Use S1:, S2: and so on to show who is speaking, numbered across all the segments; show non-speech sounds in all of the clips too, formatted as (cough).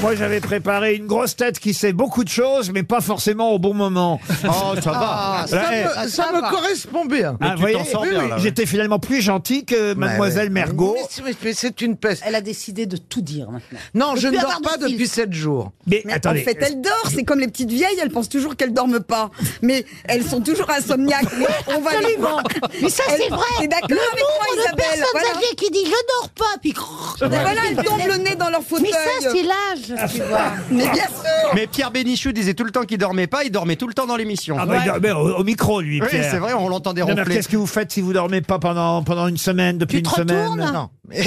S1: Moi, j'avais préparé une grosse tête qui sait beaucoup de choses, mais pas forcément au bon moment. (laughs)
S2: (laughs) Oh, ça va.
S1: Là, eh,
S3: me, Ah, ça me correspond bien.
S1: ah,
S2: tu
S1: voyez,
S2: t'en sors bien, là, ouais.
S1: J'étais finalement plus gentil que Mademoiselle
S3: Ouais, ouais.
S1: Mergot.
S3: Mais c'est- mais c'est- C'est une peste.
S4: Elle a décidé de tout dire maintenant.
S3: Non,
S4: De
S3: je
S4: plus
S3: ne
S4: avoir
S3: dors
S4: de
S3: pas
S4: fil.
S3: depuis 7 jours.
S1: Mais,
S5: Mais
S1: attendez.
S5: en fait, elle dort. C'est comme les petites vieilles, elles pensent toujours qu'elles dorment pas. Mais elles sont toujours
S6: (laughs)
S5: insomniaques. Mais on va les voir.
S6: Mais ça, c'est
S5: Elles-
S6: vrai.
S5: T'es d'accord
S6: Le
S5: avec moi,
S6: nombre de
S5: Isabelle
S6: personnes
S5: Voilà.
S6: âgées qui disent je dors pas, puis crrr.
S5: Et voilà, elles tombent le nez dans leur fauteuil.
S6: Mais ça, c'est l'âge, tu vois.
S5: Mais bien sûr
S2: Mais Pierre Bénichou disait tout le temps qu'il dormait pas, il dormait tout le temps dans l'émission.
S1: Ah, bah, il dort- mais au, au micro, lui,
S2: oui,
S1: Pierre.
S2: c'est vrai, on l'entendait
S1: Non, non,
S2: ronfler.
S1: Qu'est-ce que vous faites si vous dormez pas pendant, pendant une semaine, depuis
S6: Tu te
S1: une semaine
S6: retournes
S3: Non.
S5: (laughs)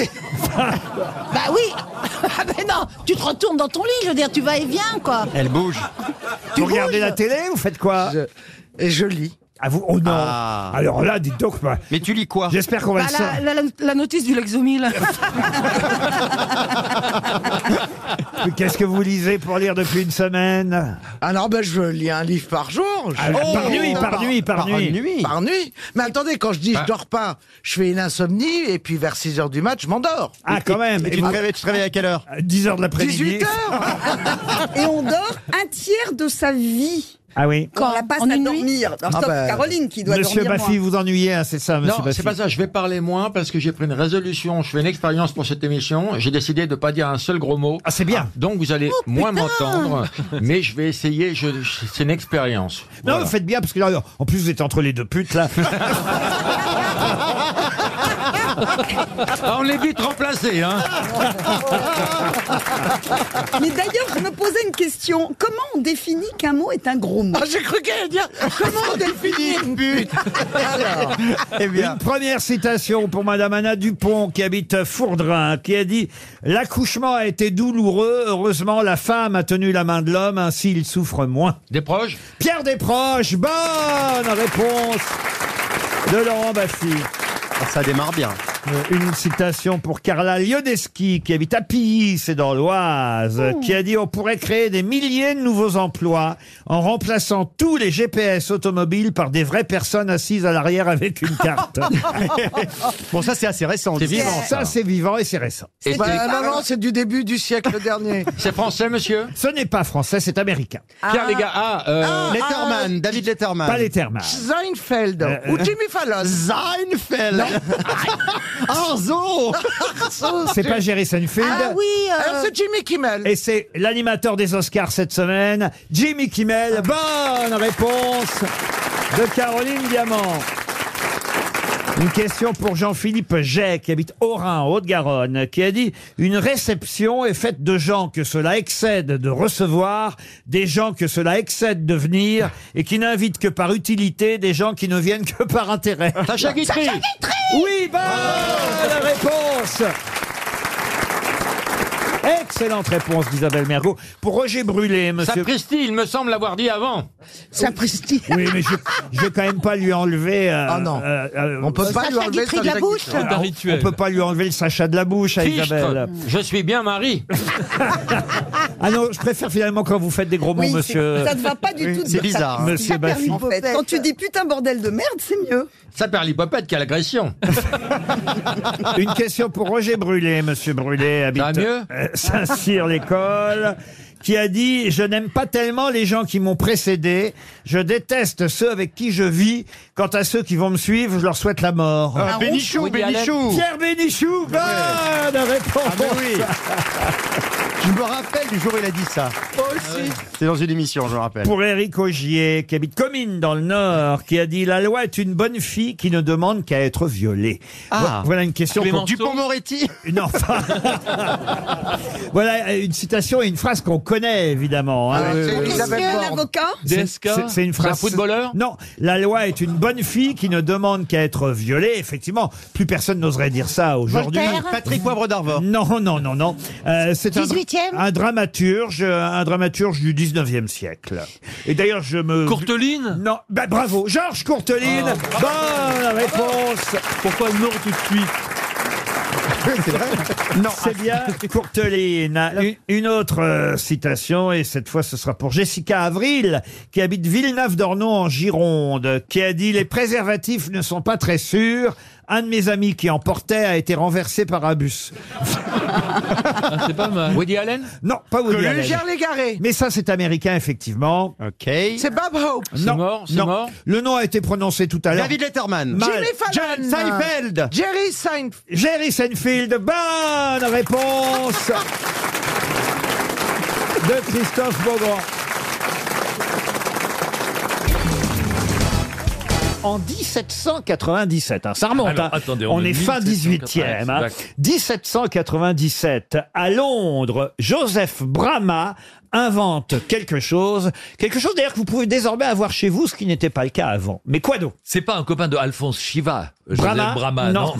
S6: Bah oui. Ah, mais non, tu te retournes dans ton lit, je veux dire, tu vas et viens, quoi.
S2: Elle bouge.
S1: (laughs) Vous regardez la télé Vous faites quoi
S3: Je- Et je lis.
S1: Ah, vous Oh non
S2: Ah.
S1: Alors là, dites donc, bah,
S2: Mais tu lis quoi
S1: j'espère qu'on va
S4: Bah,
S1: le
S4: la,
S1: sortir.
S4: la- la- la notice du
S5: (laughs)
S4: Lexomil.
S1: Mais Qu'est-ce que vous lisez pour lire depuis une semaine
S3: Alors, ben, je lis un livre par jour. Oh. Je-
S1: Ah, Par nuit, par nuit, par nuit.
S3: Par nuit. Mais attendez, quand je dis
S4: Bah.
S3: je dors pas, je fais une insomnie et puis vers 6 heures du match, je m'endors.
S1: Ah, quand même
S2: Et tu te réveilles, tu te réveilles à quelle heure
S1: 10h de l'après-midi.
S3: 18 heures
S5: Et on dort un tiers de sa vie.
S1: Ah oui.
S5: Quand on la passe
S4: En
S5: à
S4: une
S5: dormir. Non, stop,
S3: bah,
S5: Caroline qui doit
S1: Ah Monsieur
S5: dormir.
S1: Baffy,
S5: moi.
S1: vous ennuyez, hein, c'est ça, monsieur
S7: Non, c'est
S1: Baffy
S7: pas ça. Je vais parler moins parce que j'ai pris une résolution. Je fais une expérience pour cette émission. J'ai décidé de pas dire un seul gros mot.
S1: Ah, c'est bien.
S7: Donc vous
S5: Oh,
S7: allez moins
S5: (laughs)
S7: m'entendre, mais je vais essayer. Je, je- c'est une expérience.
S1: Non,
S7: Voilà.
S1: faites bien, parce que là, en plus, vous êtes entre les deux putes,
S2: (laughs)
S1: là.
S7: Ah, (laughs) on est vite remplacé, hein.
S5: Mais d'ailleurs, je me posais une question. Comment on définit qu'un mot est un gros mot
S3: Ah, J'ai cru qu'elle allait dire comment on définit une butte Alors,
S2: Eh bien,
S1: Une première citation pour Madame Anna Dupont, qui habite Fourdrin, qui a dit « L'accouchement a été douloureux. Heureusement, la femme a tenu la main de l'homme, ainsi il souffre moins.
S7: Des proches. »
S1: Pierre Desproges, bonne réponse de
S8: Ah
S1: Laurent
S8: bah
S1: Baffy.
S9: Ah,
S2: ça démarre bien.
S1: Euh, Une citation pour Carla Liodeski, qui habite à Pilly, c'est dans l'Oise, qui a dit On pourrait créer des milliers de nouveaux emplois en remplaçant tous les GPS automobiles par des vraies personnes assises à l'arrière avec une carte.
S2: Bon, ça c'est assez récent. Ah.
S7: C'est
S2: disons.
S7: vivant.
S1: ça, c'est vivant et c'est récent.
S7: Et
S3: bah,
S7: c'est-
S3: non, non, c'est du début du siècle dernier.
S7: c'est français, monsieur.
S1: Ce n'est pas français, c'est américain.
S7: Pierre, les gars. Ah, euh,
S2: Letterman, David Letterman.
S1: Pas Euh, les termes.
S3: Seinfeld ou Jimmy Fallon.
S2: Seinfeld. Arzo.
S1: C'est pas Jerry Seinfeld.
S6: Ah oui, euh,
S3: Alors, c'est Jimmy Kimmel.
S1: Et c'est l'animateur des Oscars cette semaine, Jimmy Kimmel.
S6: Ah.
S1: Bonne réponse de Caroline Diamant. Une question pour Jean-Philippe Jay, qui habite Orin, en Haute-Garonne, qui a dit « Une réception est faite de gens que cela excède de recevoir, des gens que cela excède de venir, et qui n'invitent que par utilité des gens qui ne viennent que par intérêt.
S7: Sacha Guitry. »
S1: Oui, bonne réponse Excellente réponse d'Isabelle Mergot. Pour Roger Brûlé, monsieur...
S7: Sapristi, il me semble l'avoir dit avant.
S4: Sapristi.
S1: Oui, mais je, je vais quand même pas lui enlever. euh,
S3: Ah non.
S1: euh, euh,
S3: On peut pas lui
S6: Sacha
S3: enlever
S6: Guitry de la
S3: Sacha
S6: bouche.
S3: Guitry.
S1: on- on peut pas lui enlever le sachet de la bouche à
S7: Fichtre.
S1: Isabelle.
S7: Je suis bien mari.
S1: Ah non, je préfère finalement quand vous faites des gros mots,
S5: Oui,
S1: Oh, monsieur.
S5: c'est- Ça ne va pas du tout. de
S2: C'est
S5: dire
S2: bizarre. hein.
S1: Monsieur Baffy.
S5: ça, en fait. Quand tu dis putain bordel de merde, c'est mieux.
S2: Euh,
S7: Ça perd l'hypopète, quelle agression.
S1: (laughs) Une question pour Roger Brûlé, monsieur Brûlé,
S7: Ça
S1: habite
S7: va mieux
S1: euh, Saint-Cyr l'école, qui a dit Je n'aime pas tellement les gens qui m'ont précédé, je déteste ceux avec qui je vis. Quant à ceux qui vont me suivre, je leur souhaite la mort.
S6: Ah,
S2: Euh, Bénichou,
S7: Woody Allen.
S2: Bénichou.
S1: Pierre Bénichou, bonne réponse.
S2: Ah mais oui. Je me rappelle du jour où il a dit ça. Moi aussi. C'est dans une émission, je me rappelle.
S1: Pour Éric Augier, qui habite Comines dans le Nord, qui a dit La loi est une bonne fille qui ne demande qu'à être violée.
S2: Ah.
S1: Vo- Voilà une question pour
S2: Dupont
S1: (laughs)
S2: Moretti.
S1: Non, enfin. voilà euh, une citation et une phrase qu'on connaît évidemment.
S10: Ah
S1: hein.
S3: C'est
S5: Monsieur
S3: Elisabeth Borne.
S5: l'avocat
S1: C'est-
S7: DSK,
S1: c'est- C'est une phrase.
S7: un footballeur
S1: Non, la loi est une bonne fille qui ne demande qu'à être violée. Effectivement, plus personne n'oserait dire ça aujourd'hui.
S6: Voltaire.
S2: Patrick Poivre d'Arvor.
S1: Non, non, non, non. Euh, c'est un,
S6: 18e.
S1: un dramaturge, euh, un dramaturge du 19e siècle. Et d'ailleurs, je me.
S10: Courteline Ah,
S1: Non, bah, bravo, Georges Courteline. Bonne réponse.
S10: Pourquoi non tout de suite
S3: (laughs)
S1: Non,
S3: ah,
S1: c'est bien Courteline. Une, une autre euh, citation, et cette fois ce sera pour Jessica Avril, qui habite Villeneuve-d'Ornon en Gironde, qui a dit Les préservatifs ne sont pas très sûrs, Un de mes amis qui en portait a été renversé par un bus.
S11: C'est pas mal.
S9: Woody Allen
S1: Non, pas Woody Allen.
S3: Luger Légaré.
S1: Mais ça, c'est américain, effectivement.
S12: Ok.
S3: C'est Bob Hope.
S9: C'est
S1: non,
S9: mort, c'est
S1: non.
S9: mort.
S1: Le nom a été prononcé tout à l'heure.
S12: David Letterman.
S1: Mal.
S3: Jimmy Fallon.
S12: John Seinfeld.
S3: Jerry Seinfeld.
S1: Jerry Seinfeld, bonne
S2: (laughs)
S1: réponse de Christophe Beaugrand. En 1797, hein, ça remonte.
S11: Alors,
S1: hein.
S11: attendez,
S1: on,
S11: on
S1: est,
S11: est
S1: fin 18e.
S11: 1797,
S1: hein.
S11: exact.
S1: 1797, à Londres, Joseph Brahma invente quelque chose. Quelque chose d'ailleurs que vous pouvez désormais avoir chez vous, ce qui n'était pas le cas avant. Mais quoi donc
S11: C'est pas un copain de Alphonse Chiva, Joseph Brahma, non.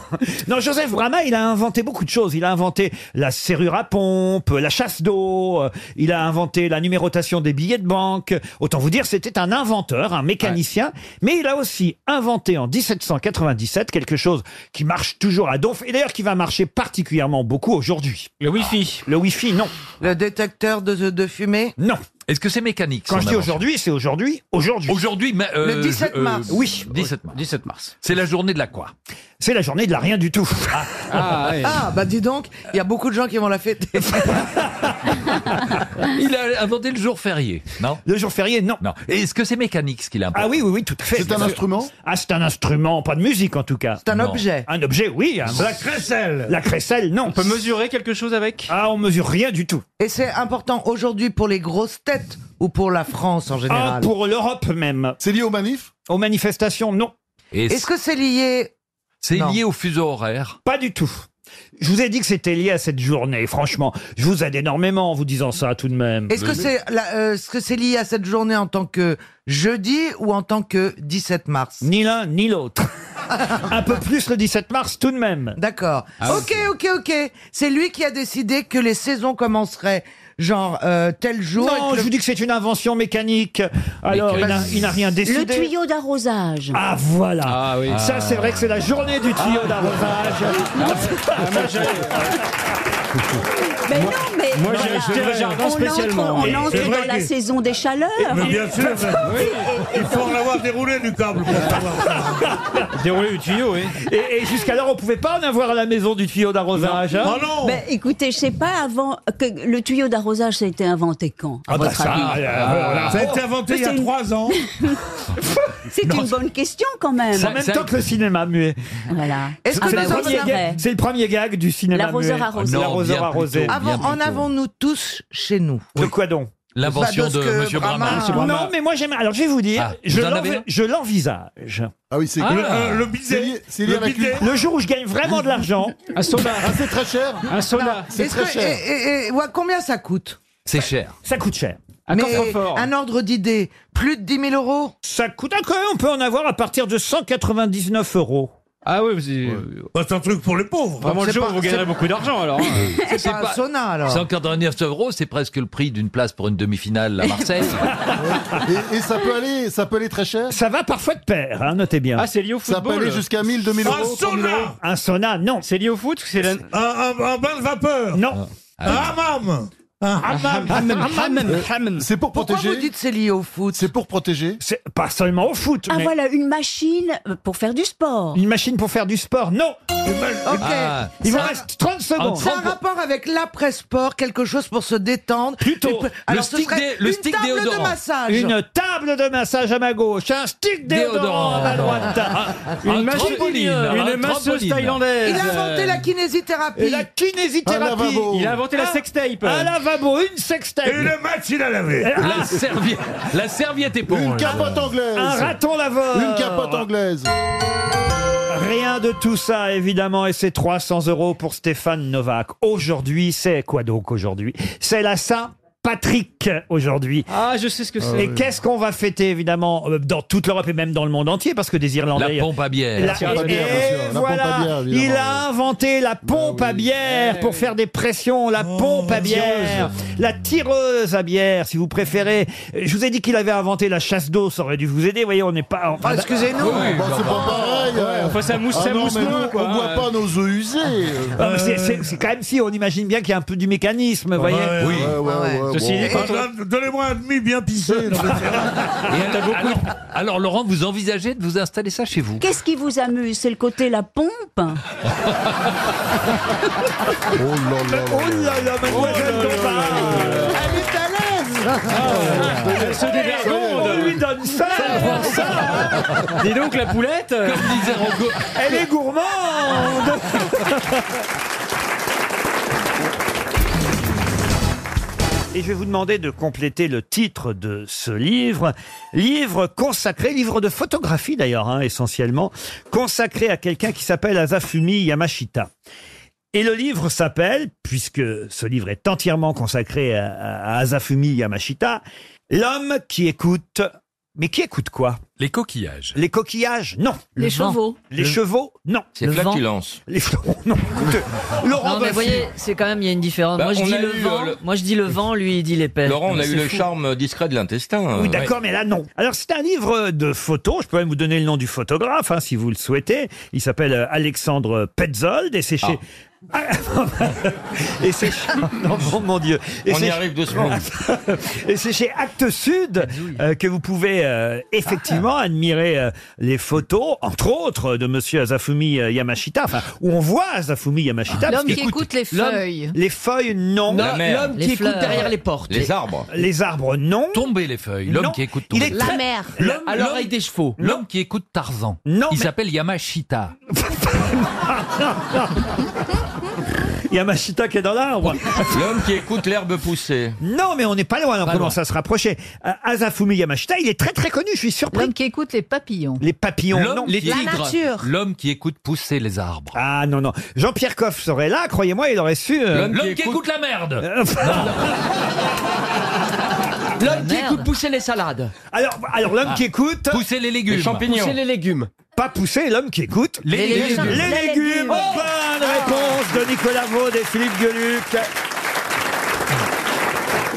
S1: non. (laughs) Joseph Brahma, il a inventé beaucoup de choses. Il a inventé la serrure à pompe, la chasse d'eau, euh, il a inventé la numérotation des billets de banque. Autant vous dire, c'était un inventeur, un mécanicien. Mais il a aussi inventé en 1797 quelque chose qui marche toujours à donf, et d'ailleurs qui va marcher particulièrement beaucoup aujourd'hui.
S11: Le Wi-Fi.
S1: Le Wi-Fi, non.
S3: Le détecteur de, de fumée.
S1: Non.
S11: Est-ce que c'est mécanique
S1: Quand
S11: son
S1: je dis
S11: invention
S1: aujourd'hui, c'est aujourd'hui, aujourd'hui.
S11: Aujourd'hui, mais, euh,
S3: Le 17
S11: je- euh,
S3: mars.
S11: oui, 17 mars.
S12: 17 mars.
S11: C'est la journée de la quoi
S1: C'est la journée de la rien du tout.
S3: Ah, bah dis donc, il y a beaucoup de gens qui vont la fêter.
S11: Il a inventé le jour férié, non
S1: Le jour férié, non.
S11: Non. Et Est-ce que c'est mécanique ce qu'il a
S1: Ah
S11: inventé
S1: oui, oui, oui, tout à fait.
S12: C'est un instrument
S1: Ah, c'est un instrument, pas de musique en tout cas.
S3: C'est un
S11: Non.
S3: objet.
S1: Un objet, oui. un- La crécelle. La crécelle, non. On peut mesurer quelque chose avec (laughs) Ah, on mesure rien du tout.
S3: Et c'est important aujourd'hui pour les grosses têtes ou pour la France en
S1: Ah,
S3: général.
S1: pour l'Europe même.
S12: C'est lié aux manifs
S1: Aux manifestations, non.
S11: Et
S3: Est-ce que c'est lié
S11: C'est
S3: Non.
S11: lié au fuseau horaire
S1: Pas du tout. Je vous ai dit que c'était lié à cette journée. Franchement, je vous aide énormément en vous disant ça tout de même.
S3: Est-ce que c'est la- euh, est-ce que c'est lié à cette journée en tant que jeudi ou en tant que 17 mars
S1: Ni l'un ni
S3: (laughs)
S1: l'autre. Un peu plus le 17 mars tout de même.
S3: D'accord. ok, ok, ok. C'est lui qui a décidé que les saisons commenceraient genre euh, tel jour. et
S1: Non,
S3: que le-
S1: je vous dis que c'est une invention mécanique. Alors, il n'a- il n'a rien décidé.
S13: Le tuyau d'arrosage.
S1: Ah voilà
S11: Ah oui. Ah.
S1: Ça c'est vrai que c'est la journée du tuyau d'arrosage.
S13: Mais non, mais
S14: moi,
S6: Ah,
S13: voilà.
S14: j'ai acheté le jardin
S13: on
S14: spécialement.
S13: entre,
S14: Et-
S13: on entre
S14: c'est vrai
S13: dans la
S14: que-
S13: saison des chaleurs.
S1: Ah,
S13: Bah,
S14: Mais bien
S13: (laughs)
S14: sûr, il faut en avoir déroulé du câble. pour savoir
S11: (laughs)
S14: ça. déroulé du tuyau, oui.
S1: Et, et jusqu'alors on pouvait pas en avoir à la maison du tuyau d'arrosage. hein
S14: Oh non
S13: Ben, écoutez, je sais pas avant que le tuyau d'arrosage ça a été inventé quand. à
S1: Ah bah
S13: votre
S1: ça,
S13: avis
S1: euh, voilà.
S14: Ça a été inventé il y
S13: c'est
S14: a
S13: une-
S14: trois ans.
S13: (laughs) C'est une bonne question quand même.
S1: En même temps que le cinéma muet.
S13: Voilà.
S3: Est-ce que
S13: Ah
S1: C'est
S13: bah
S1: le,
S13: oui,
S1: premier
S13: c'est
S1: gag-
S13: vrai.
S1: c'est le premier gag du cinéma
S13: L'arroseur
S1: muet.
S13: arrosé.
S1: L'arroseur
S11: Non, bien
S1: arrosé.
S11: plus tôt.
S3: Avant-
S11: Bien
S3: en
S11: plutôt.
S3: avons-nous tous chez nous
S1: De quoi donc
S11: L'invention
S3: Bah, de
S11: de,
S3: ce que
S11: Monsieur Brahma.
S3: Brahma-
S1: Non, mais moi j'aime. Alors je vais vous dire,
S11: Ah,
S1: je
S11: vous en
S1: l'envi-
S11: avez un
S1: je l'envisage.
S15: Ah oui, c'est
S11: Ah.
S15: cool.
S14: Le, euh, le bidet.
S15: C'est
S14: Le bidet.
S1: Le jour où je gagne vraiment de l'argent, Ah, (laughs)
S14: Un sonar.
S15: c'est très cher.
S14: Un sonar.
S15: C'est
S3: Est-ce
S15: très
S3: que-
S15: cher.
S3: et- et- et- ouais, combien ça coûte
S11: C'est cher.
S1: ça coûte cher.
S14: Un
S3: Mais
S14: coffre-fort.
S3: un ordre d'idée, plus de 10 000 euros
S1: Ça coûte encore, on peut en avoir à partir de 199 euros.
S11: Ah oui, c'est
S14: Bah, c'est un truc pour les pauvres.
S12: Vraiment le jour
S3: pas-
S12: où vous gagnerez beaucoup d'argent alors. hein.
S3: C'est pas, un
S11: pas-
S3: sauna (laughs) alors.
S11: 149 euros, c'est presque le prix d'une place pour une demi-finale à Marseille.
S14: Ah
S15: Et, et ça, peut aller, ça peut aller très cher.
S1: Ça va parfois de pair, hein, notez bien.
S12: Ah, c'est lié au
S15: Ça peut aller
S12: football.
S15: jusqu'à 1000, 2000
S14: Un
S15: euros. 3000 euros.
S14: sauna.
S1: Un sauna, non.
S12: C'est lié au foot C'est la-
S14: Un, un, un bain de vapeur.
S1: Non.
S14: Un
S1: Ah,
S14: hammam. Un hammam.
S15: C'est pour
S3: Pourquoi vous
S15: protéger.
S3: dites c'est lié au foot
S15: C'est pour protéger.
S1: C'est pas seulement au foot,
S13: Ah
S1: mais
S13: voilà, une machine euh, pour faire du sport.
S1: une machine pour faire du sport. Non
S3: Ok.
S11: Ah,
S1: Il vous reste 30 secondes.
S3: C'est un rapport avec l'après-sport, quelque chose pour se détendre.
S1: Plutôt.
S3: Une-
S11: Le
S3: Alors, ce
S11: stick
S3: serait
S11: dé- le
S3: une
S11: stick
S3: table de
S11: déodorant.
S3: massage.
S1: Une table de massage à ma gauche, un stick déodorant à
S3: Ah,
S1: ma droite,
S11: Un
S1: une machine
S11: trampoline,
S12: Une
S11: un
S12: masseuse
S11: trampoline.
S12: thaïlandaise.
S3: Il a inventé la
S1: et
S3: kinésithérapie.
S1: la
S15: Un
S1: kinésithérapie,
S15: lavabo.
S12: Il a inventé la sextape.
S1: Ah, un lavabo, une
S14: Et
S1: sextape,
S14: le match, il a lavé.
S11: La serviette, la serviette
S15: Une
S11: éponge.
S15: capote
S1: un
S15: anglaise.
S1: raton laveur.
S15: Une capote anglaise.
S1: Rien de tout ça, évidemment, et c'est 300 euros pour Stéphane Novak. Aujourd'hui, c'est quoi donc aujourd'hui C'est la Saint-Patrick aujourd'hui.
S12: Ah, je sais ce que c'est.
S1: Et qu'est-ce qu'on va fêter, évidemment, euh, dans toute l'europe et même dans le monde entier, parce que des Irlandais...
S11: La pompe à
S1: La-
S11: bière.
S15: La pompe à
S1: et-
S15: bière, bien sûr.
S1: et
S15: La pompe
S1: voilà,
S15: à bière, évidemment.
S1: il a inventé la pompe à bière pour faire des pressions, la pompe à bière, la tireuse à bière, si vous préférez. Euh, Je vous ai dit qu'il avait inventé la chasse d'eau, ça aurait dû vous aider. Voyez, on n'est pas.
S3: Ah,
S1: enfin,
S12: bah,
S3: Excusez-nous.
S15: Bon, Bah, c'est pas pareil. euh.
S12: Enfin, ça mousse,
S15: Ah
S12: ça
S15: non,
S12: mousse
S15: mais
S12: moins,
S15: nous,
S12: quoi,
S15: on boit
S12: hein.
S15: pas nos eaux usées.
S1: Ah, euh, c'est- c'est c'est quand même si on imagine bien qu'il y a un peu du mécanisme, voyez.
S14: Ouais,
S11: Oui.
S15: Ah bah, Ouais, ouais, ouais,
S3: ouais.
S15: ouais,
S11: Ceci dit, quand on-
S14: Madame, Donnez-moi un demi bien pissé. Non, mais
S11: (laughs)
S14: c'est vrai.
S11: Et alors, alors- alors, Laurent, vous envisagez de vous installer ça chez vous
S13: Qu'est-ce qui vous amuse C'est le côté la pompe
S15: Oh là là.
S1: Oh là là, mademoiselle Dombard
S5: Elle est à l'aise
S8: se dévergonde.
S1: On lui donne Oh, ça
S8: Oh, Dis donc, la poulette Comme disait Rango.
S1: Elle est (laughs) gourmande Et je vais vous demander de compléter le titre de ce livre. Livre consacré, livre de photographie d'ailleurs, hein, essentiellement, consacré à quelqu'un qui s'appelle Azafumi Yamashita. Et le livre s'appelle, puisque ce livre est entièrement consacré à, à Azafumi Yamashita, L'homme qui écoute. Mais qui écoute quoi
S7: Les coquillages.
S1: Les coquillages, non.
S7: Les
S1: Le vent.
S7: chevaux.
S1: Les
S7: Le-
S1: chevaux, non.
S7: C'est Le vent. flatulence.
S1: Les flatulence, non. écoutez, Laurent
S16: non, mais
S1: Baffy.
S16: vous voyez, c'est quand même, il y a une différence.
S7: Bah,
S16: moi, je
S7: on
S16: dis
S7: a
S16: le
S7: eu,
S16: vent,
S7: euh, le-
S16: moi, je dis le vent, lui, il dit les pelles.
S7: Laurent, on a
S16: C'est
S7: eu le
S16: fou.
S7: charme discret de l'intestin.
S1: Oui, d'accord, mais là, non. Alors, c'est un livre de photos. Je peux même vous donner le nom du photographe, hein, si vous le souhaitez. Il s'appelle euh, Alexandre Petzold et c'est chez... (laughs) et c'est chez... Ah. (laughs) Non, bon, mon Dieu. Et
S9: On y
S1: c'est-
S9: arrive doucement.
S1: (laughs) et c'est chez Actes Sud euh, que vous pouvez euh, effectivement admirer euh, les photos, entre autres, de Monsieur Azafumi euh, Yamashita, enfin, où on voit Azafumi Yamashita.
S17: L'homme
S1: parce que-
S17: qui écoute les
S1: L'homme-
S17: feuilles.
S1: Les feuilles, non.
S17: Non, La mer. l'homme qui Les écoute fleurs. derrière les
S1: portes.
S7: Les arbres.
S1: Les (laughs) arbres, non.
S11: Tomber les feuilles. L'homme
S1: Non.
S11: qui écoute
S1: Il
S11: tomber.
S1: est La très- mer.
S11: L'homme-
S1: À l'oreille
S11: l'homme-
S1: des chevaux.
S11: L'homme qui écoute Tarzan.
S1: Non,
S11: Il
S1: mais-
S11: s'appelle Yamashita.
S1: Ah, Yamashita qui est dans l'arbre.
S9: L'homme qui écoute l'herbe pousser.
S1: Non, mais on n'est pas loin, alors
S9: Pas
S1: on commence
S9: loin.
S1: à se rapprocher. Euh, Azafumi Yamashita, il est très très connu, je suis surpris. L'homme
S17: qui écoute les papillons.
S1: Les papillons,
S11: L'homme-
S1: non.
S11: les La tigres. nature. L'homme qui écoute pousser les arbres.
S1: Ah non, non. Jean-Pierre Coff serait là, croyez-moi, il aurait su... euh,
S11: L'homme qui, écoute la merde.
S8: L'homme
S17: Ah,
S8: qui écoute pousser les salades.
S1: Alors, alors l'homme qui écoute...
S11: Pousser les légumes.
S8: Ah. Pousser les légumes.
S1: Pas pousser, l'homme qui écoute...
S8: Les Les légumes. légumes.
S1: Les
S8: Les
S1: légumes. Oh,
S8: légumes. Ah.
S1: Bonne réponse de Nicolas Vaud et Philippe Gueluc.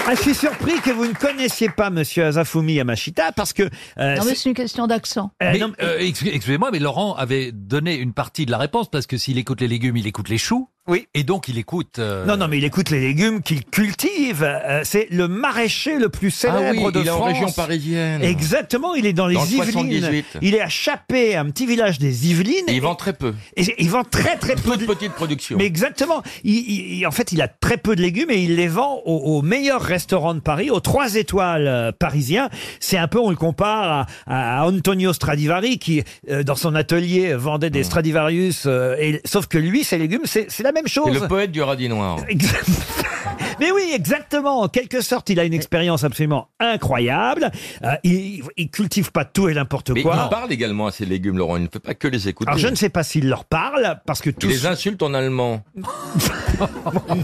S1: Ah, je suis surpris que vous ne connaissiez pas Monsieur Azafumi Yamashita parce que... euh,
S17: Non, mais
S1: c'est-
S17: c'est une question d'accent.
S1: Euh,
S11: Mais,
S1: non, mais-
S11: euh, excuse- Excusez-moi, mais Laurent avait donné une partie de la réponse parce que s'il écoute les légumes, il écoute les choux.
S1: Oui.
S11: Et donc il écoute. euh,
S1: Non, non, mais il écoute les légumes qu'il cultive. Euh, c'est le maraîcher le plus
S9: Ah
S1: célèbre
S9: oui,
S1: de
S9: il est en
S1: France.
S9: région parisienne.
S1: Exactement, il est dans les
S9: Dans le
S1: Yvelines.
S9: 78.
S1: Il est à Chappé, un petit village des Yvelines.
S9: Et il vend très peu.
S1: Et il vend très très peu
S9: Toute petite production.
S1: Mais exactement. Il- il- il- en fait, il a très peu de légumes et il les vend aux au meilleurs restaurants de Paris, aux trois étoiles euh, parisiens. C'est un peu, on le compare à, à Antonio Stradivari qui, euh, dans son atelier, vendait des Stradivarius. euh, et, sauf que lui, ses légumes, c'est c'est la même
S9: C'est
S1: chose.
S9: le poète du radis noir.
S1: Exact- Mais oui, exactement. En quelque sorte, il a une expérience absolument incroyable. Euh, il, il cultive pas tout et n'importe
S9: Mais
S1: quoi.
S9: il parle également à ses légumes, Laurent. Il ne peut pas que les écouter.
S1: Alors je ne sais pas s'il leur parle parce que
S9: Il
S1: tous
S9: les insulte en
S7: (laughs)
S9: allemand.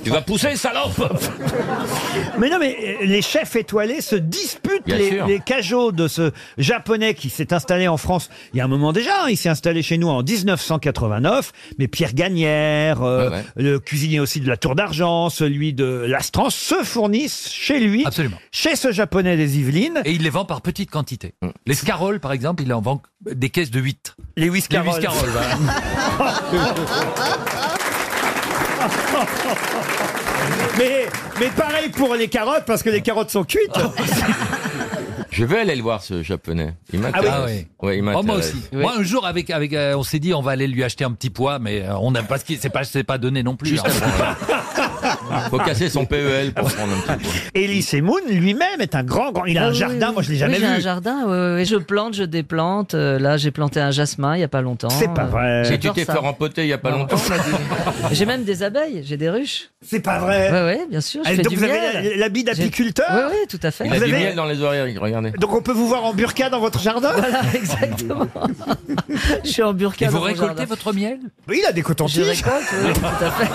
S9: tu vas pousser, salope
S1: Mais non, mais euh, les chefs étoilés se disputent
S9: Bien
S1: les,
S9: sûr.
S1: les cajots de ce japonais qui s'est installé en France il y a un moment déjà. hein. il s'est installé chez nous en 1989. Mais Pierre Gagnère, euh,
S11: Ouais, ouais.
S1: le cuisinier aussi de la Tour d'Argent, celui de l'Astrance, se fournissent chez lui, chez ce japonais des Yvelines.
S11: Et il les vend par petites quantités.
S9: Mm.
S11: Les scaroles, par exemple, il en vend des caisses de 8.
S1: Les
S11: Les
S1: Whiscaroles.
S11: Whiscaroles, voilà.
S1: mais, mais pareil pour les carottes, parce que les carottes sont cuites.
S9: Je vais aller le voir, ce japonais. Il m'intéresse.
S11: Ah oui.
S9: Ouais, (laughs) il
S11: Oh,
S9: m'intéresse.
S11: moi aussi. Moi, un jour, avec, avec, euh, on s'est dit, on va aller lui acheter un petit poids, mais euh, on n'a pas ce qui, c'est pas, c'est pas donné non plus. hein. (laughs)
S9: Faut casser son PEL pour prendre un petit peu.
S1: Elie Semoun lui-même est un grand, grand. Il a
S16: Ah
S1: un
S16: oui,
S1: jardin,
S16: oui.
S1: moi je l'ai jamais
S16: Oui,
S1: vu.
S16: J'ai un jardin, ouais, ouais, je plante, je déplante. Euh, là, j'ai planté un jasmin il y a pas longtemps.
S1: C'est pas
S16: Euh,
S1: vrai.
S9: Si tu
S16: j'adore
S9: t'es
S16: ça.
S9: fait rempoter il n'y a pas longtemps, on a dit.
S16: J'ai même des abeilles, j'ai des ruches.
S1: C'est pas vrai.
S16: Ouais, ouais, bien sûr. (laughs) Je
S1: Ah,
S16: fais
S1: donc
S16: du
S1: vous avez
S16: miel.
S1: la- l'habit d'apiculteur
S16: Oui, oui, tout à fait.
S9: Il a du miel dans les oreilles, regardez.
S1: Donc on peut vous voir en burqa dans votre jardin
S16: Voilà, exactement. je suis en burqa.
S11: Et vous
S16: dans mon
S11: récoltez
S16: jardin.
S11: votre miel
S1: Mais il a des
S16: Je
S1: cotons-tiges.
S16: récolte, oui, tout
S1: (laughs)
S16: à fait.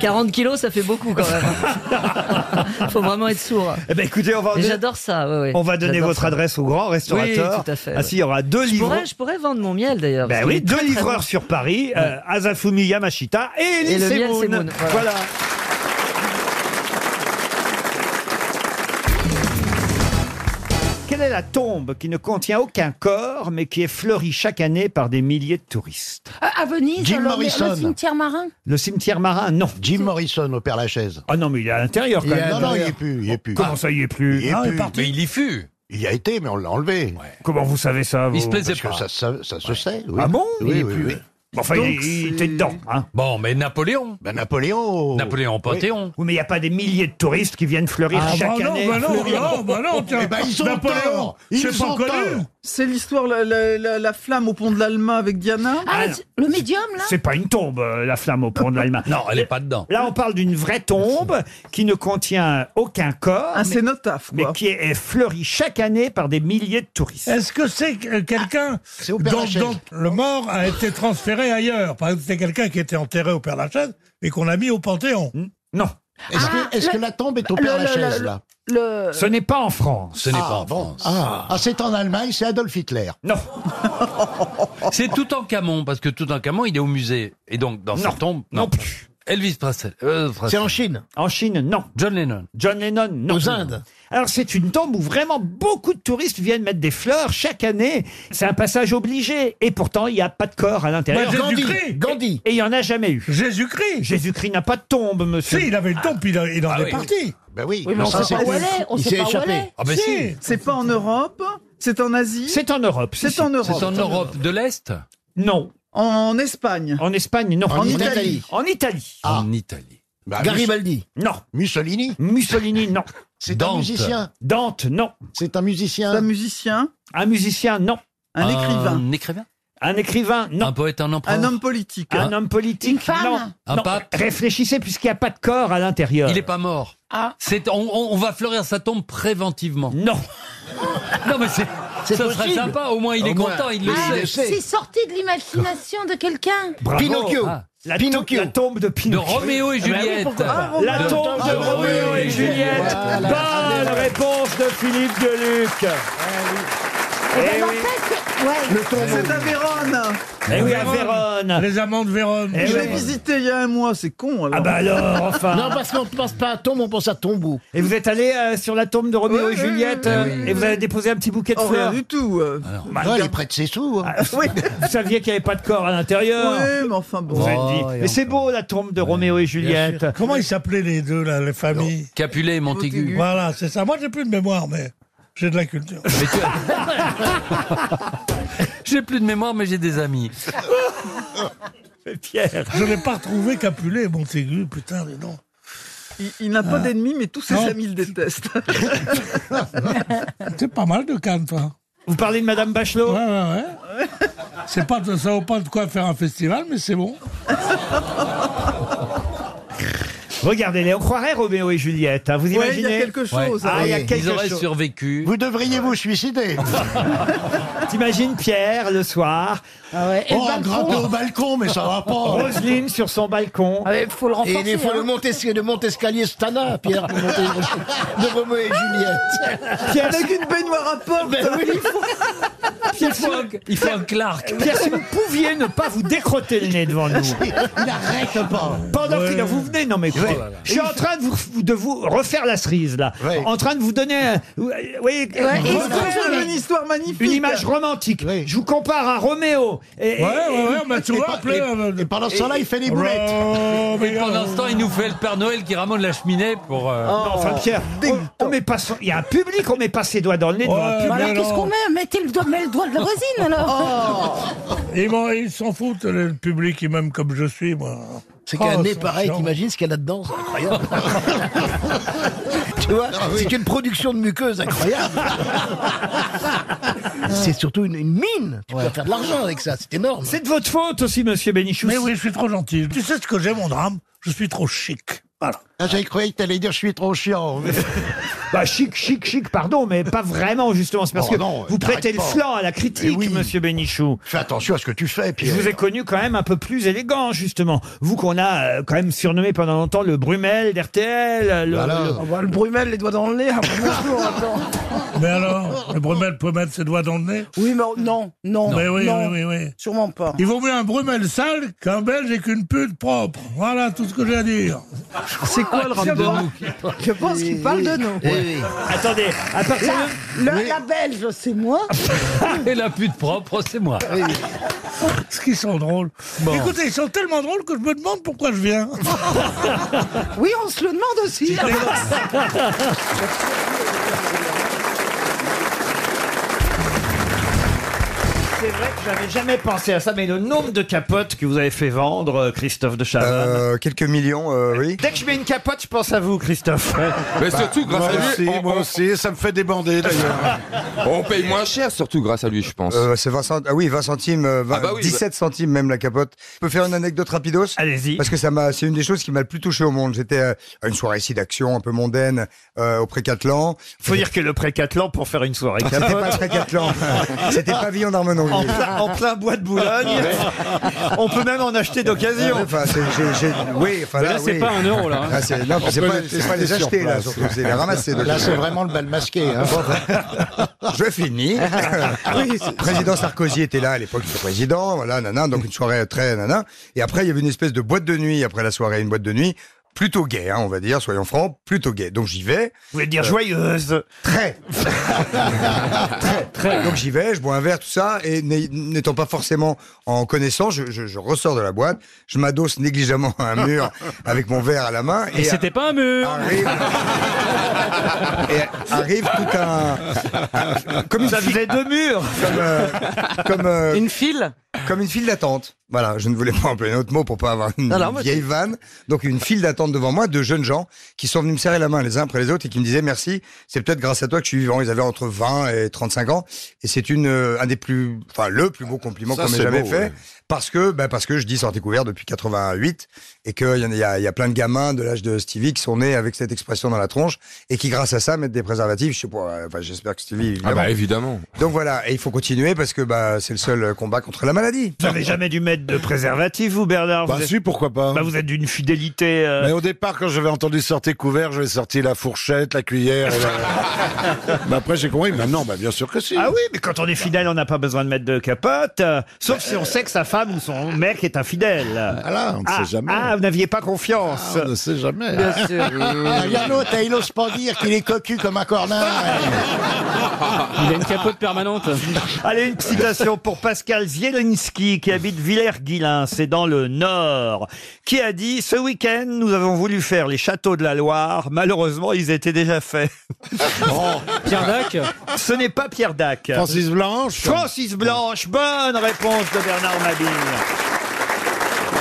S16: 40 kilos, ça fait beaucoup quand
S1: (laughs)
S16: même. Faut vraiment être sourd.
S1: Eh ben écoutez, on va
S16: Mais
S1: donner-
S16: J'adore ça. ouais, ouais.
S1: on va donner
S16: J'adore
S1: votre
S16: ça.
S1: adresse au grand restaurateur.
S16: Oui, tout à fait.
S1: Ah si, il y aura deux
S16: je
S1: livreurs.
S16: pourrais, je pourrais vendre mon miel d'ailleurs.
S1: Ben
S16: parce
S1: oui,
S16: qu'il est
S1: deux
S16: très, très
S1: livreurs
S16: bon.
S1: sur Paris, euh, Azafumi Yamashita et Elie
S16: Et le miel,
S1: Semoun.
S16: c'est Moon, voilà.
S1: voilà. Quelle est la tombe qui ne contient aucun corps, mais qui est fleurie chaque année par des milliers de touristes
S5: À à Venise,
S1: Jim
S5: le- le,
S1: Morrison.
S5: cimetière marin.
S1: Le cimetière marin, non. Jim Morrison au Père Lachaise. Ah non, mais il est à l'intérieur quand
S15: Il est
S1: même.
S15: à l'intérieur. Non, non, il y est plus, il y est plus.
S1: Comment ça, il y est plus
S15: Il est
S1: Ah,
S15: plus.
S1: est parti.
S15: Mais il y fut. Il y a été, mais on l'a enlevé.
S1: Comment vous savez ça
S15: Il
S1: vous
S15: se plaisait
S1: Parce que
S15: pas.
S1: ça-
S15: se sait.
S1: Ah bon
S15: Oui,
S1: Il est
S15: oui,
S1: plus.
S15: oui.
S1: Bon, Enfin, il, il était dedans. Hein.
S11: Bon, mais Napoléon.
S15: Ben Napoléon.
S11: Napoléon au Panthéon.
S1: Oui, mais il n'y a pas des milliers de touristes qui viennent fleurir
S15: Ah, bah
S1: chaque
S15: non,
S1: année.
S15: bah non,
S1: Fleurir.
S15: non, bah non, tiens. Eh ben, ils ont
S1: Napoléon,
S15: tort.
S1: c'est
S15: Ils
S1: pas
S15: ont
S1: connu.
S15: tort.
S18: C'est l'histoire, la, la- la- la flamme au pont de l'Alma avec Diana
S1: Ah, non.
S5: Le médium, là
S1: C'est pas une tombe, euh, la flamme au pont de l'Allemagne.
S11: Non, elle est pas dedans.
S1: Là, on parle d'une vraie tombe qui ne contient aucun corps. Un
S18: cénotaphe,
S1: Mais qui est, est fleurie chaque année par des milliers de touristes.
S14: Est-ce que c'est que quelqu'un
S1: Ah, Père
S14: dont,
S1: Lachaise.
S14: dont le mort a été transféré ailleurs Par exemple, c'était quelqu'un qui était enterré au Père Lachaise et qu'on l'a mis au Panthéon.
S1: Hmm. Non.
S12: Est-ce
S18: Ah,
S14: Ah,
S12: que, est-ce que la tombe est au Père Lachaise, là
S1: Ce n'est pas en France.
S11: Ce n'est
S15: ah,
S11: pas en
S15: bon.
S11: France.
S15: Ah, Ah, c'est en Allemagne, c'est Adolf Hitler.
S2: Bah,
S1: Non.
S11: C'est tout en Camon, parce que tout en Camon, il est au musée. Et donc, dans sa tombe. Non. plus. Elvis Presley.
S1: C'est
S11: en
S1: Chine En Chine, non.
S11: John Lennon.
S1: John Lennon, non.
S11: Aux Indes.
S1: Alors c'est une tombe où vraiment beaucoup de touristes viennent mettre des fleurs chaque année. C'est un passage obligé. Et pourtant, il n'y a pas de corps à l'intérieur.
S14: Bah, Jésus-Christ.
S1: Gandhi. Et il n'y en a jamais eu.
S14: Jésus-Christ
S1: Jésus-Christ n'a pas de tombe, monsieur.
S14: Si, il avait une tombe, puis il en- il en
S1: Ah
S14: est
S1: oui.
S14: parti.
S11: Bah
S15: Ben oui.
S18: Oui, mais on
S1: Ça,
S18: sait pas
S1: c'est-
S18: où elle est, on
S1: il
S18: sait
S1: s'est
S18: pas où
S1: échappé.
S18: elle est.
S11: Ah ben si.
S18: C'est pas en Europe, c'est en Asie.
S1: C'est en Europe. si, si.
S18: C'est en Europe.
S11: C'est en Europe de l'Est
S1: Non.
S18: En Espagne.
S1: En Espagne, non.
S18: En, Italie.
S1: En Italie.
S11: En Italie.
S12: Garibaldi.
S1: Non.
S12: Mussolini.
S1: Mussolini, non.
S12: C'est un
S1: Dante.
S12: musicien.
S1: Dante, non.
S12: C'est un musicien.
S18: Un musicien.
S1: Un musicien, non.
S18: Un écrivain.
S11: Un écrivain
S1: Un écrivain, non.
S11: Un poète, un empereur
S18: Un homme politique.
S1: Un homme politique, non.
S11: Un
S1: Non.
S11: pape
S1: Réfléchissez puisqu'il n'y a pas de corps à l'intérieur.
S11: Il n'est pas mort.
S15: Ah.
S11: C'est, on, on- on va fleurir sa tombe préventivement.
S1: Non.
S11: (laughs) non, mais c'est,
S15: C'est
S11: ça serait
S15: possible.
S11: sympa. Au moins, il
S15: Au
S11: est
S15: moins,
S11: content,
S18: Ah,
S11: il le
S15: il
S11: sait.
S15: le sait.
S5: C'est sorti de l'imagination de quelqu'un.
S1: Bravo.
S15: Pinocchio.
S1: Ah. La, Pinocchio. la tombe de Pinocchio.
S11: De Roméo et
S1: Ah, bah oui,
S11: Juliette.
S1: pourquoi pas.
S11: Ah,
S1: la
S11: Roméo.
S1: tombe de
S11: Ah,
S1: Roméo
S11: oui.
S1: et bah Juliette.
S11: Voilà.
S1: Bonne réponse de Philippe Gueluc. Eh oui.
S18: C'est à Vérone.
S1: Eh oui, à Vérone.
S14: Les amants de Vérone.
S1: Eh
S18: Je l'ai
S1: oui.
S18: visité il y a un mois, c'est con alors.
S1: Ah bah alors, enfin.
S19: Non, parce qu'on pense pas à tombe, on pense à tombeau.
S1: Et vous êtes allé euh, sur la tombe de Roméo
S18: Oui, oui,
S1: et Juliette
S18: oui,
S1: euh,
S18: oui,
S1: et vous avez déposé un petit bouquet de
S18: Oh, rien
S1: fleurs.
S18: du tout. euh.
S1: elle
S15: est près de ses sous.
S1: Vous saviez qu'il n'y avait pas de corps à l'intérieur.
S18: Oui, mais enfin bon.
S1: Vous
S11: Oh,
S1: êtes dit.
S11: et
S1: Mais c'est beau la tombe de Roméo et Juliette.
S14: Comment ils s'appelaient les deux, là, les familles
S11: Capulet et Montaigu.
S14: Voilà, c'est ça. Moi, j'ai plus de mémoire, mais j'ai de la
S11: (laughs)
S14: culture.
S11: J'ai plus de mémoire, mais j'ai des amis.
S1: Pierre.
S14: Je n'ai pas retrouvé Capulet et Montaigu, putain, mais non. Ah.
S18: Il, il n'a pas d'ennemis, mais tous ses
S14: Non.
S18: amis le
S14: (laughs)
S18: détestent.
S14: T'es pas mal de Cannes, toi.
S1: Vous parlez de Madame Bachelot
S14: Ouais, ouais, ouais. C'est pas, ça vaut pas de quoi faire un festival, mais
S1: (laughs)
S14: c'est bon.
S1: Regardez-les, on croirait Roméo et Juliette. hein, vous
S18: Ouais,
S1: imaginez
S18: il y a quelque chose.
S1: Ah, il y a
S11: Oui.
S1: quelque
S11: Ils auraient
S1: chose.
S11: survécu.
S15: Vous devriez vous suicider.
S1: T'imagines Pierre le soir,
S15: et le Oh, balcon. gratter au balcon, mais ça va pas.
S1: Roselyne sur son balcon.
S2: Ah
S19: Il faut le
S1: renforcer,
S19: Et il faut
S1: hein.
S19: le monter le monte-escalier Stana, Pierre, de, monter- de Roméo et Juliette.
S1: Pierre-
S18: Avec une baignoire à porte.
S19: Ben oui, il faut-
S1: Pierre,
S11: Il faut un, il faut un Clark.
S1: Pierre, si vous pouviez ne pas vous décrotter le
S15: (laughs)
S1: nez devant nous.
S15: Il arrête pas.
S1: Pendant qu'il vous venez, non mais écoutez,
S15: Ouais.
S1: je suis en train de vous, de vous refaire la cerise là,
S15: Ouais.
S1: en train de vous donner, un- vous voyez,
S18: Et
S1: refaire
S18: c'est
S1: une-
S18: une histoire magnifique.
S1: une image romantique. Je vous compare à Roméo. Et, et- et-
S14: mais tu
S15: Et
S14: vois,
S15: pa-
S14: appelez,
S15: et-
S14: euh,
S15: et Oh, pendant ce temps-là, il fait des boulettes.
S14: Roméo.
S11: Et pendant ce temps, il nous fait le Père Noël qui ramène
S15: (laughs)
S11: la cheminée pour. euh,
S1: Non, enfin
S15: Oh.
S1: Pierre, on, on met pas son- il y a un public, on met pas ses doigts dans le nez devant un
S14: Ouais,
S1: public.
S14: mais
S5: Bah Alors qu'est-ce
S14: non.
S5: qu'on met Mettez le doigt, mets le doigt de la rosine alors.
S14: Ils m'en- ils s'en foutent, le public, et même comme je suis, moi.
S19: C'est qu'un
S14: Oh,
S19: nez
S14: c'est
S19: pareil,
S14: chiant.
S19: t'imagines ce qu'il y a là-dedans C'est incroyable. (laughs) tu vois,
S14: Ah
S19: c'est une production de muqueuse incroyable.
S14: (laughs)
S19: c'est surtout une, une mine. Tu peux faire de l'argent avec ça, c'est énorme.
S1: C'est de votre faute aussi, monsieur Bénichou.
S14: Mais oui, je suis trop gentil. Tu sais ce que j'ai, mon drame Je suis trop chic. Voilà.
S15: Ah, J'avais cru que t'allais dire je suis trop
S14: (laughs)
S15: chiant.
S1: Bah, chic, chic, chic, pardon, mais pas vraiment, justement. C'est parce
S15: Oh,
S1: que
S15: non,
S1: vous prêtez le
S15: t'arrêtes pas.
S1: flanc à la critique,
S15: Mais oui.
S1: monsieur Bénichou.
S15: Fais attention à ce que tu fais,
S1: Je
S15: Pierre.
S1: vous ai connu quand même un peu plus élégant, justement. Vous qu'on a euh, quand même surnommé pendant longtemps le Brumel d'RTL. euh, Le,
S15: Voilà.
S1: le-
S18: On voit le Brumel, les doigts dans le nez.
S5: (laughs)
S18: ah, bonjour, attends.
S14: (laughs) Mais alors, le Brumel peut mettre ses doigts dans le nez
S18: Oui, mais non, non,
S14: Mais oui,
S18: non,
S14: oui, oui, oui.
S18: sûrement pas.
S14: Il vaut mieux un Brumel sale qu'un Belge et qu'une pute propre. Voilà tout ce que j'ai à dire.
S18: C'est quoi le
S3: Je
S18: rame-de-nous
S3: pense- Je pense qu'il parle de nous.
S1: Attendez, à partir
S5: La, le- la belge, c'est moi.
S11: Et la pute propre, c'est moi.
S14: Ce qu'ils sont drôles.
S11: Bon.
S14: Écoutez, ils sont tellement drôles que je me demande pourquoi je viens.
S5: (laughs) Oui, on se le demande aussi.
S1: C'est vrai que j'avais jamais pensé à ça, mais le nombre de capotes que vous avez fait vendre, euh, Christophe de Chavannes.
S15: Euh,
S1: quelques millions, oui. Dès que je mets une capote, je pense à vous, Christophe.
S7: Mais surtout grâce
S15: moi
S7: à lui,
S15: aussi,
S7: on-
S15: moi
S7: on-
S15: aussi, ça me fait débander d'ailleurs.
S7: On paye moins cher, surtout grâce à lui, Oh, je pense.
S20: Euh, c'est 20 centimes. Ah oui, 20 centimes, euh, vingt-
S7: Ah bah oui,
S20: 17 centimes même la capote. Je peux faire une anecdote rapidos
S1: Allez-y.
S20: Parce que ça m'a, c'est une des choses qui m'a le plus touché au monde. J'étais euh, à une soirée ici d'action un peu mondaine euh, au Précatelan.
S1: Faut dire que le Précatelan, pour faire une soirée
S20: (laughs) C'était
S1: capote-
S20: pas le
S1: (laughs)
S20: Précatelan. C'était Pavillon d'Armenonville.
S1: En plein, en plein bois de Boulogne. On peut même en acheter d'occasion.
S20: Ouais, enfin, c'est- j'ai- j'ai- oui, enfin,
S1: Mais là, c'est
S20: oui.
S1: pas un euro, là, hein.
S20: Ah, c'est, non,
S15: On
S20: c'est
S15: peut
S20: pas,
S15: le
S20: c'est pas
S15: tester
S20: les
S15: sur
S20: acheter, là,
S15: place.
S20: surtout. C'est les ramasser.
S15: Là, c'est vraiment le bal masqué. hein.
S20: Je finis.
S15: Oui,
S20: président Sarkozy était là à l'époque, il était président, voilà, nana, donc une soirée très nana. Et après, il y avait une espèce de boîte de nuit après la soirée, une boîte de nuit plutôt gay, hein, on va dire, soyons francs, plutôt gay. Donc j'y vais.
S1: Vous voulez dire joyeuse
S15: euh,
S20: Très. très, très. Donc j'y vais, je bois un verre, tout ça, et n'ay- n'étant pas forcément en connaissance, je, je- je ressors de la boîte, je m'adosse négligemment à un mur avec mon verre à la main.
S8: Et c'était pas un mur. (laughs)
S20: Et arrive tout un. Comme
S1: Ça faisait deux murs
S20: Comme. euh, comme
S8: (laughs) une file
S20: Comme une file d'attente. Voilà, je ne voulais pas employer un autre mot pour pas avoir une
S8: Non, non, moi,
S20: vieille
S8: c'est-
S20: vanne. Donc une file d'attente devant moi de jeunes gens qui sont venus me serrer la main les uns après les autres et qui me disaient merci, c'est peut-être grâce à toi que je suis vivant. Ils avaient entre 20 et 35 ans et c'est une euh, un des plus enfin le plus beau compliment
S15: Ça,
S20: qu'on m'ait
S15: c'est
S20: jamais
S15: beau,
S20: fait
S15: ouais.
S20: parce que bah, parce que je dis sortez couvert depuis 88 et qu'il y, en a- il y a- il y a plein de gamins de l'âge de Stevie qui sont nés avec cette expression dans la tronche et qui grâce à ça mettent des préservatifs. Je sais pas, euh, enfin, j'espère que Stevie
S7: Ah
S20: évidemment.
S7: bah évidemment.
S20: Donc voilà, et il faut continuer parce que bah, c'est le seul combat contre la maladie.
S1: Vous n'avez jamais dû mettre de préservatif, vous, Bernard
S15: Bah
S1: vous êtes-
S15: si, pourquoi pas.
S1: Bah, vous êtes d'une fidélité. euh,
S15: Mais au départ, quand j'avais entendu sortez couvert, j'avais sorti la fourchette, la cuillère. et
S1: (laughs)
S15: la- Mais après, j'ai compris. Mais non, bah, bien sûr que si.
S1: Ah oui, mais quand on est fidèle, on n'a pas besoin de mettre de capote, euh, sauf si on sait que sa femme ou son mec est infidèle. Ah
S15: là, on ne sait jamais. Ah,
S1: Ah, vous n'aviez pas confiance.
S15: On ne sait jamais.
S1: Bien
S15: (laughs)
S1: sûr.
S15: Ah, Il y a l'autre, il n'ose pas dire qu'il est cocu comme un cornin.
S8: Il a une capote permanente.
S1: Allez, une citation pour Pascal Zielinski, qui habite Villers-Guilin, c'est dans le Nord, qui a dit « Ce week-end, nous avons voulu faire les châteaux de la Loire. Malheureusement, ils étaient déjà faits. (laughs)
S8: Oh, Pierre Dac
S1: Ce n'est pas Pierre Dac.
S15: Francis Blanche
S1: Francis Blanche, bonne réponse de Bernard Mabille.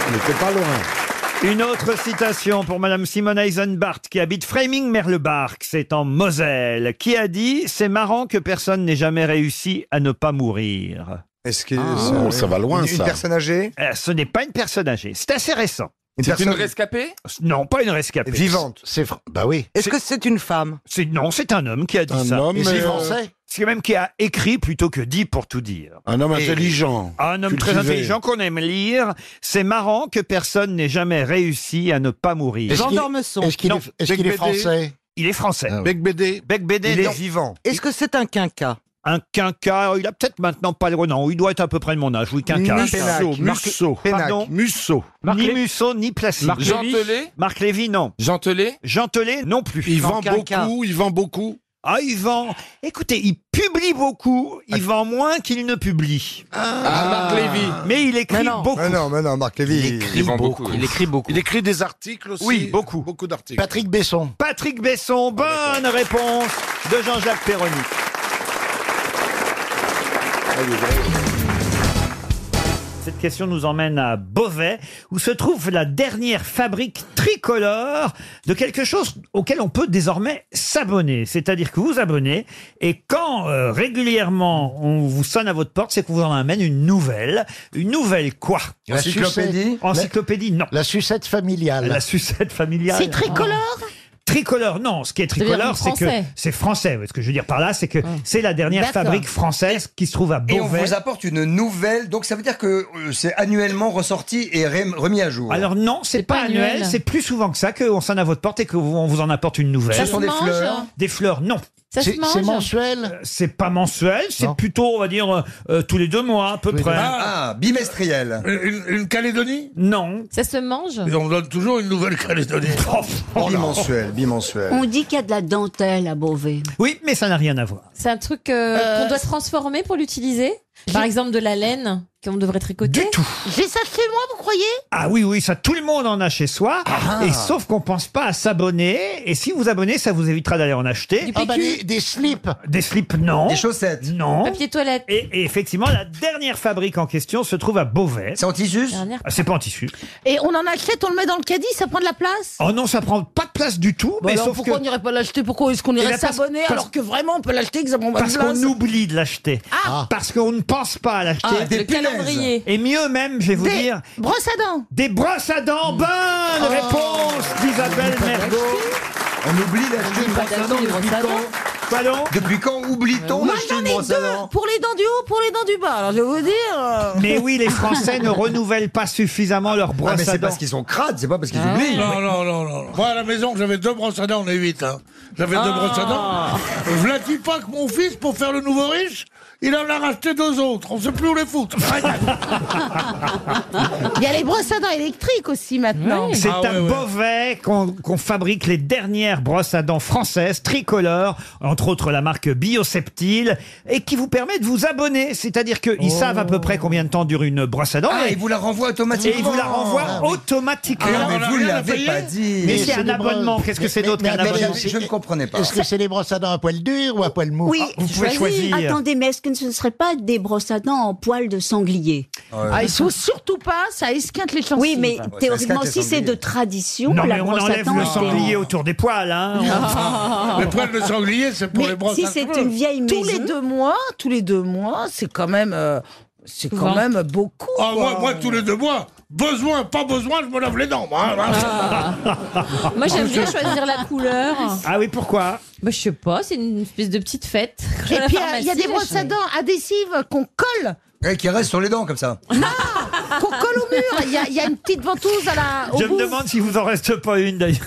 S15: Il n'était pas loin.
S7: (laughs)
S1: Une autre citation pour Madame Simone Eisenbart, qui habite Framing Merlebark, c'est en Moselle, qui a dit « C'est marrant que personne n'ait jamais réussi à ne pas mourir. »
S20: Est-ce que
S15: Ah, oh, ça va loin,
S20: une,
S15: ça.
S20: Une personne âgée
S1: Euh, Ce n'est pas une personne âgée, c'est assez récent.
S20: Une personne-
S7: rescapée
S1: Non, pas une rescapée.
S20: Vivante.
S15: C'est fr- bah oui.
S3: Est-ce que c'est une femme
S1: C'est non, c'est un homme qui a dit
S15: Un
S1: ça.
S15: homme, Et c'est euh, français
S1: C'est même qui a écrit plutôt que dit pour tout dire.
S15: Un homme
S1: Et-
S15: intelligent.
S1: Un homme très
S15: Cultivé.
S1: intelligent qu'on aime lire. C'est marrant que personne n'ait jamais réussi à ne pas mourir.
S15: Est-ce Jean qu'il-
S1: Dormesson.
S15: est-ce qu'il est-
S1: Non.
S15: est-ce qu'il est
S1: Bec
S15: français Ah
S1: Bédé. Il est français.
S3: Ah
S15: Bec BD.
S1: Bec Bédé,
S20: Il est
S1: non.
S20: vivant.
S3: Est-ce que c'est un quinca
S1: Un quinca, il a peut-être maintenant pas le renom. Il doit être à peu près de mon âge. Oui, quinca.
S15: Musso,
S1: Marc-
S15: Musso,
S1: Pardon
S15: Musso.
S1: ni Musso, ni Placide.
S15: Marc Jean Lévy Tellet
S1: Marc Lévy, non.
S7: Jean Tellet
S1: Jean Tellet, non plus.
S15: Il vend beaucoup, il vend beaucoup.
S1: Ah, il vend. Écoutez, il publie beaucoup, il vend moins qu'il ne publie.
S15: Ah, Marc Lévy.
S1: Mais il écrit beaucoup.
S20: Mais non, mais non, Marc Lévy.
S15: Il écrit Il vend beaucoup. beaucoup. Il écrit
S1: beaucoup.
S15: Il écrit des articles aussi.
S1: Oui, beaucoup.
S15: Beaucoup d'articles.
S19: Patrick Besson.
S1: Patrick Besson,
S2: Ah,
S1: bonne réponse de Jean-Jacques Perroni.
S15: Ah,
S1: Cette question nous emmène à Beauvais, où se trouve la dernière fabrique tricolore de quelque chose auquel on peut désormais s'abonner. C'est-à-dire que vous abonnez, et quand euh, régulièrement on vous sonne à votre porte, c'est qu'on vous en amène une nouvelle. Une nouvelle quoi
S19: La Encyclopédie sucette.
S1: Encyclopédie, non.
S19: La sucette familiale.
S1: La sucette familiale.
S5: C'est tricolore
S1: Tricolore, non. Ce qui est
S5: C'est-à-dire
S1: tricolore, c'est que
S5: français.
S1: c'est français. Ce que je veux dire par là, c'est que c'est la dernière
S20: D'accord.
S1: fabrique française qui se trouve à
S20: Et on
S1: Beauvais.
S20: vous apporte une nouvelle, donc ça veut dire que euh, c'est annuellement ressorti et rem- remis à jour.
S1: Alors non, c'est pas,
S20: pas
S1: annuel,
S20: annuel.
S1: c'est plus souvent que ça qu'on sonne à votre porte et qu'on vous- on vous en apporte une nouvelle.
S20: Ce Ça sont se des mange fleurs
S1: Des fleurs, non.
S17: Ça se
S1: C'est-
S17: mange
S1: c'est mensuel C'est pas mensuel, c'est plutôt, on va dire, euh, euh, tous les deux mois à peu près.
S20: Ah, bimestriel.
S14: (laughs) Une, une Calédonie
S1: Non.
S17: Ça se mange
S14: Et on donne toujours une nouvelle Calédonie.
S20: oh Bimensuel, bimensuel.
S13: On dit qu'il y a de la dentelle à Beauvais.
S1: Oui, mais ça n'a rien à voir.
S21: C'est un truc euh, qu'on doit transformer pour l'utiliser Par exemple, de la laine qu'on devrait tricoter Du
S1: tout
S21: J'ai ça chez moi, vous croyez
S1: Ah oui, oui, ça, tout le monde en a chez soi.
S20: Ah.
S1: Et sauf qu'on pense pas à s'abonner. Et si vous abonnez, ça vous évitera d'aller en acheter.
S21: Ah bah, PQ. des-
S1: slips. Des slips, non. Des
S20: chaussettes.
S1: Non.
S21: Papier toilette.
S1: Et, et effectivement, la dernière fabrique en question se trouve à Beauvais. C'est
S20: en tissu
S21: Dernière.
S1: C'est pas en tissu.
S5: Et on en achète, on le met dans le caddie, ça prend de la place
S1: Oh non, ça prend pas de place du tout.
S5: Bah
S1: mais
S5: alors
S1: sauf
S5: pourquoi
S1: que-
S5: on n'irait pas l'acheter Pourquoi est-ce qu'on
S1: Et
S5: irait
S1: là, parce-
S5: s'abonner
S1: parce-
S5: alors que vraiment on peut l'acheter que ça prend pas de
S1: Parce qu'on
S5: place
S1: oublie de l'acheter. Ah. Parce qu'on ne pense pas à l'acheter.
S5: Ah, des Le punaises. calendrier.
S1: Et mieux même, je vais vous
S5: Des
S1: dire.
S5: brosses à dents. Mm. Oh.
S1: Des brosses à dents. Bonne
S2: Ah.
S1: réponse d'Isabelle Mergo.
S20: On oublie d'acheter une brosse à dents depuis quand
S1: Pardon
S20: Depuis quand oublie-t-on
S5: Moi
S20: d'acheter
S5: j'en
S20: une
S5: ai
S20: brosse à dents
S5: deux Pour les dents du haut, pour les dents du bas. Alors je vais vous dire... euh,
S1: (laughs) Mais oui, les Français ne renouvellent pas suffisamment leurs brosses
S20: Ah, mais
S1: à
S20: c'est
S1: dents.
S20: parce qu'ils sont crades, c'est pas parce qu'ils
S1: Ah.
S20: oublient.
S14: Non, non, non, non. Moi, à la maison, j'avais deux brosses à dents, on est huit. Hein. J'avais
S13: Ah.
S14: deux brosses à dents. V'là-t-il pas que mon fils, pour faire le nouveau riche, il en a racheté deux autres. On sait plus où
S13: (laughs)
S14: les foutre.
S5: Il y a les brosses à dents électriques aussi maintenant.
S1: C'est
S14: Ah
S1: à Beauvais qu'on qu'on fabrique les dernières brosses à dents françaises tricolores, entre autres la marque Bioseptile, et qui vous permet de vous abonner. C'est-à-dire qu'ils
S5: Oh.
S1: savent à peu près combien de temps dure une brosse à dents.
S20: Ah,
S1: et-
S20: ils vous la renvoient
S1: Et
S20: automatiquement.
S1: ils vous la renvoient
S20: Ah, oui.
S1: automatiquement.
S20: Ah, mais vous ne l'avez pas dit.
S1: Mais c'est un abonnement. Qu'est-ce que c'est d'autre qu'un abonnement
S20: Je ne comprenais pas.
S2: Est-ce que c'est les brosses à dents à poil dur ou à poil mou
S13: Oui,
S2: Ah,
S1: vous pouvez choisir.
S13: Attendez, mais est-ce que ce ne serait pas des brosses à dents en poils de sanglier
S5: Ah, il faut surtout pas, ça esquinte les chansons.
S13: Oui, mais théoriquement, si c'est de tradition,
S1: Non,
S13: la
S1: mais on
S13: brosse à
S1: enlève
S13: dents
S1: le
S13: était-
S1: sanglier autour des poils.
S20: (laughs)
S1: Hein.
S20: Ah.
S1: On-
S14: Les poils de sanglier, c'est pour
S5: Mais
S14: les brosses
S5: si
S14: à
S5: c'est
S14: cheveux.
S5: une vieille maison... Tous les deux mois, tous les deux mois, c'est quand même... euh, c'est quand
S14: Vingt.
S5: même beaucoup.
S14: Ah,
S5: quoi.
S14: moi, moi, tous les deux mois, besoin, pas besoin, je me lave les dents. Moi, hein.
S13: Ah.
S21: Moi, j'aime bien choisir la couleur.
S1: Ah oui, pourquoi
S21: bah, Je sais pas, c'est une espèce de petite fête.
S5: Et puis il y a des brosses à dents adhésives qu'on colle,
S20: Ouais, Eh, qui reste sur les dents comme ça.
S5: qu'on colle au mur. Il y, a- il y a une petite ventouse à la, au
S1: Je
S5: bout.
S1: me demande si vous en reste pas une d'ailleurs.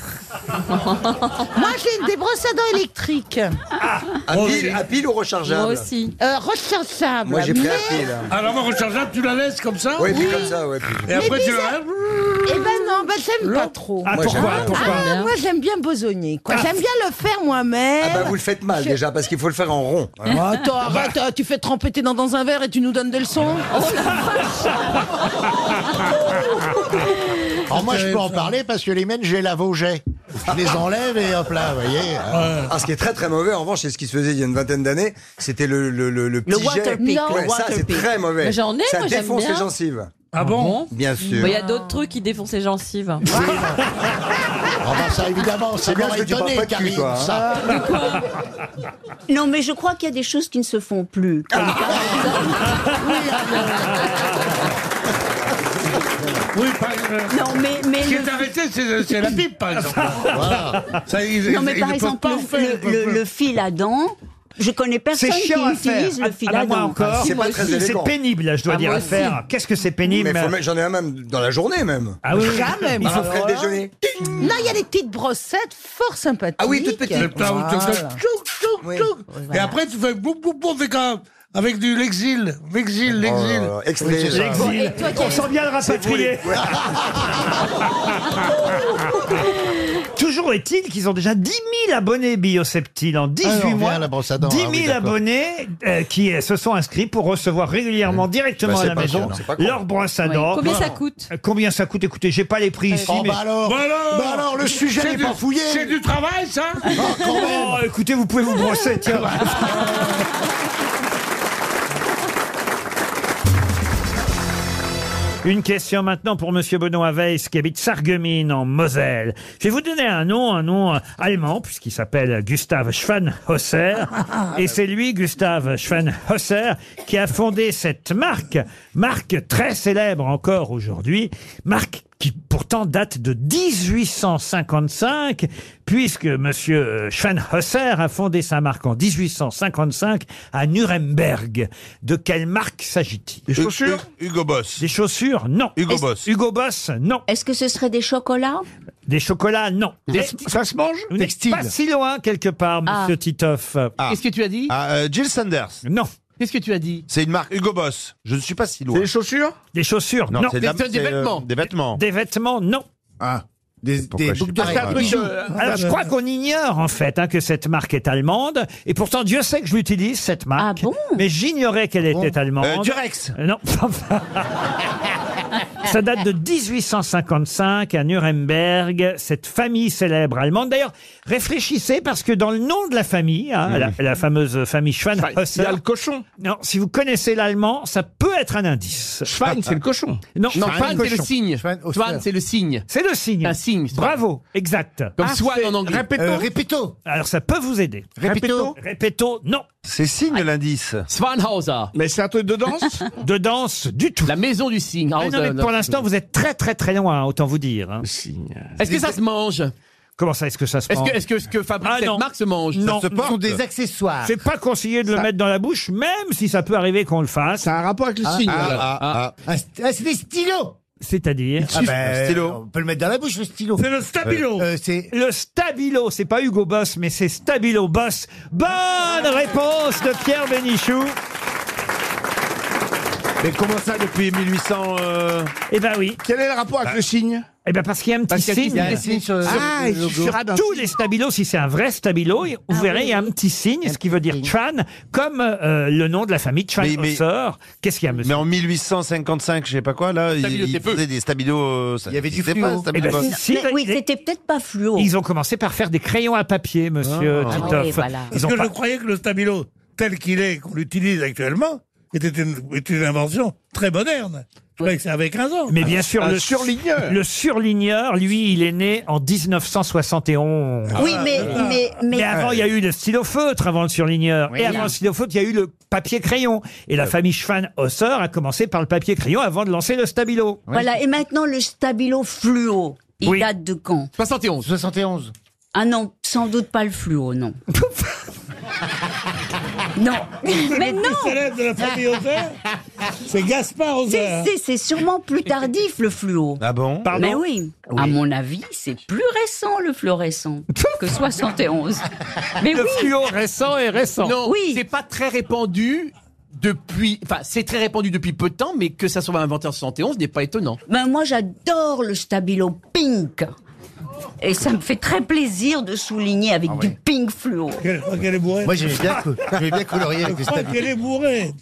S5: Moi j'ai des brosses à dents électriques.
S1: Ah
S20: À pile, à pile ou rechargeable
S5: Euh, rechargeables.
S20: Moi, j'ai pris à
S5: mais-
S20: pile.
S14: Alors, moi, rechargeable, tu la laisses comme ça
S20: Oui, puis comme ça, ouais. puis-
S14: Et après,
S5: Mais
S14: tu la
S5: bizarre-
S14: lèves
S5: Eh ben non, ben j'aime pas trop.
S20: Ah, Moi, pourquoi,
S1: j'aime. pourquoi
S5: Ah, moi j'aime bien besogner. quoi. J'aime bien le faire moi-même.
S20: Ah bah vous le faites mal
S5: Je-
S20: déjà parce qu'il faut le faire en rond. hein.
S5: Oh,
S20: (laughs)
S5: Attends, arrête, euh, tu fais tremper tes dents dans un verre et tu nous donnes des leçons
S20: Ah
S2: Alors moi, je peux en parler parce que les miennes, j'ai la Vosget. Je les
S21: (laughs)
S2: enlève et hop là, vous voyez. hein.
S20: Ah, ce qui est très très mauvais en revanche, c'est ce qui se faisait il y a une vingtaine d'années, c'était le le le le petit jet.
S21: waterpick, Non.
S20: Ouais,
S21: le
S20: ça c'est
S21: waterpick.
S20: très mauvais.
S21: Mais j'en ai,
S20: ça
S21: moi, j'aime
S20: défonce
S21: bien.
S20: les gencives.
S14: Ah bon
S20: Bien
S21: Il
S20: sûr.
S16: Bah,
S21: y a d'autres trucs qui défoncent les gencives.
S2: Ah bah ça, évidemment, c'est
S20: bien
S2: bien
S20: parce que tu parles
S2: étonné,
S20: pas de cul,
S2: Karine,
S20: toi, hein.
S2: ça.
S13: (laughs) Non, mais je crois qu'il y a des choses qui ne se font plus. comme par
S14: Oui, par exemple.
S13: Non, mais- mais
S14: Ce qui
S13: le-
S14: est arrêté, c'est c'est la pipe,
S20: (laughs)
S14: par exemple.
S13: Voilà.
S14: Ça, ils-
S13: non, mais
S14: ils
S13: par
S14: ne peuvent
S13: exemple,
S14: pas
S13: le-
S14: faire, ils
S13: le,
S14: peuvent
S13: le- le fil à dents, je connais personne qui
S1: chiant à
S13: utilise
S1: faire.
S13: le fil
S1: Ah, bah,
S13: à
S1: moi
S13: dents.
S1: encore,
S20: C'est pas très élégant.
S1: c'est pénible, je dois
S20: Ah,
S1: dire,
S20: moi
S1: à
S20: aussi.
S1: faire. Qu'est-ce que c'est pénible
S20: Mais faut mettre- j'en ai un même dans la journée même.
S1: Ah oui, oui.
S5: Jamais,
S20: Il
S5: moi.
S20: faut faire le déjeuner.
S5: Non, il y a des petites brossettes fort sympathiques.
S20: Ah oui, toutes petites.
S14: Le plat où tu fais
S5: Voilà.
S14: tchouk, tchouk, tchouk. Et après, tu fais boum, boum, boum, avec, un- avec du l'exil. L'exil, l'exil.
S20: Oh là, extrait. Oui, c'est ça. L'exil. Bon, et toi qui
S1: On
S20: avais-
S1: sent bien le rapatrié.
S2: (laughs)
S1: Toujours est-il qu'ils ont déjà 10 000 abonnés Bioseptile en 18
S2: Ah, on revient
S1: mois.
S2: à la brosse à dents.
S1: 10 000
S2: Ah oui, d'accord.
S1: abonnés euh, qui euh, se sont inscrits pour recevoir régulièrement directement à
S2: Bah, c'est
S1: la
S2: pas
S1: maison
S2: con, c'est pas con.
S1: leur brosse à
S2: Ouais.
S1: dents.
S2: Combien ça
S1: coûte Combien ça coûte Écoutez, j'ai pas les prix ici.
S2: Oh,
S1: mais-
S2: bah alors, bah alors, le sujet
S14: C'est
S2: n'est
S14: du-
S2: pas fouillé.
S14: (laughs) C'est du travail, ça
S20: Ah,
S1: Oh, écoutez, vous pouvez vous brosser, tiens. Une question maintenant pour Monsieur Benoît Weiss qui habite Sarreguemines en Moselle. Je vais vous donner un nom, un nom euh, allemand puisqu'il s'appelle Gustav Schwanhauser. et c'est lui, Gustav Schwanhauser, qui a fondé cette marque, marque très célèbre encore aujourd'hui, marque qui pourtant date de 1855, puisque Monsieur euh, Schwanhauser a fondé sa marque en 1855 à Nuremberg. De quelle marque s'agit-il Des chaussures Hugo Boss. Des chaussures Non. Hugo Boss. Hugo Boss Non.
S13: Est-ce que ce serait des chocolats
S1: Des chocolats, non.
S2: Des-
S1: Mais
S2: ça se mange
S1: Vous n'êtes
S2: Textile.
S1: Pas si loin quelque part,
S2: Ah.
S1: monsieur Titoff.
S2: Qu'est-ce que tu as dit Ah, euh, Jill Sanders.
S1: Non.
S2: Qu'est-ce que tu as dit C'est une marque Hugo Boss. Je ne suis pas si loin.
S1: des chaussures Des chaussures, non.
S2: Non, c'est de la- Des- des c'est, euh, vêtements. des vêtements.
S1: Des vêtements, non.
S2: Des, des
S1: Ah, c'est un truc, euh,
S2: Ah,
S1: alors, je crois qu'on ignore en fait hein, que cette marque est allemande. Et pourtant, Dieu sait que je l'utilise cette marque. Mais j'ignorais qu'elle était allemande.
S2: Euh, Durex.
S1: Euh, Non. (laughs) Ça date de 1855 à Nuremberg. Cette famille célèbre allemande. D'ailleurs, réfléchissez parce que dans le nom de la famille, hein,
S2: Mm.
S1: la, la fameuse famille Schwanhauser.
S2: Il y a le
S1: cochon. Non, si vous connaissez l'allemand, ça peut être un indice.
S2: Schwein, c'est le cochon.
S1: Non,
S2: Non,
S1: Schwein,
S2: Schwein, c'est le
S1: cochon.
S2: signe. Schwein, c'est le signe.
S1: C'est le signe.
S2: Un signe. Schwein.
S1: Bravo, exact.
S2: Comme swan en anglais.
S1: Répéto.
S2: Euh,
S1: Ah, Alors ça peut vous aider.
S2: Répéto.
S1: Répéto, non.
S2: C'est signe l'indice. Swanhauser. Mais c'est un truc de (laughs) danse
S1: De danse du tout.
S2: La maison du signe.
S1: Ah non, mais pour l'instant, vous êtes très très très loin, autant vous dire. hein.
S2: Est-ce que ça se mange
S1: Comment ça, est-ce que ça se
S2: Est-ce
S1: mange
S2: que, est-ce que ce que fabrique
S1: Ah
S2: cette
S1: non.
S2: marque se mange
S1: Non.
S2: Ça se porte
S1: accessoires. C'est pas conseillé de le mettre dans la bouche, même si ça peut arriver qu'on le fasse. Ça a un rapport avec
S22: le Ah, signe, ah, alors. ah, c'est des stylos
S1: C'est-à-dire
S2: bah,
S22: Ah
S1: bah,
S22: ben,
S1: euh,
S22: On peut le mettre dans la bouche, le stylo. C'est le
S1: stabilo.
S22: c'est...
S1: Le stabilo, c'est pas Hugo Boss, mais c'est Stabilo Boss. Bonne réponse de Pierre Bénichou.
S2: Mais comment ça depuis 1800
S1: Eh ben oui.
S2: euh, Quel est le rapport avec le signe
S1: Eh ben parce qu'il y a un
S2: Parce
S1: petit
S2: qu'il
S1: signe.
S2: y a un petit signe sur- sur
S1: ah,
S2: le
S1: il
S2: logo.
S1: suffira d'un tous les stabilos, si c'est un vrai stabilo, vous verrez, il y a un petit signe, ce qui veut dire Tran, comme euh, le nom de la famille Tran
S2: Mais- mais-
S1: Hauser. Qu'est-ce qu'il y a, monsieur
S2: en 1855, je sais pas quoi, là,
S1: Stabilo,
S2: il,
S1: c'est
S2: il
S1: peu.
S2: faisait des stabilos. euh, ça
S1: Il y avait du
S2: existait
S1: fluo.
S2: pas, Stabilo
S1: Eh ben,
S2: Boss.
S1: si, si,
S13: Mais oui,
S1: ils-
S13: c'était peut-être pas fluo.
S1: Ils ont commencé par faire des crayons à papier, monsieur
S13: Ah.
S1: Titoff.
S13: Ah oui, voilà.
S1: Ils
S14: Parce
S1: ont
S14: que
S1: pas-
S14: je croyais que le stabilo, tel qu'il est, qu'on l'utilise actuellement, était une, était une invention très moderne. Je croyais que ça avait 15 ans.
S1: Mais bien sûr, le Le surligneur, lui, il est né en 1971.
S13: Oui, mais, mais, mais,
S1: Mais avant, il y a eu le stylo feutre avant le surligneur.
S13: Oui.
S1: Et avant le stylo feutre, il y a eu le papier crayon. Et la famille Schwann-Hauser a commencé par le papier crayon avant de lancer le stabilo.
S13: Voilà, et maintenant le stabilo fluo, il
S1: Oui.
S13: date de quand
S2: 71.
S13: 71. Ah non, sans doute pas le fluo,
S14: (laughs)
S13: non. non, mais non
S14: célèbre de la famille Hauser, c'est Gaspard Hauser.
S13: C'est- c'est- C'est sûrement plus tardif le fluo.
S2: Ah bon
S13: mais oui. à mon avis, c'est plus récent le fluorescent que
S14: (laughs)
S13: 71. Mais
S23: Le
S13: oui.
S23: fluo
S1: récent est récent.
S2: Non, c'est pas très répandu depuis. Enfin, c'est très répandu depuis peu de temps, mais que ça soit inventé en 71 n'est pas étonnant.
S13: Ben moi, j'adore le stabilo pink. Et ça me fait très plaisir de souligner avec
S1: Ah
S13: du pink fluo.
S14: Je crois qu'elle est bourrée.
S22: Moi, j'aimais bien cou- j'aimais bien colorier avec
S14: Je
S22: les
S14: crois
S22: Stabilo.
S14: qu'elle est bourrée.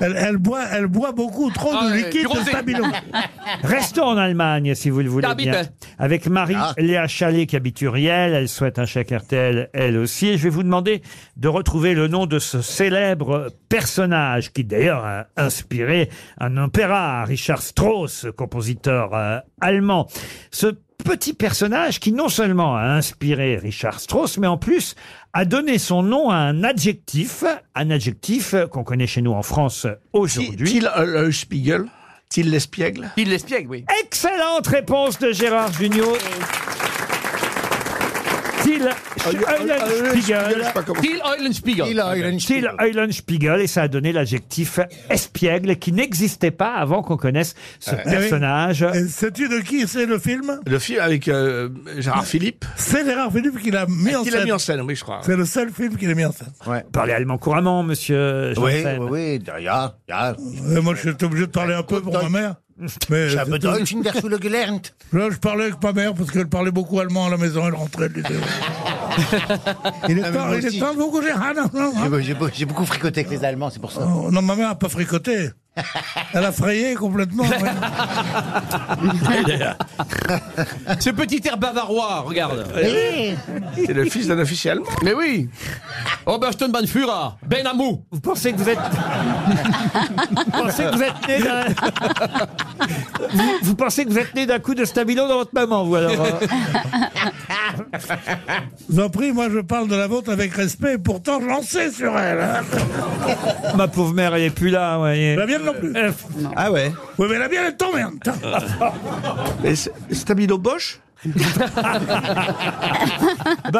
S14: Elle, elle boit, elle boit beaucoup trop
S2: Ah
S14: de
S2: ouais,
S14: liquide
S2: du
S14: de
S2: rosé.
S14: stabilo.
S1: (laughs) Restons en Allemagne, si vous le voulez
S2: Ah, vite.
S1: bien. Avec Marie
S2: Ah.
S1: Léa Chalet, qui habite Uriel. Elle souhaite un chèque RTL, elle aussi. Et je vais vous demander de retrouver le nom de ce célèbre personnage, qui d'ailleurs a inspiré un opéra, Richard Strauss, compositeur euh, allemand. Ce petit personnage qui non seulement a inspiré Richard Strauss, mais en plus a donné son nom à un adjectif, un adjectif qu'on connaît chez nous en France aujourd'hui.
S2: Till euh, Spiegel Till l'Espiègle Till l'Espiègle, oui.
S1: Excellente réponse de Gérard Junior. Till
S2: Ah,
S1: Ah, Eulenspiegel.
S2: Till Eulenspiegel. Ah, ben.
S1: Till Eulenspiegel, et ça a donné l'adjectif espiègle qui n'existait pas avant qu'on connaisse ce
S14: oui.
S1: personnage.
S14: Et Sais-tu de qui c'est le film
S2: Le film avec euh, Gérard Philippe. Ah,
S14: C'est Gérard Philippe qui l'a mis, en scène.
S2: scène, oui, je crois.
S14: C'est le seul film qu'il a mis en scène.
S1: Parlez allemand couramment, monsieur.
S22: Oui,
S1: Janssen.
S22: oui, oui, ja, ja.
S14: Euh, moi, j'étais obligé de parler un peu pour ma mère. Mais
S22: J'ai un peu Deutsch, une version gelernt.
S14: Là, je parlais avec ma mère parce qu'elle parlait beaucoup allemand à la maison. Elle rentrait,
S22: (laughs)
S14: elle disait. il est
S22: Ah, mais
S14: temps,
S22: moi
S14: il est
S22: aussi.
S14: temps de vous coucher. Ah, non, non,
S22: J'ai
S14: non.
S22: beau- J'ai beau- j'ai beaucoup fricoté avec les Allemands, c'est pour ça.
S14: Oh, non, ma mère n'a
S22: (laughs)
S14: pas fricoté. Elle a frayé complètement. oui.
S2: Ce petit air bavarois, regarde.
S6: C'est le fils d'un officier allemand.
S2: Mais oui Obersten Ben Führer, Ben Amou
S1: Vous pensez que
S2: (laughs)
S1: vous êtes. vous pensez que vous êtes né d'un. vous, vous pensez que vous êtes né d'un coup de stabilo dans votre maman, vous alors hein
S14: Je vous en prie, moi, je parle de la vôtre avec respect. Et pourtant, je l'en sais sur elle. hein.
S1: Ma pauvre mère, elle est plus là, vous voyez.
S14: La mienne non plus.
S1: Euh,
S2: Ah ouais
S14: Oui, mais la mienne est tombée.
S1: (laughs)
S14: en même temps.
S2: Mais c'est- Stabilo Bosch
S1: (laughs) Ben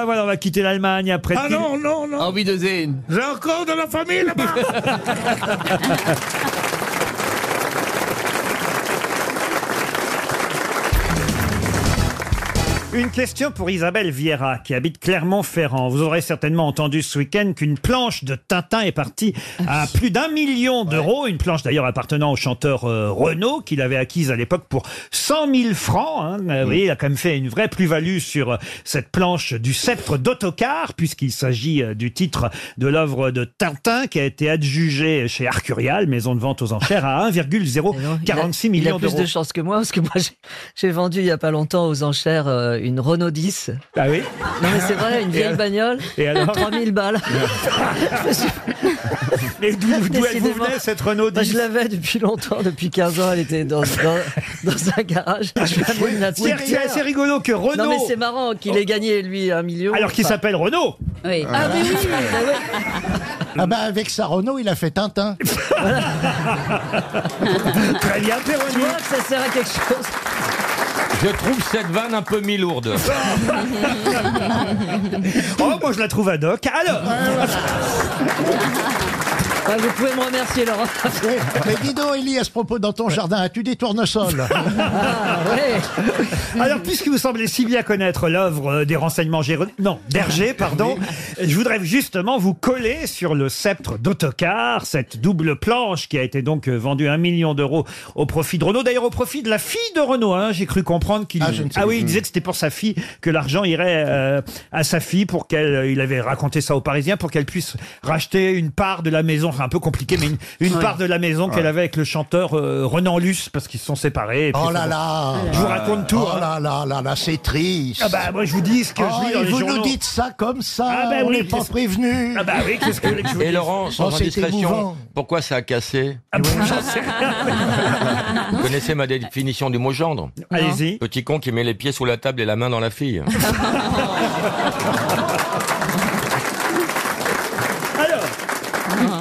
S1: voilà, on va quitter l'Allemagne après.
S14: Ah non, non, non.
S2: Envie de zen.
S14: J'ai encore de la famille là-bas.
S1: Une question pour Isabelle Vieira, qui habite Clermont-Ferrand. Vous aurez certainement entendu ce week-end qu'une planche de Tintin est partie
S14: (laughs)
S1: à plus d'un million d'euros. Une planche d'ailleurs appartenant au chanteur euh, Renaud, qu'il avait acquise à l'époque pour 100 000 francs. hein. Vous
S14: Mm.
S1: voyez, il a quand même fait une vraie plus-value sur euh, cette planche du sceptre d'autocar, puisqu'il s'agit euh, du titre de l'œuvre de Tintin, qui a été adjugée chez Arcurial, maison de vente aux enchères, à
S14: (laughs) Ah
S1: 1,046
S16: il a
S1: millions
S16: plus
S1: d'euros.
S16: de chance que moi, parce que moi, j'ai- j'ai vendu il y a pas longtemps aux enchères euh, une Renault 10.
S1: Ah oui
S16: Non, mais c'est vrai, une
S1: Et
S16: vieille
S1: alors-
S16: bagnole.
S1: et
S5: (laughs)
S16: (laughs)
S1: alors
S16: 3000 balles.
S1: (laughs) Mais d'où d'où elle vous
S16: Décidément.
S1: venait cette Renault
S16: Bah,
S1: 10
S16: je l'avais depuis longtemps, depuis 15 ans, elle était
S1: (laughs)
S16: dans, dans, dans un garage. Je l'avais
S1: Oui,
S16: une là-dessus.
S1: Ah, oui, mais c'est assez rigolo que Renault-
S16: Non, mais c'est marrant qu'il ait gagné, lui, un million.
S1: Alors qu'il
S16: Enfin,
S1: s'appelle Renault
S16: Oui. Ah, mais oui, bah oui.
S2: Ah bah avec sa Renault, il a fait
S1: (laughs)
S2: Tintin.
S16: Bah,
S1: Très bien, Véronique.
S16: Tu vois que ça sert à quelque chose.
S11: Je trouve cette vanne un peu mi-lourde.
S1: Oh, moi je la trouve ad hoc. Alors
S16: Ouais, vous pouvez me remercier, Laurent.
S2: Mais dis donc, Élie, à ce propos, dans ton jardin, as-tu des tournesols
S1: (laughs) Alors, puisque vous semblez si bien connaître l'œuvre euh, des renseignements Géro- non,
S2: (laughs)
S1: d'Hergé, pardon, je voudrais justement vous coller sur le sceptre d'autocar, cette double planche qui a été donc euh, vendue un million d'euros au profit de Renault. D'ailleurs, au profit de la fille de Renault, hein, j'ai cru comprendre qu'il.
S2: Ah, je ne sais
S1: oui,
S2: plus.
S1: il disait que c'était pour sa fille, que l'argent irait euh, à sa fille pour qu'elle. euh, Il avait raconté ça aux Parisiens pour qu'elle puisse racheter une part de la maison, enfin un peu compliqué, mais une, une part de la maison qu'elle avait avec le chanteur euh, Renan Luce parce qu'ils se sont séparés. et puis
S2: Oh
S1: c'est
S2: là
S1: bon.
S2: là
S1: Je vous raconte tout.
S2: Oh
S1: hein.
S2: là là là là, c'est triste
S1: Ah bah moi je vous dis ce que
S2: Oh,
S1: je lis dans
S2: et
S1: les
S2: vous
S1: journaux.
S2: nous dites ça comme ça,
S1: Ah bah
S2: on
S1: oui,
S2: n'est pas
S1: qu'est-ce-
S2: prévenu.
S1: Ah bah oui, qu'est-ce que vous voulez que je vous
S7: Et
S1: dise
S7: Laurent, sans
S2: Oh, c'est émouvant.
S7: indiscrétion, pourquoi ça a cassé Vous connaissez ma définition du mot gendre
S1: Allez-y.
S7: Petit con qui met les pieds sous la table et la main dans la fille.
S1: Alors. hein.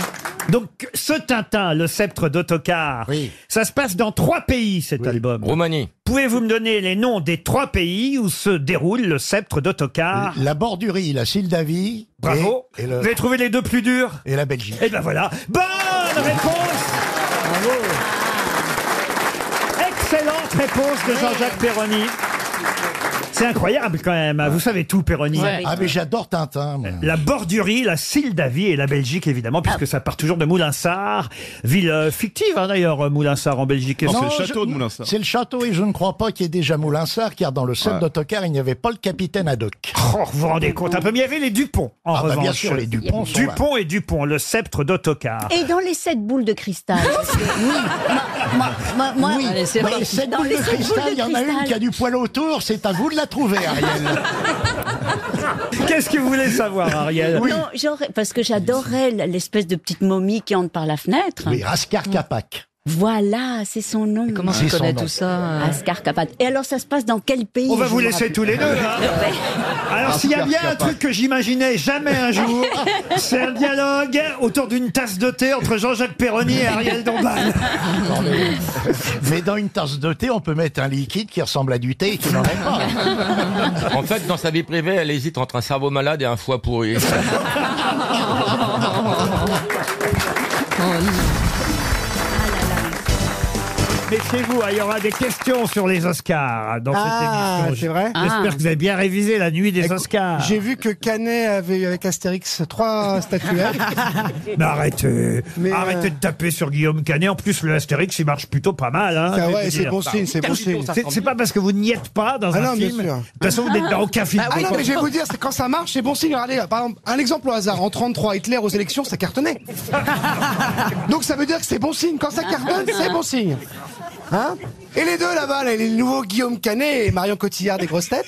S1: Donc, ce Tintin, le sceptre d'autocar, ça se passe dans trois pays, cet album.
S7: Roumanie.
S1: Pouvez-vous me donner les noms des trois pays où se déroule le sceptre d'autocar
S2: La bordurie, la Sildavie.
S1: Bravo.
S2: Et, et le-
S1: Vous avez trouvé les deux plus durs
S2: et la Belgique.
S1: Et ben voilà. Bonne réponse Excellente réponse de Jean-Jacques Perroni. C'est incroyable quand même. hein. Vous savez tout, Perroni.
S2: Ah mais j'adore Tintin. moi.
S1: La Bordurie, la Sildavie et la Belgique, évidemment,
S2: Ah.
S1: puisque ça part toujours de Moulinsart, ville euh, fictive hein, d'ailleurs, euh, Moulinsart en Belgique.
S2: Non, je- C'est le château et je ne crois pas qu'il y ait déjà Moulinsart, car dans le set
S1: Ouais.
S2: d'autocar, il n'y avait pas le capitaine Haddock.
S1: Oh, vous vous rendez compte un peu, mais il y avait les Dupont, en
S2: Ah bah, bien
S1: revanche.
S2: sûr, les Dupont sont là.
S1: Dupont et Dupont, le sceptre d'autocar.
S5: Et dans les sept boules de cristal parce que- Moi, moi, moi-
S2: oui,
S5: Allez, c'est
S2: mais
S5: parti.
S2: cette
S5: Dans
S2: boule
S5: les
S2: de
S5: sept
S2: cristal,
S5: boules de
S2: il y en a une
S5: cristal.
S2: qui a du poil autour, c'est à vous de la trouver, Ariel.
S1: (laughs) Qu'est-ce que vous voulez savoir, Ariel
S5: Non, j'aurais- parce que j'adorais l'espèce de petite momie qui entre par la fenêtre.
S2: Oui, Raskar Kapak.
S5: Voilà, c'est son nom.
S16: Comment
S2: C'est
S16: tu connais
S2: son nom.
S16: tout ça euh
S5: Ascar Kapat. Et alors, ça se passe dans quel pays
S1: On va
S5: je
S1: vous
S5: me
S1: laisser
S5: rappelle
S1: tous les deux.
S2: Ah,
S1: hein.
S13: (laughs)
S1: Alors s'il y a bien un truc que j'imaginais jamais un
S2: (laughs)
S1: jour, c'est un dialogue autour d'une tasse de thé entre Jean-Jacques Perroni et Ariel Dombal.
S2: Mais dans une tasse de thé, on peut mettre un liquide qui ressemble à du thé et qui n'en est pas.
S7: En fait, dans sa vie privée, elle hésite entre un cerveau malade et un foie pourri.
S19: Ah.
S1: Méfiez-vous, hein, il y aura des questions sur les Oscars dans
S24: Ah,
S1: cette émission.
S24: c'est vrai
S1: J'espère
S24: Ah.
S1: que vous avez bien révisé la nuit des Oscars.
S24: J'ai vu que Canet avait eu avec Astérix
S1: (laughs)
S24: trois statuettes.
S1: Mais arrêtez,
S24: Mais, euh,
S1: arrêtez de taper sur Guillaume Canet. En plus, le Astérix, il marche plutôt pas mal. Hein,
S24: Ah
S1: je vais
S24: ouais,
S1: vous
S24: c'est
S1: dire.
S24: bon signe, c'est bon signe.
S1: C'est- C'est pas parce que vous n'y êtes pas dans
S24: Ah
S1: un
S24: non, bien
S1: film.
S24: sûr.
S1: De toute façon, vous n'êtes dans aucun film.
S24: Ah non, mais je vais vous dire, c'est quand ça marche, c'est bon signe. Allez, par exemple, un exemple au hasard. En 33, Hitler aux élections, ça cartonnait. Donc ça veut dire que c'est bon signe. Quand ça cartonne, c'est bon signe. Hein et les deux là-bas, là, les nouveaux Guillaume Canet et Marion Cotillard des grosses têtes.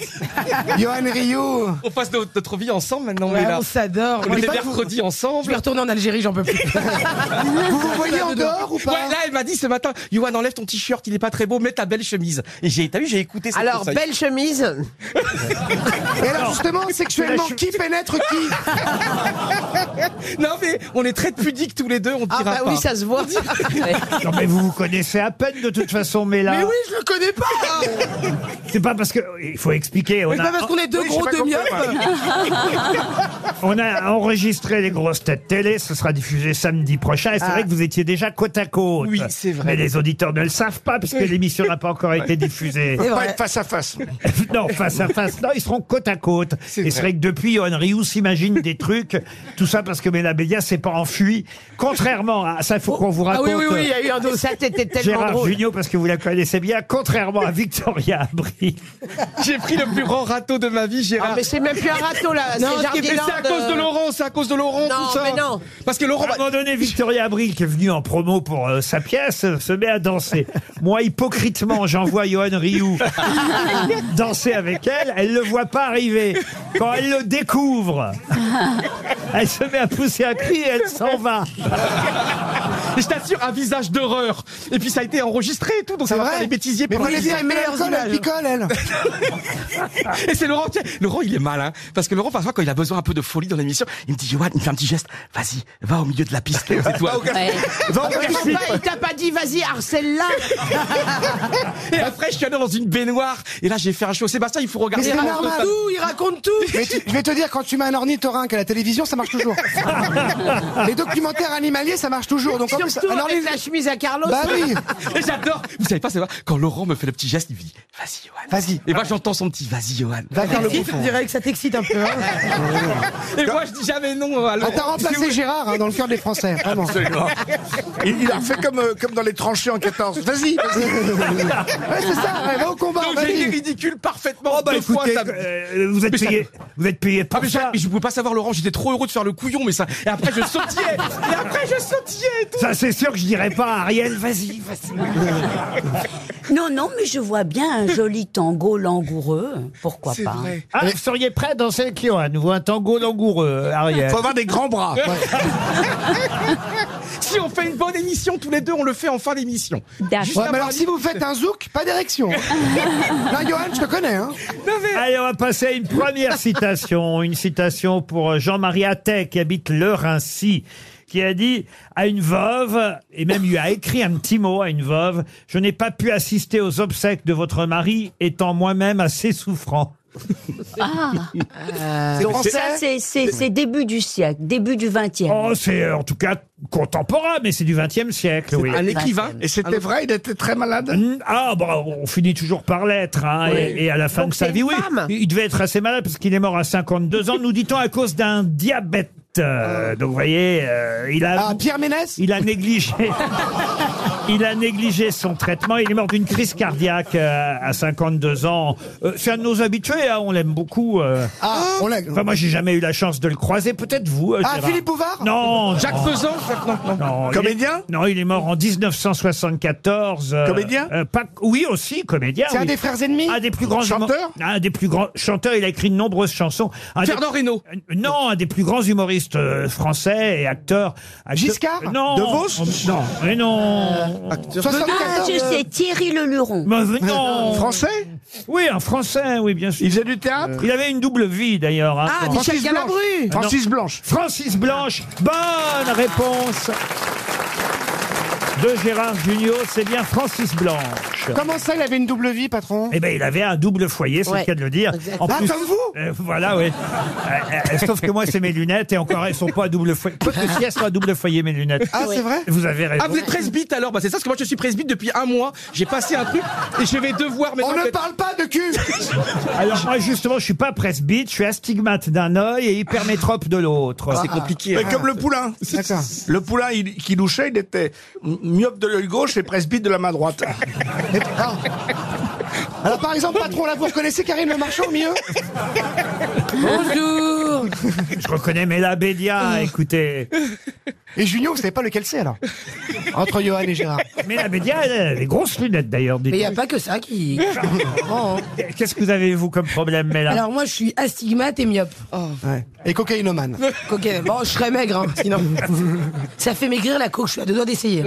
S24: Johan Rio.
S8: On passe notre, notre vie ensemble maintenant.
S24: Ouais,
S5: Ah,
S8: Léla.
S24: on s'adore.
S8: On
S24: Moi,
S8: est
S24: je vais pas
S8: mercredi
S24: vous-
S8: ensemble.
S24: Je vais retourner en Algérie, j'en peux plus. vous vous voyez en dehors ou pas
S8: Ouais, là, elle m'a dit ce matin, Yoann, enlève ton t-shirt, il est pas très beau, mets ta belle chemise. Et j'ai, t'as vu, j'ai écouté.
S24: Alors, belle
S8: chemise.
S24: Et alors justement, sexuellement,
S8: La
S24: qui pénètre qui
S8: non mais, on est
S24: Ah,
S1: (laughs)
S24: bah
S8: très pudiques tous les deux, on ne dira pas.
S1: non, mais vous vous connaissez à peine de toute façon, mais là.
S24: Mais oui, je le connais pas
S1: C'est pas parce que. Il faut expliquer. On
S24: Mais c'est
S1: a-
S24: pas parce qu'on est deux Oui, j'ai gros pas demi-hommes. compris,
S1: On a enregistré les grosses têtes télé. Ce sera diffusé samedi prochain. Et c'est
S8: Ah.
S1: vrai que vous étiez déjà côte à côte.
S8: Oui, c'est vrai.
S1: Mais les auditeurs ne le savent pas puisque
S8: Oui.
S1: l'émission n'a pas encore été diffusée.
S8: Faut pas être
S1: face à face. non, face à face. Non, ils seront côte à côte. Et c'est vrai que depuis, Johan Rioux s'imagine des trucs. Tout ça parce que Mélabédia s'est pas enfui. Contrairement à ça, il faut qu'on vous
S8: Ah
S1: raconte. euh,
S12: eu un dos. Ça, t'étais
S1: Gérard Jugnot, parce que vous la connaissez bien, contrairement à Victoria Abri.
S8: J'ai pris le plus grand râteau de ma vie, Gérard.
S1: Ah, mais c'est même plus un râteau, là,
S8: Non,
S1: c'est
S8: ce qui est- mais c'est à
S1: Jardiland,
S8: cause de
S1: euh,
S8: Laurent, c'est à cause de Laurent,
S1: Non,
S8: tout ça.
S1: mais non.
S8: Parce que Laurent.
S1: À un moment donné, Victoria Abril, qui est venue en promo pour euh, sa pièce, euh, se met à (laughs) danser. Moi, hypocritement, j'envoie Johan (laughs) Rioux danser avec elle. Elle le voit pas arriver. Quand elle le découvre, elle se met à pousser un cri et elle s'en va.
S8: Et (laughs) je t'assure, un visage d'horreur. Et puis ça a été enregistré et tout, donc ça va
S24: vrai
S8: faire les bêtisiers
S24: Mais
S8: pendant
S24: vous
S8: les
S24: l'avez dit, elle met l'alcool, elle picole,
S8: (laughs)
S24: elle.
S8: Et c'est Laurent, tiens, Laurent, il est malin. hein, Parce que Laurent, parfois, quand il a besoin un peu de folie dans l'émission, il me dit, Johan, il fait un petit geste. Vas-y, va au milieu de la piste. aux étoiles. Va au café.
S5: t'a pas dit, vas-y, harcèle-la
S8: Et après, je suis allé dans une baignoire. Et là, j'ai fait un show. Sébastien, il faut
S24: Mais
S8: regarder.
S24: c'est
S8: Ah,
S24: normal.
S8: ça-
S24: il raconte tout. Mais tu- je vais te dire, quand tu mets un ornithorynque à la télévision, ça marche (laughs) toujours. les documentaires animaliers, ça marche toujours. Donc en plus,
S5: Surtout
S24: un orni-
S5: avec la chemise à Carlos
S24: Bah oui.
S8: Et j'adore. Vous savez pas, c'est vrai. Quand Laurent me fait le petit geste, il me dit Vas-y, Johan. Vas-y. Et moi, j'entends son petit Vas-y, Johan.
S24: Va faire le
S8: Vas-y,
S24: bouffon.
S8: on dirait que ça t'excite un peu. (laughs) Et moi, je dis jamais non à
S24: Ah,
S8: Laurent.
S24: t'as remplacé Gérard hein, dans le cœur des Français, vraiment.
S8: Absolument.
S2: Il, il a fait comme, euh, comme dans les tranchées en 14.
S8: (laughs)
S2: Vas-y, vas-y.
S24: Ouais, c'est ça, ouais, va au combat,
S8: Donc, j'ai
S24: vas-y.
S8: été ridicule parfaitement.
S24: bah,
S8: deux
S24: écoutez,
S8: fois, ça me-
S1: euh, vous êtes
S8: Mais ça-
S1: payé- vous êtes payé
S8: Ah, mais ça- mais je pouvais pas savoir, Laurent, j'étais trop heureux de faire le couillon, mais ça. Et après, je sautillais. et après, je sautillais et tout.
S1: Ça, c'est sûr que je dirais pas à Ariel, vas-y, vas-y.
S13: Non, non, mais je vois bien un joli tango langoureux. Pourquoi pas
S1: Ah, vous seriez prêt à danser avec Johan, ou un tango langoureux, euh, Ariel
S2: Faut avoir des grands bras.
S8: (laughs) Si on fait une bonne émission tous les deux, on le fait en fin d'émission. Juste
S24: Ouais,
S8: avant
S24: mais
S8: la-
S24: alors si vous faites un zouk, pas (laughs) d'érection. Là, Johan, je te connais. Hein.
S1: Allez, on va passer à une première citation. Une citation pour euh, Jean-Marie Attet, qui habite Le Rincy, qui a dit à une veuve, et même lui a écrit un petit mot à une veuve, « Je n'ai pas pu assister aux obsèques de votre mari, étant moi-même assez souffrant.
S13: Ah.
S1: C'est
S13: Donc
S1: français
S13: ça, c'est- c'est c'est début du siècle, début du 20e. »
S1: Oh, c'est euh, en tout cas contemporain, mais c'est du XXe siècle, oui.
S2: Un écrivain. Et c'était vrai, il était très malade.
S1: Ah, bon, on finit toujours par l'être, hein,
S2: Oui.
S1: et, et à la fin
S2: Donc
S1: de sa
S2: c'est
S1: vie,
S2: une
S1: oui.
S2: femme.
S1: Il devait être assez malade parce qu'il est mort à 52 ans, nous dit-on, à cause d'un diabète.
S2: Ah.
S1: Euh, donc, vous voyez, euh, il a. Pierre Ménès Il a négligé. (laughs) il a négligé son traitement. Il est mort d'une crise cardiaque euh, à 52 ans. Euh, c'est un de nos habitués, hein, on l'aime beaucoup. euh.
S24: Ah, on l'a.
S1: Enfin, moi, j'ai jamais eu la chance de le croiser. Peut-être vous. euh,
S24: Ah,
S1: Gérard.
S24: Philippe Bouvard
S1: Non.
S24: Jacques
S1: non.
S24: Faisan
S1: Non, non. il est-
S2: Comédien
S1: Non, il est mort en 1974. euh,
S2: Comédien
S1: euh, pas- Oui, aussi, comédien.
S24: C'est
S1: Ah,
S24: un
S1: oui.
S24: des frères ennemis
S1: Un des plus grands humo-
S2: Chanteur
S1: Un des plus grands chanteurs. Il a écrit de nombreuses chansons. Un Euh,
S8: Fernand Reynaud
S1: Non, un des plus grands humoristes euh, français et acteur.
S24: Giscard
S1: Non. Oh,
S24: De Vos Euh,
S1: Non, mais non.
S13: Ah, je sais, Thierry Leluron.
S1: Mais non.
S2: Français
S1: Oui, un français, oui, bien sûr. Il faisait
S2: du théâtre
S1: Il avait une double vie, d'ailleurs. hein,
S2: Ah,
S1: quand-
S2: Michel Francis Galabru Blanche.
S1: Ah, non.
S2: Francis Blanche.
S1: Francis Blanche, bonne réponse de Gérard Junior, c'est bien Francis Blanche.
S24: Comment ça, il avait une double vie, patron
S1: Eh ben, il avait un double foyer, c'est
S24: Ouais,
S1: le cas de le dire.
S24: exactement. Ah, comme vous
S1: Euh, Voilà, oui. Euh, euh, sauf que moi, c'est mes lunettes et encore, elles sont pas à double foyer. Quoique, si elles sont à double foyer, mes lunettes.
S24: Ah, c'est vrai
S1: Vous avez raison.
S8: Ah, vous êtes presbyte alors Bah, c'est ça, parce que moi je suis presbyte depuis un mois. J'ai passé un truc et je vais devoir.
S24: On ne parle pas
S8: (laughs)
S24: de cul
S1: Alors moi justement, je suis pas presbyte, je suis astigmate d'un œil et hypermétrope de l'autre.
S2: Ah, Mais
S24: hein.
S2: comme le poulain. Le poulain il- qui louchait, il était m- myope de l'œil gauche et presbyte de la main droite.
S24: Alors, par exemple, patron, là, vous reconnaissez Karine Le Marchand au milieu Bonjour
S1: (laughs) Je reconnais Mela
S5: (laughs)
S1: Bédia, écoutez.
S24: Et Junio, vous savez pas lequel c'est, alors Entre Johan et Gérard.
S1: Mela Bédia, elle a des grosses lunettes d'ailleurs.
S5: Mais il n'y
S1: dites-moi.
S5: a pas que ça qui. Oh.
S1: (laughs) Qu'est-ce que vous avez vous comme problème, Mela
S5: Alors moi je suis astigmate et myope.
S24: Et cocaïnomane.
S5: (laughs) Ok, bon, je serais maigre, hein, sinon. ça fait maigrir la coke, je suis à deux doigts d'essayer.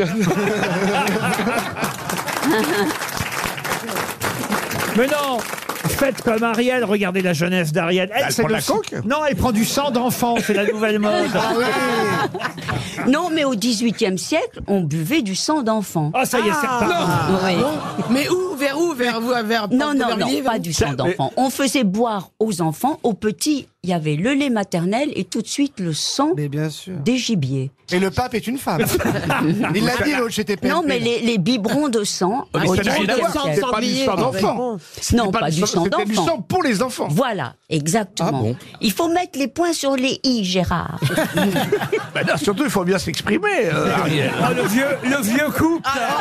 S1: Mais non faites comme Ariel, regardez la jeunesse d'Ariel.
S13: Elle
S1: c'est
S13: prend de
S1: le
S13: la
S1: sang-
S13: coke
S1: Non, elle prend du sang d'enfant, c'est la nouvelle mode.
S5: Ah
S24: Ah
S13: Non, mais au XVIIIe siècle, on buvait du sang d'enfant.
S1: Ah, ça y est, c'est reparti.
S13: Non. Oui.
S5: Ah Mais où Vers où Vers vous Vers
S13: Non, non,
S5: vers
S13: non,
S5: Villiers, vers
S13: pas
S5: où
S13: du sang d'enfant. On faisait boire aux enfants, aux petits, il y avait le lait maternel et tout de suite le sang des gibiers.
S24: Et le pape est
S13: (laughs)
S24: une femme. Il l'a dit, l'autre, j'étais
S13: Non, mais les, les biberons de sang.
S24: Ah, mais
S13: au
S24: ça n'a rien à
S13: 18e
S24: voir,
S13: siècle.
S24: c'est pas du sang d'enfant. C'était
S13: Non,
S24: pas
S13: pas
S24: du
S13: du
S24: sang-
S13: sang d'enfant.
S24: c'était du sang
S13: pour les enfants. Ah Voilà, exactement. Il faut mettre les points sur les i, (laughs) Gérard.
S2: (laughs) Bah non, surtout, il faut bien s'exprimer, euh, Ariel.
S1: Oh, le vieux, le vieux couple
S22: Ah,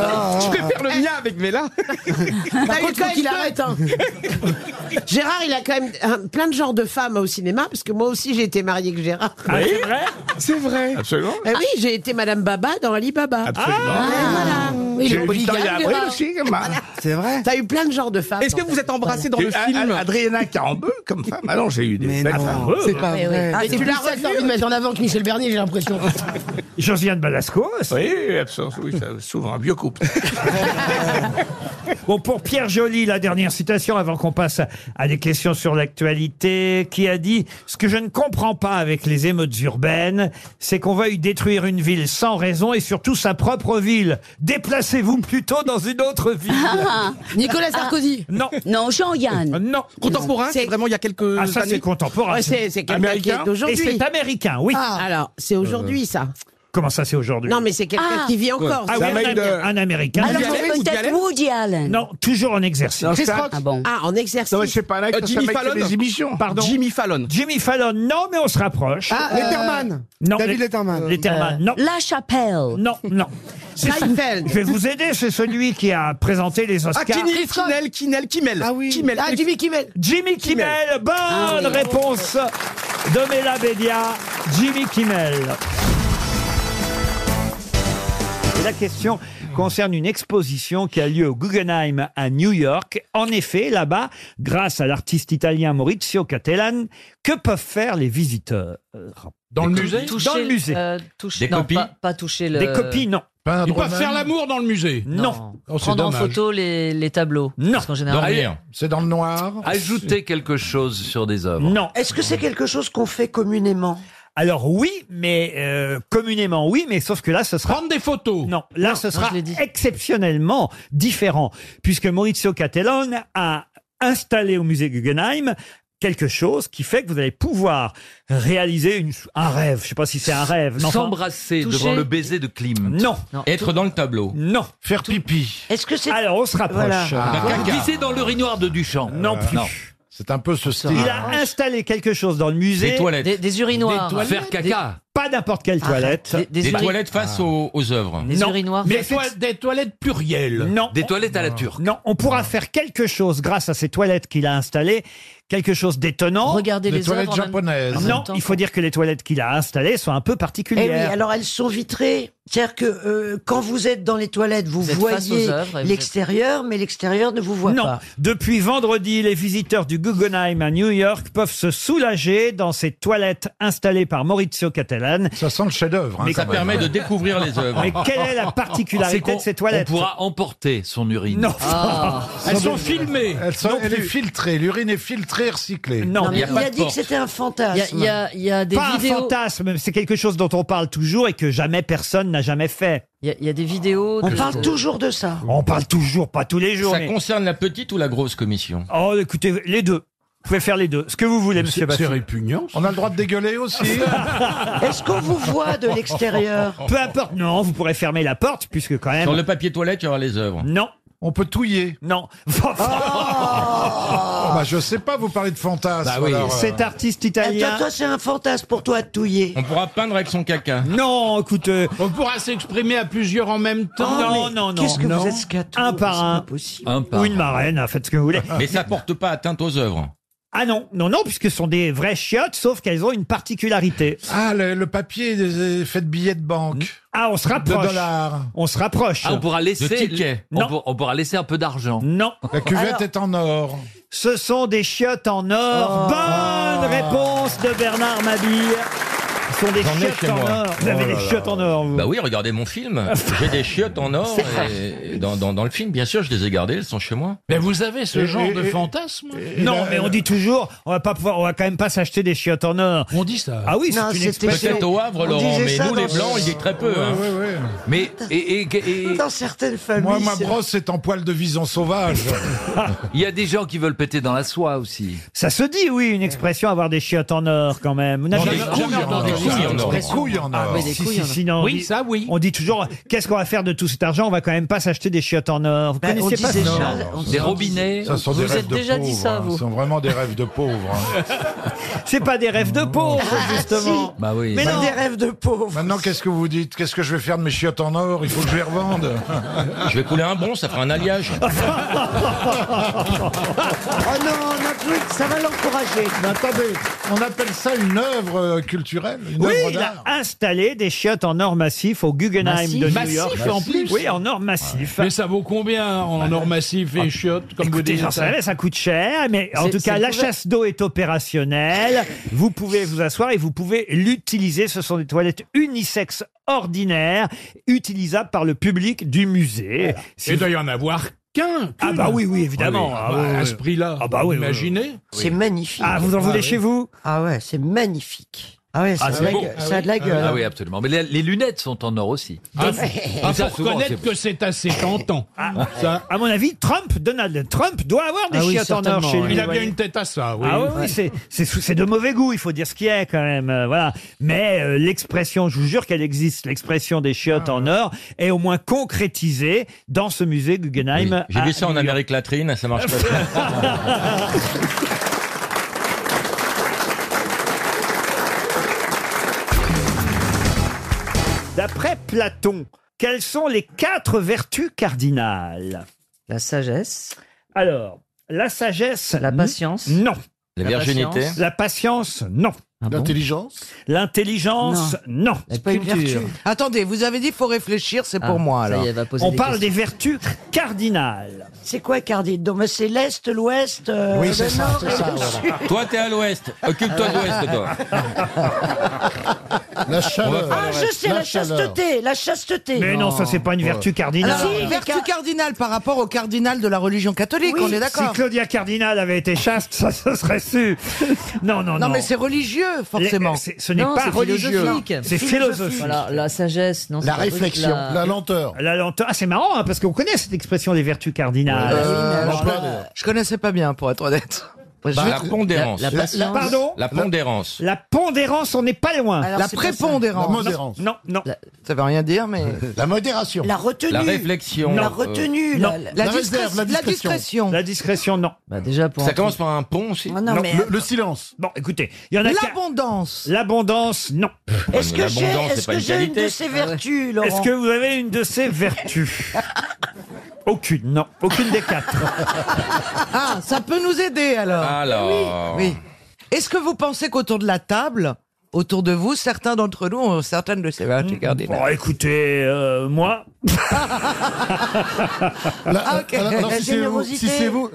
S24: Ah,
S8: Je préfère le mien avec Mela.
S5: Par contre, faut qu'il arrête. hein. Gérard, il a quand même hein, plein de genres de femmes au cinéma, parce que moi aussi j'ai été mariée avec Gérard.
S1: Ah, c'est vrai
S5: C'est vrai.
S2: Absolument.
S5: Eh oui, j'ai été Madame Baba dans Ali Baba.
S2: Absolument.
S5: Ah,
S19: Eh
S5: voilà.
S2: J'ai
S5: Il est
S2: eu
S5: polygame,
S2: Victoria Abril
S5: Gérard.
S2: aussi,
S5: C'est vrai. T'as eu plein de genres de femmes.
S2: Est-ce que
S5: en
S2: vous
S5: fait.
S2: êtes embrassé
S5: Voilà.
S2: dans le film Adriana Carambeu comme femme. Ah non, j'ai eu des
S5: Mais
S2: belles
S5: non,
S2: femmes.
S5: c'est pas
S2: Ouais,
S5: vrai.
S2: ouais.
S5: Ah,
S2: Mais
S5: c'est
S2: tu
S5: plus
S2: l'as
S5: ça que t'as
S2: revu
S5: envie de mettre en avant que Michel Bernier, j'ai l'impression.
S1: Josiane Balasco
S2: Oui, absence, oui, ça, souvent un vieux couple.
S1: Bon, pour Pierre Joly, la dernière citation avant qu'on passe à- à des questions sur l'actualité, qui a dit Ce que je ne comprends pas avec les émeutes urbaines, c'est qu'on veuille détruire une ville sans raison et surtout sa propre ville. Déplacez-vous plutôt dans une autre ville.
S5: Ah,
S1: Ah,
S5: Nicolas Sarkozy.
S1: Non. Euh,
S13: Non, Jean-Yann.
S1: Non.
S8: Contemporain, c'est vraiment il y a quelques
S1: Ah, ça,
S8: années.
S1: c'est contemporain.
S5: Ouais, c'est c'est quelqu'un qui est
S1: Et
S5: d'aujourd'hui.
S1: c'est américain, oui.
S5: Ah, alors, c'est aujourd'hui ça.
S1: Comment ça, c'est aujourd'hui
S5: Non, mais c'est quelqu'un
S13: Ah.
S5: qui vit encore.
S1: Ah
S5: ça.
S1: oui, un, Amé- un américain.
S13: Alors, c'est peut-être Woody Allen.
S1: Non, toujours en exercice.
S2: Non, Chris c'est un- Rock.
S13: Ah bon
S5: Ah, en exercice.
S2: un mec,
S8: Euh,
S2: c'est un
S8: Jimmy
S2: mec qui fait
S8: Fallon.
S2: des émissions.
S1: Pardon.
S8: Jimmy Fallon.
S1: Jimmy Fallon, non, mais on se rapproche. Euh,
S24: Ah, Letterman.
S1: Non,
S24: David
S1: les-
S24: Letterman.
S1: Letterman, non.
S13: La Chapelle.
S1: Non, non. C'est-
S5: Seinfeld.
S1: Je vais vous aider, c'est celui qui a présenté les
S8: Ah,
S1: Oscars.
S8: Kinel, Kinel, Kinel, Kimel. Ah oui. Kimel.
S5: Ah, Jimmy Kimmel.
S1: Jimmy Kimmel, bonne
S16: Ah
S1: réponse de Mela Bédia. Jimmy Kimmel. Et La question concerne une exposition qui a lieu au Guggenheim à New York. En effet, là-bas, grâce à l'artiste italien Maurizio Cattelan, que peuvent faire les visiteurs
S11: Dans le musée
S16: Toucher,
S1: Dans le musée.
S16: euh, toucher-
S11: Des
S16: non,
S11: copies
S16: pas, pas toucher le.
S1: Des copies, non.
S11: Ils peuvent faire l'amour dans le musée.
S1: Non.
S11: Oh, c'est
S16: Prendre en
S11: dommage.
S16: photo les, les tableaux.
S1: Non.
S16: Parce qu'en général,
S11: C'est dans le noir. Ajouter quelque chose sur des œuvres.
S1: Non.
S19: Est-ce que c'est quelque chose qu'on fait communément
S1: Alors oui, mais euh, communément oui, mais sauf que là, ce sera...
S11: Prendre des photos.
S1: Non, là, ce sera exceptionnellement différent, puisque Maurizio Cattelan a installé au musée Guggenheim quelque chose qui fait que vous allez pouvoir réaliser une- un rêve. Je ne sais pas si c'est un rêve. mais enfin-
S11: S'embrasser
S1: Toucher.
S11: devant le baiser de Klim.
S1: Non.
S7: Être dans le tableau.
S1: Non.
S11: Faire pipi.
S19: Est-ce que c'est
S1: Alors, on se rapproche.
S11: Glisser dans l'urinoir de Duchamp.
S1: Non plus.
S7: C'est un peu ce style.
S1: Il a installé quelque chose dans le musée.
S7: Des toilettes.
S16: Des, des urinoirs.
S7: Des toilettes. Faire caca.
S1: Pas n'importe
S19: Ah,
S1: quelle toilette. Ah.
S7: Des, toilettes face aux, aux œuvres.
S16: Des urinoirs.
S1: mais
S16: Des
S1: c'est-
S2: Des toilettes plurielles.
S1: Non.
S11: Des toilettes à la turque.
S1: Non, on pourra faire quelque chose grâce à ces toilettes qu'il a installées, quelque chose d'étonnant.
S16: Regarder les œuvres en même- en même
S1: Non,
S16: temps.
S1: il faut dire que les toilettes qu'il a installées sont un
S19: Eh
S1: peu
S19: oui,
S1: particulières.
S19: alors elles sont vitrées. C'est-à-dire que euh, quand vous êtes dans les toilettes, vous,
S16: Vous êtes face
S19: voyez
S16: aux œuvres et vous
S19: l'extérieur, mais l'extérieur ne vous voit
S1: non.
S19: pas.
S1: Depuis vendredi, les visiteurs du Guggenheim à New York peuvent se soulager dans ces toilettes installées par Maurizio Catalan.
S2: Ça sent le
S11: hein,
S2: chef-d'œuvre. hein,
S7: Mais ça permet de découvrir les œuvres.
S1: Mais quelle est la
S11: C'est
S1: particularité
S11: qu'on
S1: de ces toilettes
S11: on pourra emporter son urine. Ah.
S1: Non.
S11: Elles sont filmées.
S1: Non plus.
S2: filtrée. L'urine est filtrée, recyclée.
S1: Non,
S19: Non, mais
S11: y a
S19: il
S11: pas
S19: a
S11: de
S19: dit que
S11: porte.
S19: c'était un
S16: Il y a,
S19: fantasme.
S16: il y a- il y a des
S1: pas un
S16: vidéos.
S1: fantasme, c'est quelque chose dont on parle toujours et que jamais personne n'a jamais fait.
S16: Il y, a- il y a des vidéos.
S19: On
S16: de-
S19: parle toujours de ça.
S1: (laughs) On parle toujours, pas tous les jours.
S7: Ça
S1: mais-
S7: concerne la petite ou la grosse commission
S1: Oh, écoutez, les deux. Vous pouvez faire les deux. Ce que vous voulez, monsieur Bastien.
S2: répugnant. On a le droit de dégueuler aussi.
S19: Est-ce qu'on vous voit de l'extérieur
S1: Peu importe. Non, vous pourrez fermer la porte, puisque quand même.
S7: Sur le papier toilette, il y aura les œuvres.
S1: Non,
S2: On peut touiller.
S1: non.
S19: Ah.
S2: bah, je sais pas, vous parlez de euh. fantasme.
S7: Bah oui. alors,
S1: Cet artiste
S19: Attends,
S1: italien.
S19: toi, c'est un fantasme pour toi de touiller.
S7: On pourra peindre avec son caca.
S1: Non, écoute. euh,
S2: On pourra s'exprimer à plusieurs en même temps.
S1: non, non, non.
S19: Qu'est-ce que
S1: non.
S19: vous êtes scato
S1: Un par
S19: C'est pas
S1: un.
S19: possible.
S11: Un
S1: Ou
S11: par
S1: une marraine, hein, faites ce que vous voulez.
S7: (laughs) Mais ça porte pas atteinte aux œuvres.
S1: Ah non, non, non, puisque ce sont des vraies chiottes, sauf qu'elles ont une particularité.
S2: Ah, le, le papier des- fait de billets de banque.
S1: Ah, on se
S2: De
S1: rapproche.
S2: dollars.
S1: On se rapproche.
S11: Ah, on pourra
S7: De
S11: laisser,
S7: tickets.
S11: on,
S1: Non.
S11: pour- on pourra laisser un peu d'argent.
S1: Non,
S2: La cuvette
S19: Alors-
S2: est en or.
S1: ce
S4: Oh.
S1: sont des chiottes en or. Bonne réponse de Bernard Mabille. sont des
S7: J'en ai
S1: chiottes
S7: chez
S1: en
S7: moi.
S1: or. Vous avez
S7: Oh
S1: des
S7: là là.
S1: chiottes en or, vous.
S7: Bah oui, regardez
S1: (laughs)
S7: mon film. J'ai des chiottes en or
S1: C'est vrai.
S7: et- et dans, dans- dans le film, bien sûr, je les ai gardées, elles sont chez moi.
S1: Mais
S4: vous avez ce genre de fantasme
S1: Non, mais on dit toujours, on va pas pouvoir, on va quand même pas s'acheter des chiottes en or.
S4: On dit ça.
S1: Ah oui,
S7: Non,
S1: c'est une
S7: c'était-
S1: expression.
S7: Peut-être au Havre,
S1: On
S7: Laurent,
S1: disait
S7: mais
S1: ça
S7: nous, les
S1: dans-
S7: Blancs, il est très peu. hein. Mais et, et- et-
S4: Dans
S19: certaines
S4: Moi, ma brosse, c'est en poil de vison sauvage.
S11: (laughs)
S1: (laughs)
S11: Il y a des gens qui veulent péter dans la soie aussi.
S1: Ça se dit, oui, une expression, avoir des chiottes en or quand même. Vous n'avez
S11: Des
S1: jamais-
S11: couilles
S1: jamais
S11: en
S1: entendu
S11: or.
S1: ça,
S11: Des couilles en
S1: cette
S11: or.
S1: expression
S11: Des couilles en
S1: Ah,
S11: or.
S1: oui, des
S11: Si,
S1: couilles
S2: hein.
S11: si,
S1: en
S11: si,
S1: or.
S11: non,
S1: on
S11: oui,
S1: dit-
S11: ça, oui.
S1: On dit toujours, qu'est-ce qu'on va faire de tout cet argent On va quand même pas s'acheter des chiottes en or. Vous
S2: Bah,
S4: Ben, on
S1: connaissez pas
S4: disait
S1: Bah, ça
S4: ça,
S11: on Des robinets.
S4: Ça sont
S1: Vous
S4: des
S1: êtes
S4: rêves de
S1: déjà
S4: pauvres.
S1: dit ça,
S4: hein.
S1: vous.
S4: Ce sont vraiment des rêves
S1: (laughs)
S4: de pauvres. hein.
S1: C'est pas des rêves de pauvres,
S11: Ah
S1: justement.
S4: Bah oui.
S1: Mais
S4: C'est
S1: non.
S4: des
S19: rêves de pauvres.
S4: Maintenant, qu'est-ce que vous dites Qu'est-ce que je vais faire de mes chiottes en or Il faut que je les revende.
S1: (laughs)
S7: Je vais couler un bon, ça fera un alliage.
S19: Oh non, on a plus, ça va l'encourager.
S4: Mais attendez, on appelle ça une œuvre euh, culturelle, une
S1: Oui,
S4: œuvre
S1: il a
S4: d'art.
S1: installé des chiottes en or massif au Guggenheim
S4: Massif.
S1: de New
S4: Massif,
S1: York.
S4: en plus.
S1: Oui, en or massif.
S4: Mais
S1: ça
S4: vaut combien en or massif et chiottes,
S1: comme Écoutez, j'en sais rien, ça coûte cher, mais en
S4: C'est-
S1: tout cas,
S4: c'est
S1: la
S4: couvert.
S1: chasse d'eau est opérationnelle. Vous pouvez vous asseoir et vous pouvez l'utiliser. Ce sont des toilettes unisexes ordinaires, utilisables par le public du musée. Si
S4: Et
S1: vous-
S4: doit y en avoir qu'un.
S1: Ah bah oui, oui, évidemment.
S4: Ah
S1: Ah
S4: bah,
S1: oui,
S4: à
S1: oui.
S4: ce prix-là,
S1: Ah bah oui, oui.
S4: imaginez.
S19: C'est magnifique.
S1: Ah, vous en voulez
S19: Ah,
S1: chez
S19: oui.
S1: vous
S19: Ah ouais, c'est magnifique. Ah ouais, ça, a, de la gueule, ça a de la gueule. hein.
S4: Ah
S11: Ah oui, absolument. Mais les, les lunettes sont en or aussi.
S4: Ah,
S11: Et
S4: faut
S11: ça, souvent,
S4: reconnaître
S11: c'est-
S4: que c'est assez tentant. Ça.
S1: Ah. À mon avis, Trump, Donald Trump doit avoir des
S4: Ah oui,
S1: chiottes en or
S4: certainement,
S1: chez lui.
S4: Il a
S1: voyez.
S4: bien une tête à ça, oui.
S1: Ah oui, oui, c'est- c'est sou- c'est de mauvais goût, il faut dire ce qu'il y a quand même. euh, voilà. Mais euh, l'expression, je vous jure qu'elle existe, l'expression des chiottes
S4: Ah.
S1: en or est au moins concrétisée dans ce musée Guggenheim.
S7: J'ai
S1: à
S7: vu ça en
S1: New York.
S7: Amérique latrine,
S1: (laughs)
S7: ça marche pas.
S1: D'après Platon, quelles sont les quatre vertus cardinales La sagesse. Alors, la sagesse. La
S16: patience.
S1: Non.
S7: La La virginité. patience. Ah
S1: La patience, non. L'intelligence L'intelligence, non.
S3: C'est pas une vertu. Attendez, vous avez dit faut réfléchir, c'est pour
S1: Ah,
S3: moi
S1: ça y est,
S3: alors.
S1: elle va poser On des parle questions. des vertus cardinales.
S19: C'est quoi cardinal Donc, mais C'est l'Est, l'Ouest euh,
S7: Oui,
S19: le
S7: c'est ça,
S19: Nord
S7: c'est
S19: et
S7: ça,
S19: le (laughs)
S7: voilà.
S19: Sud.
S7: Toi, t'es à l'ouest. Occupe-toi de l'ouest, toi.
S4: La
S7: chaleur.
S19: Ah, je sais, la, chasteté, la chasteté.
S1: Mais non, ça, c'est pas une vertu cardinale.
S3: Alors,
S1: Oh. Si, les
S3: vertu cardinale par rapport au cardinal de la religion catholique, on est
S1: Si
S3: d'accord.
S1: Claudia Cardinal avait été chaste, ça, ça serait sûr. Non, non, non.
S3: Non, mais c'est religieux,
S1: Les-
S3: forcément.
S1: c'est- ce n'est pas religieux. C'est philosophique.
S16: Voilà, la sagesse, non. c'est pas possible,
S1: lenteur. La lenteur. Ah, c'est marrant, hein, parce qu'on connaît cette expression des vertus cardinales.
S3: Je connaissais pas bien, pour être honnête.
S7: Bah, la pondérance.
S1: La, la- la- pardon
S7: La pondérance.
S1: La pondérance, on n'est pas loin.
S3: Alors, La c'est pas ça. prépondérance.
S1: Non,
S3: La modérance.
S1: Non, non.
S3: Ça veut rien dire,
S2: (laughs)
S3: mais. La modération.
S19: La retenue.
S7: La réflexion.
S19: La
S7: Euh,
S19: retenue.
S1: non.
S19: la,
S1: La
S19: la-
S1: réserve, la discrétion. Bah, La discrétion, non.
S16: déjà pour
S7: Ça commence par un pont aussi.
S19: Ah non, mais-
S1: silence. Bon, écoutez, il y en a qu'à-
S3: L'abondance.
S1: L'abondance, non. Ah
S19: Est-ce que j'ai est-ce que j'ai une de ces vertus, Laurent
S1: Est-ce que vous avez une de ces (laughs) vertus Aucune, non. Aucune des quatre.
S3: (laughs) Ah, ça peut nous aider alors.
S7: Alors.
S3: Oui. Est-ce que vous pensez qu'autour de la table, autour de vous, certains d'entre nous ont certaines de ces vertus
S1: Mm.
S3: cardinales
S1: Bon, écoutez, euh, moi,
S2: euh,
S3: Ah, ok.
S19: alors, La si c'est vous- générosité. si c'est vous,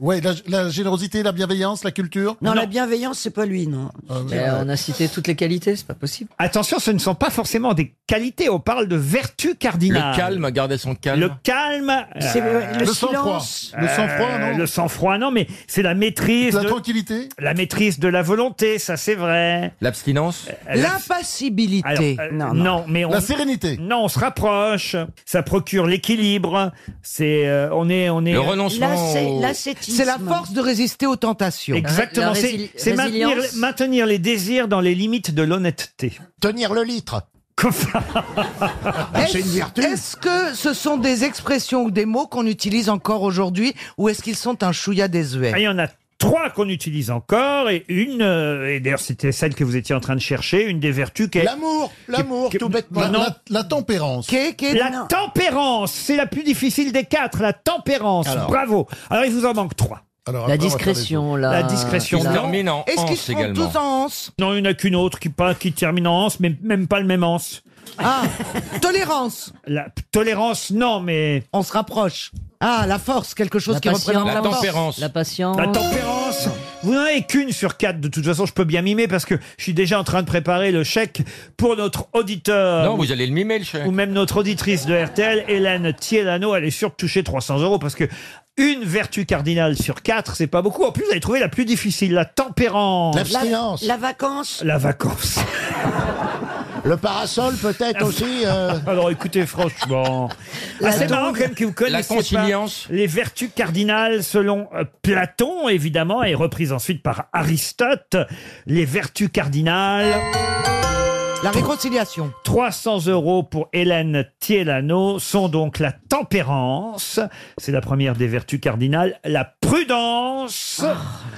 S14: ouais, la, générosité, la bienveillance, la culture.
S19: Non, la bienveillance, c'est pas lui, non.
S2: Ah,
S16: Mais
S1: Euh,
S16: on a cité toutes les qualités, c'est pas possible.
S1: attention, ce ne sont pas forcément des qualités. On parle de vertus cardinales.
S7: Le calme, garder son calme.
S1: Le calme. Euh,
S7: C'est le- le Le silence. sang-froid. Le sang-froid, non
S1: Le sang-froid, non, mais c'est la maîtrise.
S7: La
S1: tranquillité La maîtrise de la volonté, ça c'est vrai.
S7: L'abstinence.
S1: Alors,
S3: L'impassibilité.
S1: euh, non, mais on, sérénité. Non, on se rapproche. Ça procure l'équilibre. C'est, euh, on est, on est.
S7: Le renoncement
S3: Là, c'est-
S1: au-
S3: là, c'est C'est la force de résister aux tentations.
S1: Exactement. C'est- C'est maintenir, maintenir les désirs dans les limites de l'honnêteté.
S14: Tenir le litre. (laughs)
S3: Est-ce est-ce que ce sont des expressions ou des mots qu'on utilise encore aujourd'hui ou est-ce qu'ils sont un chouïa désuet
S1: Ah, Il y en a trois qu'on utilise encore et une, euh, et d'ailleurs c'était celle que vous étiez en train de chercher, une des vertus qui est...
S14: L'amour, l'amour, tout bêtement.
S1: Non.
S14: La, la tempérance.
S1: la tempérance, c'est la plus difficile des quatre, la tempérance,
S14: Alors.
S1: bravo. Alors il vous en manque trois.
S14: après, on va faire
S16: discrétion, les autres.
S1: La
S16: la-
S1: discrétion,
S16: Ils
S1: non.
S16: terminent en Est-ce qu'ils anse se font également. tous
S3: en anse
S1: Non, il n'y en a qu'une autre qui, pas, qui termine en anse, mais même pas le même anse.
S3: Ah, tolérance.
S1: La p- tolérance, non, mais...
S3: On se rapproche. Ah, la force, quelque chose
S1: La
S3: qui
S1: patience.
S3: représente la
S1: La
S3: force.
S1: tempérance. La
S16: patience.
S1: La tempérance. Vous n'en avez qu'une sur quatre. De toute façon, je peux bien mimer parce que je suis déjà en train de préparer le chèque pour notre auditeur.
S7: Non, vous allez le mimer, le chèque.
S1: Ou même notre auditrice de RTL, Hélène Thielano, elle est sûre de toucher 300 euros parce que une vertu cardinale sur quatre, c'est pas beaucoup. En plus, vous avez trouvé la plus difficile, la tempérance.
S13: La, la vacance.
S1: La vacance. Le parasol peut-être aussi. euh. (laughs) Alors écoutez franchement,
S7: La
S1: Ah, c'est
S7: langue.
S1: marrant quand même que vous
S7: La
S1: connaissez
S7: conciliance.
S1: pas les vertus cardinales selon euh, Platon évidemment et reprise ensuite par Aristote. Les vertus cardinales. La réconciliation. 300 euros pour Hélène Thielano sont donc la tempérance, c'est la première des vertus cardinales, la prudence.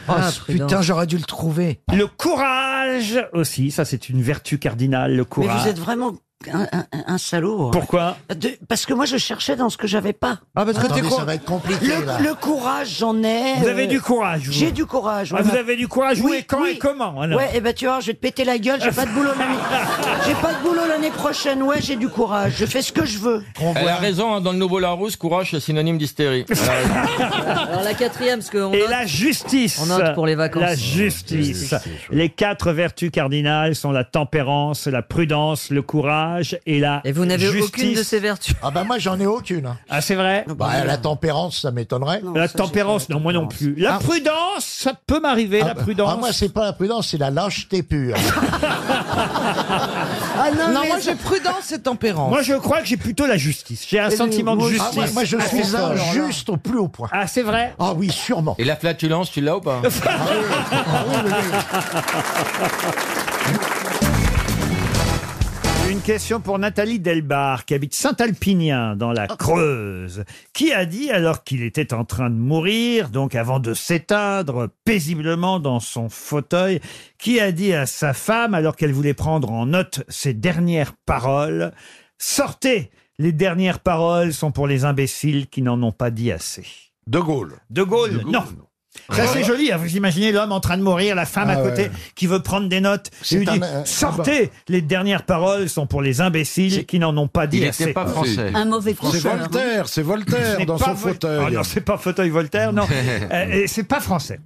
S19: Ah, putain, j'aurais dû le trouver.
S1: Le courage aussi, ça c'est une vertu cardinale, le
S13: Mais
S1: courage.
S13: vous êtes vraiment un, un- un salaud. hein.
S1: Pourquoi
S13: De- Parce que moi, je cherchais dans ce que j'avais pas.
S1: Ah, parce que Attendez, t'es quoi
S13: quoi
S1: ça va être compliqué,
S13: Le,
S1: là.
S13: le courage, j'en ai. euh,
S1: Vous avez du courage, vous.
S13: J'ai du courage.
S1: Ah, vous avez du courage, oui, et quand et comment, alors
S13: Ouais, et ben tu vois, je vais te péter la gueule. J'ai pas de boulot l'année.
S1: (laughs)
S13: J'ai pas de boulot l'année prochaine. Ouais, j'ai du courage. Je fais ce que je veux.
S7: Elle a raison, hein, dans le nouveau Larousse, courage, c'est synonyme d'hystérie. Elle a raison.
S16: Alors la quatrième, parce qu'on
S1: Et la justice.
S16: On note pour les vacances.
S1: La justice. Les quatre vertus cardinales sont la tempérance, la prudence, le courage et la
S16: Et vous n'avez aucune de
S1: justice.
S16: ces vertus.
S25: Ah bah moi j'en ai aucune.
S1: Ah c'est vrai
S25: Bah la tempérance ça m'étonnerait.
S1: La tempérance, non moi non plus. La prudence, ça peut m'arriver, la prudence.
S25: Ah, moi c'est pas la prudence, c'est la lâcheté
S16: (laughs)
S25: pure.
S3: Ah non,
S1: Non,
S3: mais
S1: moi,
S3: j'ai prudence et tempérance.
S1: Moi, je crois que j'ai plutôt la justice. J'ai un
S25: Et
S1: sentiment de
S25: moi,
S1: justice.
S25: ah, moi, moi, je
S1: Ah,
S25: suis
S1: c'est ça, alors là.
S25: injuste au plus haut point.
S1: Ah, c'est vrai
S25: Ah oui, sûrement.
S7: Et la flatulence, tu l'as ou pas
S1: Une question pour Nathalie Delbar, qui habite Saint-Alpinien, dans la Creuse, qui a dit, alors qu'il était en train de mourir, donc avant de s'éteindre paisiblement dans son fauteuil, qui a dit à sa femme, alors qu'elle voulait prendre en note ses dernières paroles, Sortez Les dernières paroles sont pour les imbéciles qui n'en ont pas dit assez.
S15: De Gaulle.
S1: De Gaulle, non. Ça, c'est joli. hein. Vous imaginez l'homme en train de mourir, la femme
S15: Ah
S1: à côté
S15: ouais.
S1: qui veut prendre des notes. Il lui
S15: un,
S1: dit
S15: euh,
S1: Sortez Les dernières paroles sont pour les imbéciles qui n'en ont pas dit
S15: Il
S1: assez.
S15: était pas français.
S13: Un mauvais
S15: C'est
S13: penseur.
S15: Voltaire, c'est
S1: Ce
S15: Voltaire
S1: n'est
S15: dans
S1: pas
S15: son
S1: Vol-
S15: fauteuil.
S1: Ah non, c'est pas fauteuil
S15: (laughs)
S1: Voltaire, non. Euh, et c'est pas français.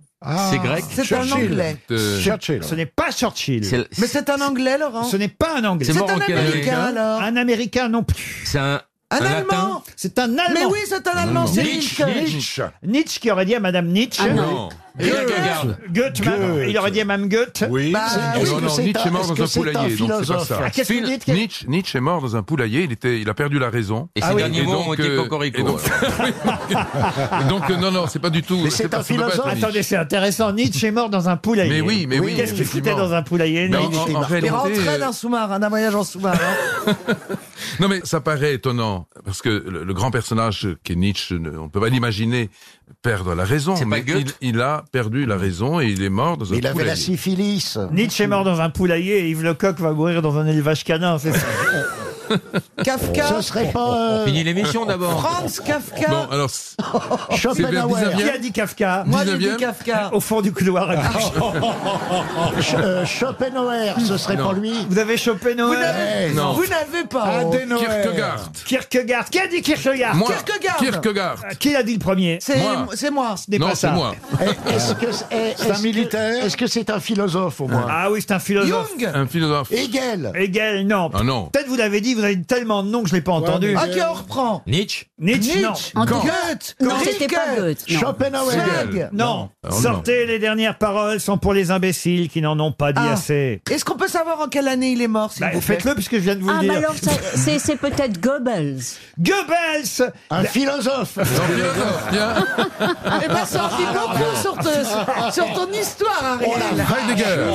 S15: C'est grec
S3: C'est un
S15: Ah, Churchill.
S3: anglais.
S15: Euh, Churchill.
S1: Ce n'est pas Churchill.
S7: C'est-
S3: Mais c'est un anglais, Laurent.
S1: Ce n'est pas un anglais.
S7: C'est mort en quelle année
S3: alors.
S1: Un américain non plus.
S7: C'est un,
S1: Un Allemand.
S7: latin
S1: C'est un allemand.
S3: Mais oui, c'est un allemand, c'est
S1: Nietzsche.
S3: Nietzsche.
S1: Nietzsche. Nietzsche qui aurait dit à Madame Nietzsche.
S7: Ah non.
S1: Goethe.
S7: Goethe. Goethe.
S1: Goethe, madame.
S7: Goethe.
S1: il aurait dit à Mme Goethe.
S26: Oui,
S1: Bah,
S26: non, non,
S1: est-ce que
S26: Nietzsche
S1: c'est
S26: est mort
S1: est-ce
S26: dans
S1: que
S26: un
S1: c'est
S26: poulailler, donc c'est pas
S1: philosophe
S26: ça.
S1: Ah, qu'est-ce que vous
S26: Phil-
S1: dites
S26: Nietzsche, Nietzsche est mort dans un poulailler, il, était, il a perdu la raison.
S7: Et ses derniers mots ont été
S26: euh,
S7: cocorico,
S26: et donc, (laughs) et donc, euh, non, non, c'est pas du tout.
S1: Mais
S26: c'est pas- ça peut pas être Nietzsche.
S1: Attendez, c'est intéressant. Nietzsche est mort dans un poulailler.
S26: Mais oui, mais oui,
S1: Qu'est-ce qu'il foutait
S26: effectivement.
S1: dans un poulailler
S26: Mais
S1: Nietzsche
S26: en- en- en
S3: Il
S26: réalité,
S3: rentrait
S26: euh,
S3: d'un sous-marin, d'un voyage en sous-marin.
S26: Non, mais ça paraît étonnant, parce que le, le grand personnage qu'est Nietzsche, ne- on ne peut pas l'imaginer perdre la raison.
S7: C'est pas
S26: mais il,
S7: Goethe
S26: il a perdu la raison et il est mort dans un
S25: Il avait
S26: poulailler.
S25: la syphilis.
S26: euh,
S1: Nietzsche est mort dans un poulailler et Yves Lecoq va mourir dans un élevage canin, c'est ça
S3: Kafka.
S25: Ce serait pas. euh,
S3: Franz Kafka.
S26: Bon, alors,
S1: (laughs)
S26: c'est c'est vers
S25: Schopenhauer.
S26: 19e.
S1: Qui a dit Kafka
S3: Moi, j'ai dit
S26: 19e.
S3: Kafka.
S1: Au fond du couloir à gauche. (laughs)
S25: Ch- euh, Schopenhauer, ce serait
S26: Ah. Non.
S25: pas lui.
S1: Vous avez Ah, chopé
S3: Vous
S1: Noël
S3: n'avez
S26: Non. Ah,
S3: vous n'avez pas. oh.
S26: Kierkegaard.
S1: Kierkegaard. Qui a dit Ah, Kierkegaard Euh,
S26: Moi,
S3: Kierkegaard.
S26: Kierkegaard.
S1: Qui l'a dit le premier
S3: C'est
S26: Moi.
S3: c'est moi.
S1: Ce n'est
S26: Non,
S1: pas
S26: c'est
S1: ça.
S26: moi.
S25: Eh, Est-ce que c'est eh, est-ce que- Est-ce que c'est un philosophe au moins
S1: Ah oui, c'est un philosophe.
S3: Jung.
S26: Un philosophe.
S25: Hegel.
S1: Hegel, non.
S26: Ah non.
S1: Peut-être vous l'avez dit, vous avez dit tellement de noms que je ne l'ai pas entendu. Ah,
S3: Ok, on reprend.
S7: Nietzsche
S1: Nietzsche, non.
S3: Nietzsche.
S13: En tout cas,
S3: Goethe.
S13: non, c'était pas
S3: Rilke.
S13: Goethe. non.
S25: Schopenhauer.
S3: Hegel.
S1: Non.
S26: Ah, non.
S1: Sortez les dernières paroles sont pour les imbéciles qui n'en ont pas dit
S3: Ah.
S1: assez.
S3: Est-ce qu'on peut savoir en quelle année il est mort, s'il
S1: Bah,
S3: vous plaît bah,
S1: Faites-le puisque je viens de vous
S13: Ah,
S1: le
S13: mais
S1: dire.
S13: alors,
S1: (laughs)
S13: ça- c'est c'est peut-être Goebbels.
S1: Goebbels
S25: Un philosophe.
S26: Un philosophe, tiens.
S3: Eh ben, ça en dit beaucoup sur, te- sur ton histoire, Ariel.
S26: Heidegger.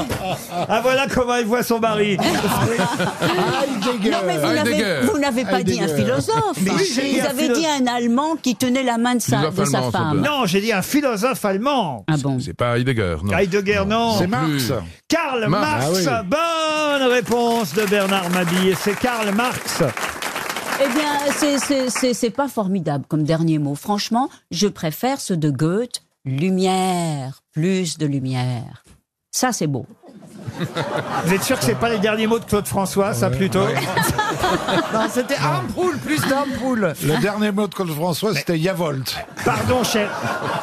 S1: Ah voilà comment il voit
S13: (laughs)
S1: son mari.
S25: Heidegger.
S13: Non, mais vous n'avez-
S26: Heidegger.
S13: vous n'avez pas dit un
S25: Heidegger.
S13: philosophe.
S1: Mais
S13: hein.
S1: oui, j'ai dit
S13: vous
S1: un
S13: avez
S1: philo-
S13: dit un Allemand qui tenait la main de sa,
S26: Philosophe
S13: de sa
S26: allemand, sans
S13: femme.
S26: doute.
S1: Non, j'ai dit un philosophe allemand.
S13: Ah bon
S26: C'est pas Heidegger, non.
S1: Heidegger, non.
S26: C'est
S15: Marx.
S1: Karl Marx.
S26: Marx. Ah
S1: Bonne réponse de Bernard Mabille. C'est Karl Marx.
S13: Eh bien, c'est- c'est- c'est c'est pas formidable comme dernier mot. Franchement, je préfère ceux de Goethe. Lumière, plus de lumière. Ça, c'est beau.
S1: Vous êtes sûr que c'est pas les derniers mots de Claude François, ça plutôt
S15: Ah
S25: (laughs)
S3: Non, c'était un poule, plus d'un poule.
S1: Le dernier mot de Claude François, c'était Yavolt. Pardon, cher,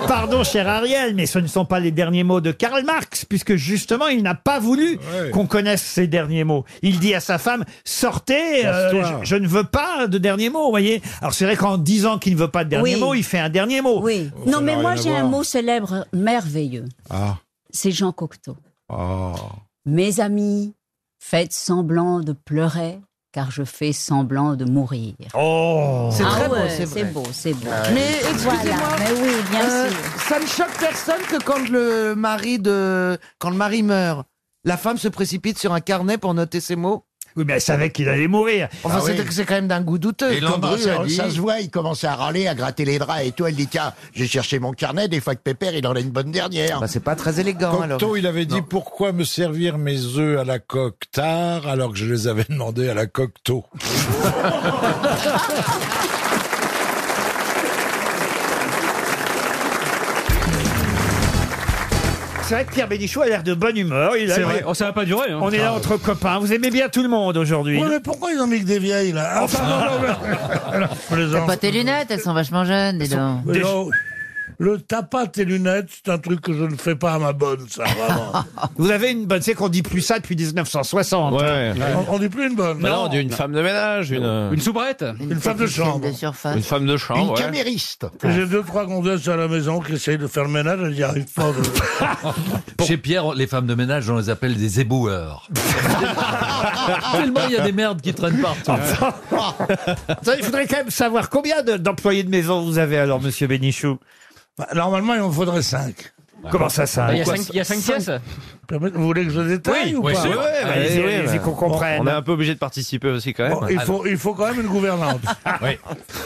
S1: pardon, cher Ariel, mais ce ne sont pas les derniers mots de Karl Marx, puisque justement, il n'a pas voulu
S9: Ouais.
S1: qu'on connaisse ses derniers mots. Il dit à sa femme Sortez, euh,
S9: Casse-toi.
S1: je, je ne veux pas de derniers mots, vous voyez. Alors, c'est vrai qu'en disant qu'il ne veut pas de derniers
S13: Oui.
S1: mots, il fait un dernier mot.
S13: Oui.
S18: Oh,
S13: Non, mais moi, j'ai un mot célèbre merveilleux.
S1: Ah.
S13: C'est Jean Cocteau.
S18: Ah.
S13: Mes amis, faites semblant de pleurer, car je fais semblant de mourir. Ah
S1: Oh
S3: C'est
S16: Ah
S3: très
S6: (laughs)
S3: beau,
S13: ouais,
S3: c'est vrai. Ah,
S13: C'est beau, c'est beau.
S3: Mais excusez-moi,
S13: Voilà, mais oui, bien
S3: euh,
S13: sûr.
S3: ça ne choque personne que quand le mari de quand le mari meurt, la femme se précipite sur un carnet pour noter ses mots.
S1: Oui, mais elle savait qu'il allait mourir.
S3: Enfin,
S25: Ah oui.
S3: c'est c'est quand même d'un goût douteux.
S25: Il commence à- ça se voit, il commence à râler, à gratter les draps et tout. Elle dit Tiens, j'ai cherché mon carnet, des fois que Pépère, il en a une bonne dernière.
S3: Bah, c'est pas très élégant,
S15: Cocteau, il avait dit pourquoi me servir mes œufs à la coque tard alors que je les avais demandés à la coque tôt.
S1: C'est vrai que Pierre Bénichou a l'air de bonne humeur. il a-
S18: C'est vrai. Oh, ça va pas durer, hein.
S1: On est là
S18: Ah.
S1: entre copains. Vous aimez bien tout le monde aujourd'hui.
S14: Ouais, mais pourquoi ils ont mis que des vieilles, là Ah, Enfin, non, non, (laughs) non.
S6: T'as pas tes lunettes, elles sont vachement jeunes, dis donc.
S14: Mais non, Le tapas tes lunettes, c'est un truc que je ne fais pas à ma bonne, ça, vraiment.
S1: Vous avez une bonne. C'est qu'on dit plus ça depuis 1960.
S18: Ouais.
S14: On, on dit plus une
S1: Euh,
S14: bonne.
S18: Mais non, d'une femme de ménage, une. euh, (laughs) Une soubrette Une,
S14: femme de chambre.
S18: Une femme de chambre. ouais.
S14: J'ai deux, trois gonzesses à la maison qui essayent de faire le ménage, elles n'y arrivent pas.
S11: Chez Pierre, les femmes de ménage, on les appelle des éboueurs. Tellement il y a des merdes qui traînent partout.
S1: Attends, (laughs) il faudrait quand même savoir combien de- d'employés de maison vous avez alors, monsieur Bénichou
S14: bah, Normalement, il en faudrait 5.
S1: Comment ça, cinq
S18: Il y a cinq- il y a cinq pièces
S14: Vous voulez que je détaille ou pas
S18: allez-y, allez-y,
S14: qu'on comprenne.
S18: On est un peu obligé de participer aussi quand même.
S14: Bon, il, faut, il faut quand même une (laughs) gouvernante.
S9: Ah,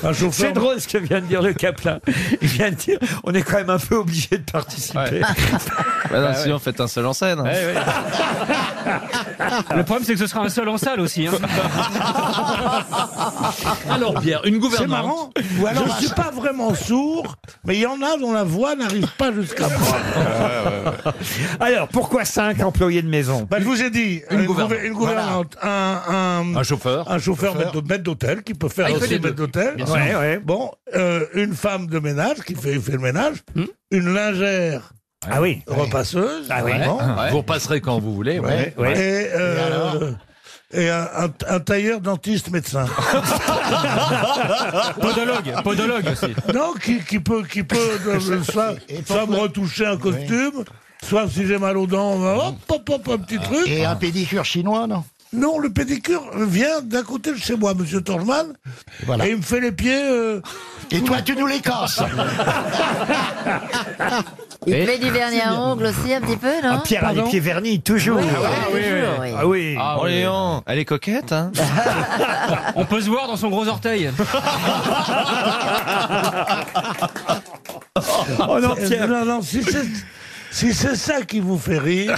S14: Un chauffeur.
S1: C'est drôle ce que vient de dire le Caplan. Il vient de dire on est quand même un peu obligé de (laughs)
S18: Bah non,
S1: participer. Ah ouais.
S18: sinon faites un seul en scène. hein.
S1: Eh
S18: (laughs) Le problème c'est que ce sera un seul en salle aussi. hein.
S1: (laughs)
S11: Alors Pierre, une
S14: C'est
S11: gouvernante.
S14: marrant. Ou alors, je ne suis pas vraiment sourd, mais il y en a dont la voix n'arrive pas jusqu'à moi.
S1: Alors, pourquoi 5 employés de maison
S14: Bah, je vous ai dit,
S1: Une
S14: une,
S1: gouvernante.
S14: gouver- une gouvernante, un,
S11: Un chauffeur.
S14: un chauffeur maître de- maître d'hôtel qui peut faire
S11: Ah, il fait les
S14: aussi
S11: deux.
S14: maître d'hôtel.
S11: Bien sûr. Ouais, ouais.
S14: Bon, euh, une femme de ménage qui fait, fait le ménage, une lingère.
S1: Ah oui.
S14: Repasseuse.
S11: Ah
S14: vraiment.
S11: Vous repasserez quand vous voulez. ouais.
S14: Et, euh, et un, un- un tailleur
S25: (laughs)
S14: dentiste médecin.
S18: podologue, podologue aussi.
S14: Non, qui, qui peut, qui peut euh, soit, soit me retoucher un costume, soit si j'ai mal aux dents, euh, hop, hop, hop, un petit truc.
S25: Ah. Et un pédicure chinois, non
S14: Non, le pédicure vient d'un côté de chez moi, Monsieur Torman, et il me fait les pieds. euh,
S25: Et toi, tu nous les casses
S6: (laughs) Il te met du vernis à ongles aussi, un petit peu, non
S1: Ah, Pierre a les pieds vernis, toujours.
S6: Oui,
S18: Ah oui,
S6: toujours,
S18: oui.
S6: oui.
S1: Ah oui.
S18: Ah, Orléans, elle est coquette. Hein (laughs) On peut se voir dans son gros orteil.
S1: Oh non, Pierre.
S14: Non, non, si c'est. si c'est ça qui vous fait rire,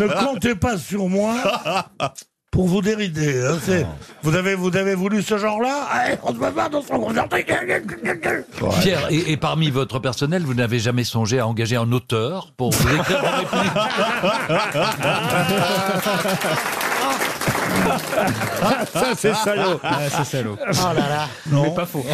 S14: ne comptez pas sur moi pour vous dérider. hein, c'est- vous, avez, vous avez voulu ce genre-là Allez, on se met pas dans son gros orteil.
S11: Pierre, et, et parmi votre personnel, vous n'avez jamais songé à engager un auteur pour vous (laughs) écrire vos répliques
S1: (laughs) Ça, c'est salaud.
S18: Ouais, Ah, c'est salaud.
S1: Oh là là.
S18: Mais pas faux.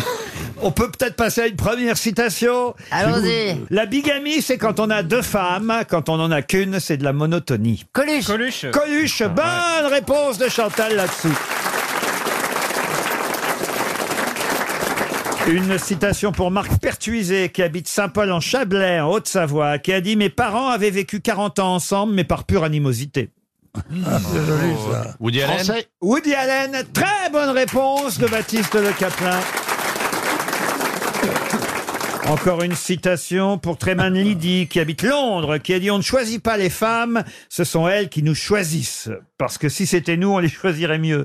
S1: On peut peut-être passer à une première citation.
S6: Allons-y.
S1: La bigamie, c'est quand on a deux femmes. Quand on en a qu'une, c'est de la monotonie.
S6: Coluche.
S18: Coluche.
S1: Coluche, bonne réponse de Chantal là-dessous. Une citation pour Marc Pertuiset, qui habite Saint-Paul en Chablais, en Haute-Savoie, qui a dit Mes parents avaient vécu 40 ans ensemble, mais par pure animosité.
S14: Ah, C'est joli, ça.
S18: Woody Allen
S1: Woody Allen, très bonne réponse de Baptiste Le Caplin. Encore une citation pour Tréman Liddy, qui habite Londres, qui a dit On ne choisit pas les femmes, ce sont elles qui nous choisissent. Parce que si c'était nous, on les choisirait mieux.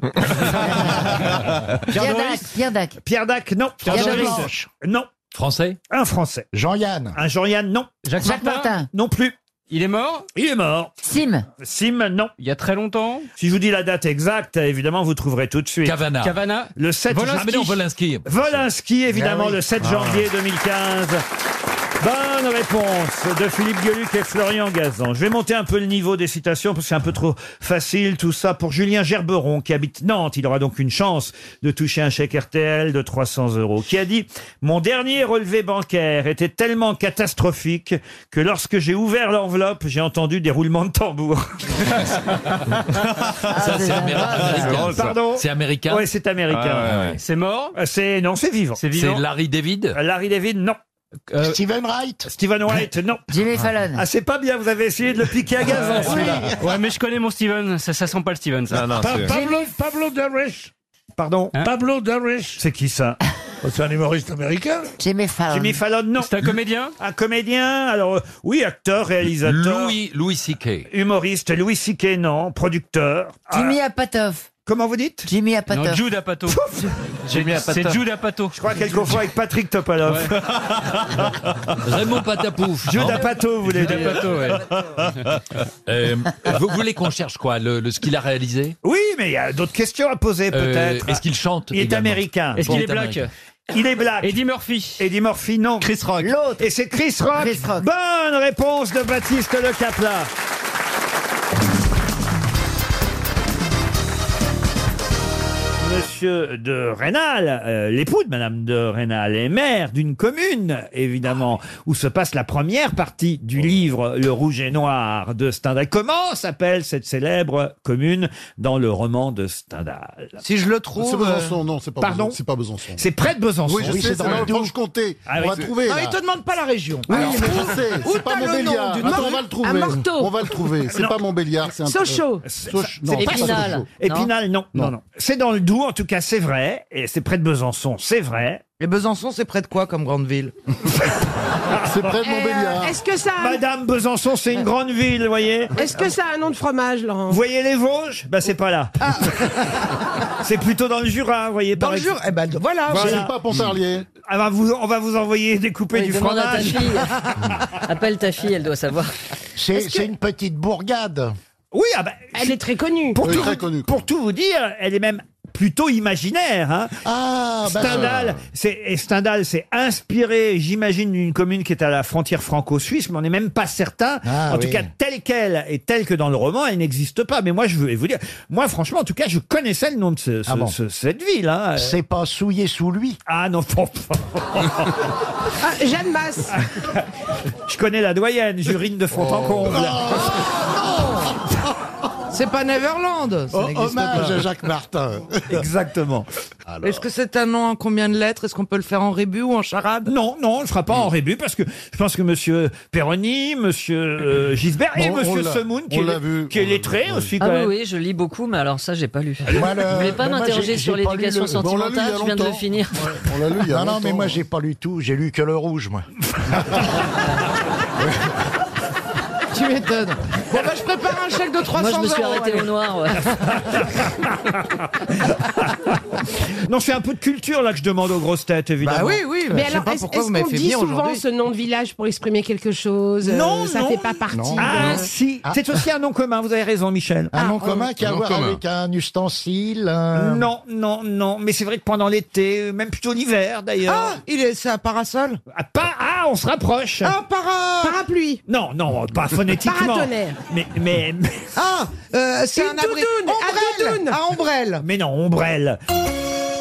S6: Pierre Dac, Pierre Dac.
S1: Pierre Dac, non.
S6: (laughs) Pierre Pierre Doris. Doris.
S1: Non.
S11: Français
S1: Un Français.
S25: Jean-Yann.
S1: Un Jean-Yann, non.
S6: Jacques Jacques Martin. Martin.
S1: Non plus.
S18: Il est mort
S1: Il est mort.
S6: Sim.
S1: Sim, non.
S18: Il y a très longtemps
S1: Si je vous dis la date exacte, évidemment, vous trouverez tout de suite.
S11: Cavana.
S18: Cavana
S1: Le 7
S11: Volinsky. Ah, mais non,
S1: janvier.
S11: Volinsky.
S1: Volinsky, évidemment,
S11: Ah oui.
S1: le 7
S11: Ah.
S1: janvier 2015. Bonne réponse de Philippe Gueluc et Florian Gazan. Je vais monter un peu le niveau des citations parce que c'est un peu trop facile tout ça pour Julien Gerberon qui habite Nantes. Il aura donc une chance de toucher un chèque RTL de 300 euros qui a dit « Mon dernier relevé bancaire était tellement catastrophique que lorsque j'ai ouvert l'enveloppe, j'ai entendu des roulements de tambour. »
S11: Ça, Ah, c'est américain. ça.
S1: Pardon
S11: C'est américain.
S1: Oui, c'est américain.
S11: Ah, ouais, ouais.
S1: C'est mort Euh, C'est non, c'est vivant. C'est
S11: vivant C'est Larry
S1: David Larry David, non. Steven Wright Steven Wright, non. (laughs) Jimmy Fallon. Ah, c'est pas bien, vous avez essayé de le piquer à (laughs) gazon, celui-là.
S18: Ouais, mais je connais mon Steven, ça, ça sent pas le Steven, ça.
S14: Pa- Pablo, Pablo Darish.
S1: Pardon
S14: Pablo Darish.
S1: C'est qui ça
S14: Oh, C'est un humoriste américain.
S6: Jimmy Fallon.
S1: Jimmy Fallon, non.
S18: C'est un comédien
S1: Un comédien, alors, euh, oui, acteur, réalisateur.
S11: Louis, Louis C.K.
S1: Humoriste, Louis C.K., non. Producteur.
S6: Jimmy Apatow.
S1: Comment vous dites
S6: Jimmy Apatow.
S18: Non, Jude Apatow.
S11: (laughs) Jimmy
S18: J'ai-
S11: Apatow.
S18: C'est Jude Apatow. Je
S1: crois quelquefois avec Patrick Topalov.
S11: Raymond Patapouf.
S1: Jude
S11: non
S1: Apatow, vous voulez
S11: Jude
S1: dire.
S11: Apatow, ouais. (laughs) Euh, vous voulez qu'on cherche quoi le, le- Ce qu'il a réalisé
S1: (laughs) Oui, mais il y a d'autres questions à poser,
S11: Euh,
S1: peut-être.
S11: Est-ce qu'il chante
S1: Il est
S11: également
S1: américain.
S18: Est-ce qu'il est
S1: Bon.
S18: black
S1: Il est black.
S18: Eddie Murphy.
S1: Eddie Murphy, non.
S18: Chris Rock.
S1: L'autre. Et c'est Chris Rock. Bonne réponse de Baptiste Le Capla. Monsieur de Rênal, euh, l'époux de Madame de Rênal, est maire d'une commune, évidemment, où se passe la première partie du livre Le Rouge et Noir de Stendhal. Comment s'appelle cette célèbre commune dans le roman de Stendhal
S12: Si je le euh,
S1: trouve,
S15: C'est
S18: euh,
S15: Besançon, non, c'est pas
S1: pardon
S15: Besançon. C'est pas Besançon.
S1: C'est près de Besançon.
S15: Oui, je sais, c'est dans le Franche-Comté.
S1: Ah
S15: on
S1: oui,
S15: va
S1: c'est-
S15: trouver.
S1: Non,
S15: là.
S1: il te
S3: demande pas la région.
S15: Oui,
S3: Alors,
S15: mais
S3: où-
S15: je sais,
S3: où
S15: c'est pas
S3: t'as le nom
S15: Montbéliard.
S3: d'une
S15: Attends,
S3: commune
S15: on va le
S3: À
S15: trouver.
S3: Morteau.
S15: On va le trouver. C'est
S1: Non.
S15: pas Montbéliard, c'est un
S1: Sochaux.
S15: Soch-
S1: C'est
S15: Non, pas
S1: Épinal.
S15: Sochaux.
S1: Épinal, non. Non, non. C'est dans le Doubs, en tout cas, c'est vrai. Et c'est près de Besançon, c'est vrai.
S3: Et Besançon, c'est près de quoi comme grande ville
S15: (laughs) C'est près de
S5: Et, euh,
S15: Montbéliard. Bah,
S5: Est-ce que ça a...
S1: Madame Besançon, c'est une grande ville, vous voyez.
S5: Est-ce que ça a un nom de fromage, Laurent Ah.
S1: Vous voyez les Vosges Bah, c'est pas là. (laughs) c'est plutôt dans le Jura, vous voyez. Dans
S3: le Jura, eh ben, voilà.
S15: C'est pas Pontarlier.
S1: Ah bah, vous, on va vous envoyer découper
S16: Oui,
S1: du
S16: demande à ta
S1: fromage. (laughs)
S16: fille. Appelle ta fille, elle doit savoir.
S25: C'est c'est une petite bourgade.
S1: Oui, ah bah,
S5: Elle est très connue.
S1: pour,
S15: Oui,
S1: tout,
S15: très connu.
S1: pour tout vous dire, elle est même plutôt imaginaire. hein.
S15: Ah, bah,
S25: euh,
S1: Stendhal, c'est et Stendhal, c'est inspiré, j'imagine, d'une commune qui est à la frontière franco-suisse, mais on n'est même pas certain.
S25: Ah,
S1: en tout
S25: oui.
S1: cas, telle qu'elle et telle que dans le roman, elle n'existe pas. Mais moi, je veux vous dire, moi, franchement, en tout cas, je connaissais le nom de ce- ce-
S25: Ah bon.
S1: ce- cette ville. hein.
S25: C'est pas souillé sous lui.
S1: Ah non, bon, (laughs)
S5: Ah, Jeanne Masse.
S1: je connais la doyenne, Jurine de Fontencomble.
S15: Oh.
S3: C'est pas Neverland. Ça
S25: Oh,
S3: n'existe
S25: hommage
S3: pas.
S25: à Jacques Martin. (laughs)
S1: Exactement.
S3: Est-ce que c'est un nom en combien de lettres Est-ce qu'on peut le faire en rébus ou en charade
S1: Non, non, on ne fera pas en rébut parce que je pense que Monsieur Perroni, Monsieur euh, Gisbert et
S15: Bon, on
S1: Monsieur
S15: l'a-
S1: Semoun, qui
S15: on
S1: est,
S15: l'a vu,
S1: qui est
S15: on l'a
S1: lettré
S15: vu,
S1: aussi quand
S16: Ah oui,
S1: même.
S16: oui, je lis beaucoup, mais alors ça, j'ai pas lu.
S25: Moi, le-
S16: Vous voulez pas
S25: mais moi,
S16: m'interroger
S25: j'ai-
S16: sur
S25: j'ai pas lu
S16: l'éducation
S25: le- bon, on l'a lu il y a
S16: sentimentale Je viens de
S25: longtemps.
S16: finir. (laughs)
S15: On l'a lu il y a
S25: Non, non, mais
S15: longtemps.
S25: moi, j'ai pas lu tout. J'ai lu que le rouge, moi.
S3: Tu m'étonnes. Bon, bah, je prépare un chèque de 300
S16: Moi, je me suis
S3: euros,
S16: arrêté
S3: allez.
S16: au noir.
S1: (laughs)
S16: ouais.
S1: Non, c'est un peu de culture là que je demande aux grosses têtes, évidemment.
S3: Bah oui, oui,
S5: Mais
S3: je sais
S5: alors,
S3: pas
S5: est-ce
S3: pourquoi vous
S5: est-ce
S3: m'avez
S5: qu'on
S3: fait
S5: dit
S3: venir
S5: souvent
S3: aujourd'hui.
S5: ce nom de village pour exprimer quelque chose euh,
S1: Non,
S5: Ça
S1: non.
S5: fait pas partie. de-
S1: Ah si, c'est aussi un nom commun, vous avez raison Michel.
S5: Ah,
S25: Un
S5: euh,
S25: nom commun qui a à
S26: nom
S25: voir
S26: commun.
S25: avec un ustensile.
S3: euh.
S25: un-
S1: Non, non, non, mais c'est vrai que pendant l'été, même plutôt l'hiver d'ailleurs.
S3: Ah, il est, c'est un parasol
S1: Ah, pas, ah, on se rapproche.
S3: Un
S25: Ah.
S3: para...
S5: Parapluie.
S1: Non, non, pas Ah, phonétiquement.
S5: Paratonnerre.
S1: Mais, mais, mais,
S3: Ah, euh, c'est
S5: Une
S3: un abri...
S5: doudoune, à
S3: Ombrelle
S5: doudoune.
S3: À ombrelle
S1: mais non, ombrelle.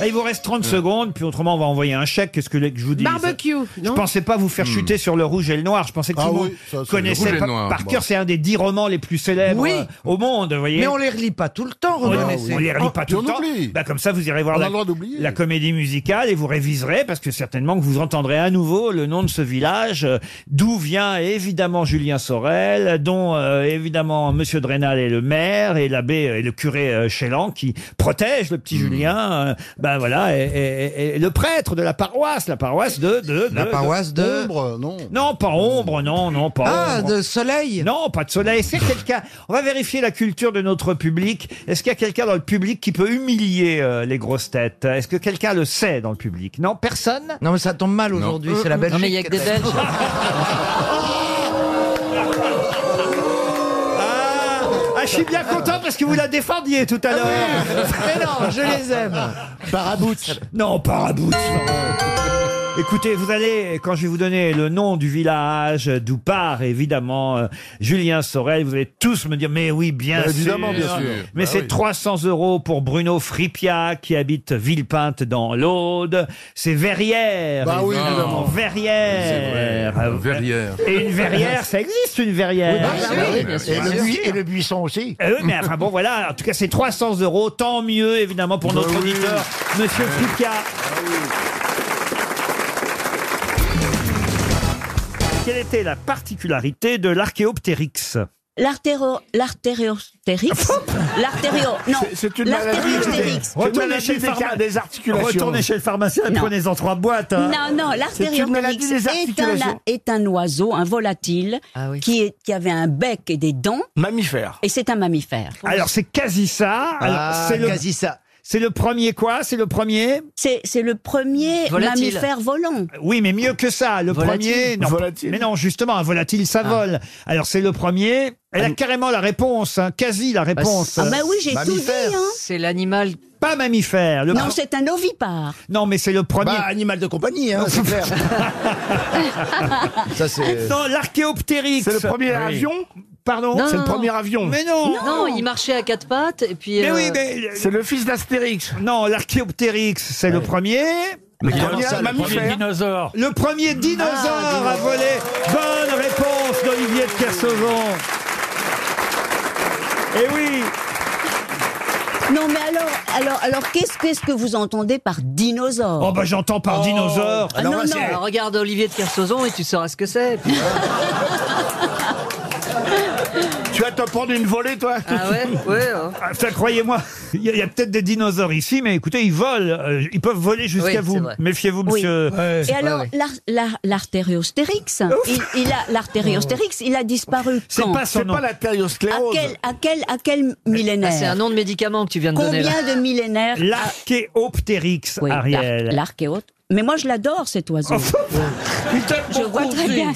S1: Là, il vous reste 30 secondes, puis autrement on va envoyer un chèque. Qu'est-ce que vous voulez que je vous dise
S5: Barbecue.
S1: Je
S5: Non
S1: pensais pas vous faire chuter sur le rouge et le noir. Je pensais que
S15: Hmm. Ah
S1: tout le
S15: oui,
S1: monde
S15: ça, c'est
S1: connaissait
S26: le Rouge et
S1: par,
S26: le Noir.
S1: par
S26: Bon.
S1: cœur. C'est un des dix romans les plus célèbres
S3: Oui.
S1: euh, au monde, vous voyez.
S3: Mais on les relit pas tout le temps,
S1: On
S3: reconnaissez.
S1: on les relit
S15: Oh,
S1: pas
S15: et
S1: tout
S15: on
S1: le temps.
S15: oublie.
S1: Bah, comme ça, vous irez voir
S15: On a
S1: la,
S15: le droit d'oublier.
S1: la comédie musicale et vous réviserez parce que certainement que vous entendrez à nouveau le nom de ce village, euh, d'où vient évidemment Julien Sorel, dont euh, évidemment Monsieur Drenal est le maire et l'abbé euh, et le curé euh, Chélan qui protège le
S15: Hmm.
S1: petit Julien. euh, ben voilà, et, et- et- et le prêtre de la paroisse, la paroisse de, de,
S3: La
S1: de-
S3: paroisse de...
S15: Ombre, non.
S1: de- Non, pas ombre, non, non, pas
S3: Ah,
S1: ombre.
S3: de soleil
S1: Non, pas de soleil. Est-ce qu'il y a quelqu'un On va vérifier la culture de notre public. Est-ce qu'il y a quelqu'un dans le public qui peut humilier euh, les grosses têtes Est-ce que quelqu'un le sait dans le public Non, personne.
S3: Non, mais ça tombe mal aujourd'hui, c'est la
S16: Non,
S3: Belgique.
S16: mais il y a que des Belges.
S1: Ah, ah, je suis bien content parce que vous la défendiez
S3: Ah
S1: tout à l'heure.
S3: Mais non, je les aime.
S25: Barabouche.
S1: Non, pas à bout. Écoutez, vous allez, quand je vais vous donner le nom du village, d'où part évidemment euh, Julien Sorel, vous allez tous me dire, mais oui, bien
S15: Bah,
S1: sûr.
S15: évidemment, bien sûr.
S1: Mais
S15: Bah
S1: c'est
S15: oui.
S1: 300 euros pour Bruno Fripia, qui habite Villepinte dans l'Aude. C'est Verrières.
S15: Bah oui, évidemment.
S1: Verrières.
S26: Une verrière.
S1: Ah, Et une verrière, ça existe une verrière.
S25: Oui, bah,
S1: Ah
S25: oui,
S1: oui,
S25: oui, bien sûr. Et le bui- et le
S1: buisson aussi. oui, mais enfin bon, voilà. En tout cas, c'est 300 euros. Tant mieux, évidemment, pour
S25: Bah
S1: notre
S25: oui. Bah
S1: auditeur, Monsieur Fricard. Quelle était la particularité de l'archéoptérix
S13: L'artéro...
S3: Ah,
S13: L'artériostérix L'artério... Non. L'artériostérix.
S1: Retournez chez, le pharma- Retournez chez le pharmacien et
S13: Non.
S1: prenez-en trois boîtes. hein.
S13: Non, non, l'artériostérix est, un- est un oiseau, un volatile,
S3: Ah
S13: qui, est- qui avait un bec et des dents,
S1: Mammifère.
S13: et c'est un mammifère.
S1: Alors c'est quasi ça. Alors,
S13: Ah,
S1: c'est le...
S13: quasi ça.
S1: C'est le premier quoi C'est le premier
S13: C'est c'est le premier
S1: Volatile.
S13: mammifère volant.
S1: Oui, mais mieux que ça. Le
S13: Volatile. Ah.
S1: premier. Non,
S13: Volatile.
S1: Mais non, justement, un volatile, ça vole. Alors, c'est le premier. Elle a carrément la réponse, hein, quasi la réponse.
S13: Ah bah oui, j'ai tout dit. hein.
S16: C'est l'animal.
S1: Pas mammifère. le
S13: Non,
S1: pre-
S13: c'est un ovipare.
S1: non, mais c'est le premier.
S13: Bah,
S1: animal de compagnie, hein,
S18: (laughs)
S19: Ça, c'est-
S1: (laughs) Non, l'archéoptérix.
S19: C'est le premier Ah oui. avion
S1: Pardon
S16: Non, non, non.
S1: Mais non
S16: Non, il marchait à quatre pattes et puis.
S1: Mais
S16: euh,
S1: oui, mais...
S16: C'est
S1: le fils d'Astérix. Non, l'archéoptérix, c'est le premier.
S18: Le Mais comment premier ça, le mammifère. premier dinosaure.
S1: Le premier dinosaure
S18: Ah,
S1: à voler. Bonne réponse d'Olivier de Kersauzon. Eh oui
S13: Non, mais alors, alors, alors qu'est-ce qu'est-ce que vous entendez par dinosaure
S1: Oh, bah j'entends par dinosaure.
S16: Ah non, non, alors regarde Olivier de Kersauzon et tu sauras ce que (laughs) c'est.
S1: Tu vas te prendre une volée, toi
S16: Ah ouais Ouais.
S1: Ça, croyez-moi, il y a, il y a peut-être des dinosaures ici, mais écoutez, ils volent. euh, Ils peuvent voler jusqu'à
S16: Oui, c'est
S1: vous.
S16: vrai.
S1: Méfiez-vous, monsieur.
S13: Et alors, l'ar- l'ar- l'artériostérix, il, il a l'artériostérix, il a disparu
S1: C'est
S13: quand
S1: pas son C'est nom. pas
S13: À quel, à quel, à quel millénaire
S16: Ah, c'est un nom de médicament que tu viens de donner.
S13: Combien
S16: là.
S13: de millénaires
S1: L'archéoptérix,
S13: Oui,
S1: Ariel. Oh,
S13: l'ar- l'archéote. Mais moi, je l'adore, cet oiseau. je vois très bien.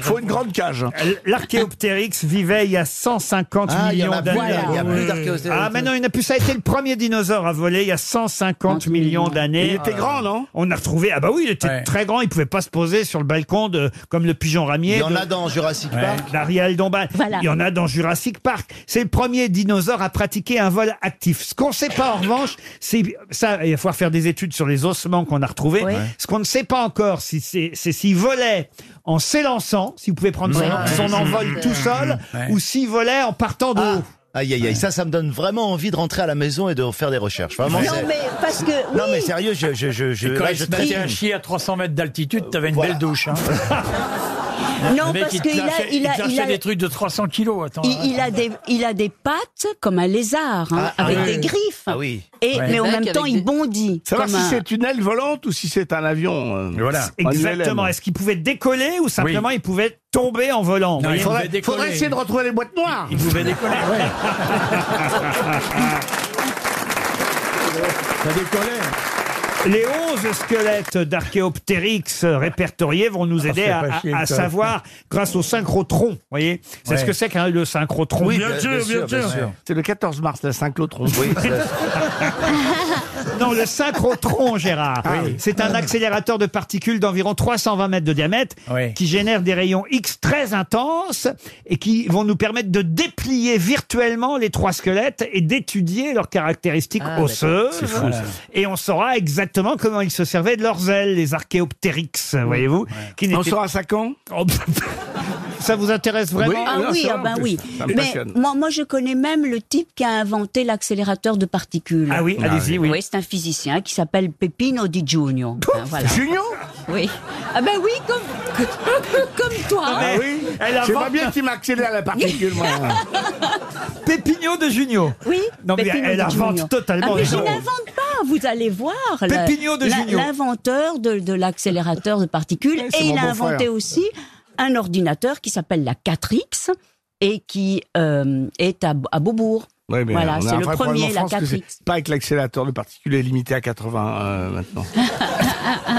S1: Faut une grande cage. L'archéoptérix vivait il y a 150
S19: Ah, il y en
S1: millions
S19: a
S1: d'années.
S19: plus, il y a plus d'archéoptérix.
S1: Ah, mais non, il n'a plus. Ça a été le premier dinosaure à voler il y a 150 millions d'années. Euh,
S2: Il était grand, non
S1: On a retrouvé. Ah, bah oui, il était très grand. Il pouvait pas se poser sur le balcon de, comme le pigeon ramier.
S19: Il y en
S1: de-
S19: a dans Jurassic
S1: Ouais,
S19: Park.
S1: d'Ariel Dombal.
S19: Voilà.
S1: Il y en a dans Jurassic Park. C'est le premier dinosaure à pratiquer un vol actif. Ce qu'on ne sait pas en revanche, c'est ça. Il va falloir faire des études sur les ossements qu'on a retrouvés.
S19: Ouais.
S1: Ce qu'on ne sait pas encore, si c'est c'est s'il volait en s'élançant, si vous pouvez prendre son,
S19: Ouais.
S1: son envol tout seul,
S19: Ouais. Ah.
S1: ou s'il volait en partant de haut.
S19: Aïe, aïe, aïe, ça, ça me donne vraiment envie de rentrer à la maison et de faire des recherches. Vraiment,
S13: Non,
S19: c'est-
S13: mais parce que.
S19: Non,
S13: oui.
S19: mais sérieux, je. je, je, je
S18: quand
S19: là,
S18: il
S19: je
S18: se mettait
S19: trine.
S18: à chier à 300 mètres d'altitude, t'avais une belle douche. Hein.
S13: (laughs) Non,
S18: Le mec,
S13: parce
S18: il te
S13: qu'il a-
S18: lâchait-
S13: il a-
S18: te lâchait
S13: il a-
S18: des trucs de 300 kilos.
S1: oh.
S18: Attends,
S13: Il, il a des, il a des pattes comme un lézard, hein,
S18: Ah,
S13: avec
S18: oui.
S13: des griffes.
S18: Ah oui.
S13: Et,
S2: Ouais.
S13: Mais en
S2: Avec
S13: même temps,
S2: des-
S13: il bondit.
S2: Savoir
S13: comme
S2: si
S13: un-
S2: c'est une aile volante ou si c'est un avion. euh,
S1: Voilà.
S2: en
S1: Exactement.
S2: ULM.
S1: Est-ce qu'il pouvait décoller ou simplement il pouvait tomber en volant
S2: Non,
S1: Vous
S2: il
S1: voyez
S2: faudrait, faudrait essayer de retrouver les boîtes noires.
S18: Il pouvait décoller, ouais.
S1: Ça Les 11 squelettes d'archéoptérix répertoriés vont nous
S2: Ah,
S1: aider
S2: fais
S1: à,
S2: pas
S1: à-
S2: chier,
S1: à
S2: toi.
S1: savoir grâce au synchrotron. Vous voyez C'est
S2: Ouais.
S1: ce que c'est qu'un le synchrotron.
S2: Oui, bien, sûr, bien, sûr. C'est le 14 mars, la synclotron. Oui,
S1: (laughs) Non, le synchrotron, Gérard,
S2: Ah oui.
S1: c'est un accélérateur de particules d'environ 320 mètres de diamètre qui génère des rayons X très intenses et qui vont nous permettre de déplier virtuellement les trois squelettes et d'étudier leurs caractéristiques
S2: Ah,
S1: osseuses.
S2: d'accord. C'est fou, ça.
S1: Et on saura exactement comment ils se servaient de leurs ailes, les archéoptérix, voyez-vous. qui
S2: On
S1: n'étaient-
S2: saura ça quand
S1: Oh, (laughs) Ça vous intéresse vraiment
S13: ah oui, ah ben oui. Mais moi, moi, je connais même le type qui a inventé l'accélérateur de particules.
S1: Ah oui, Ah allez-y, oui. oui.
S13: c'est un physicien qui s'appelle Pepino Di Giugno. Hein, voilà.
S2: Giugno
S13: Oui. Ah ben oui, comme, comme toi.
S3: ben
S2: Ah oui J'aimerais bien qu'il m'accélère la particule, moi.
S1: (laughs) Pépigno de Junio.
S13: Oui.
S1: Non, mais
S13: Pepino
S1: elle
S13: Di
S1: invente
S13: Giugno.
S1: totalement
S13: Ah, mais
S1: les
S13: je
S1: choses.
S13: n'invente pas, vous allez voir. le-
S1: Pepino de
S13: la-
S1: Giugno.
S13: L'inventeur de, de l'accélérateur de particules.
S1: Ouais, c'est
S13: et
S1: mon
S13: il a
S1: beau-frère.
S13: inventé aussi un ordinateur qui s'appelle la 4X et qui euh, est à, à Beaubourg.
S2: Oui, mais
S13: voilà,
S2: on a
S13: c'est
S2: un
S13: le
S2: vrai problème en
S13: premier, la
S2: France que c'est
S13: 4X.
S2: Pas avec l'accélérateur de particules est limité à 80 euh, maintenant.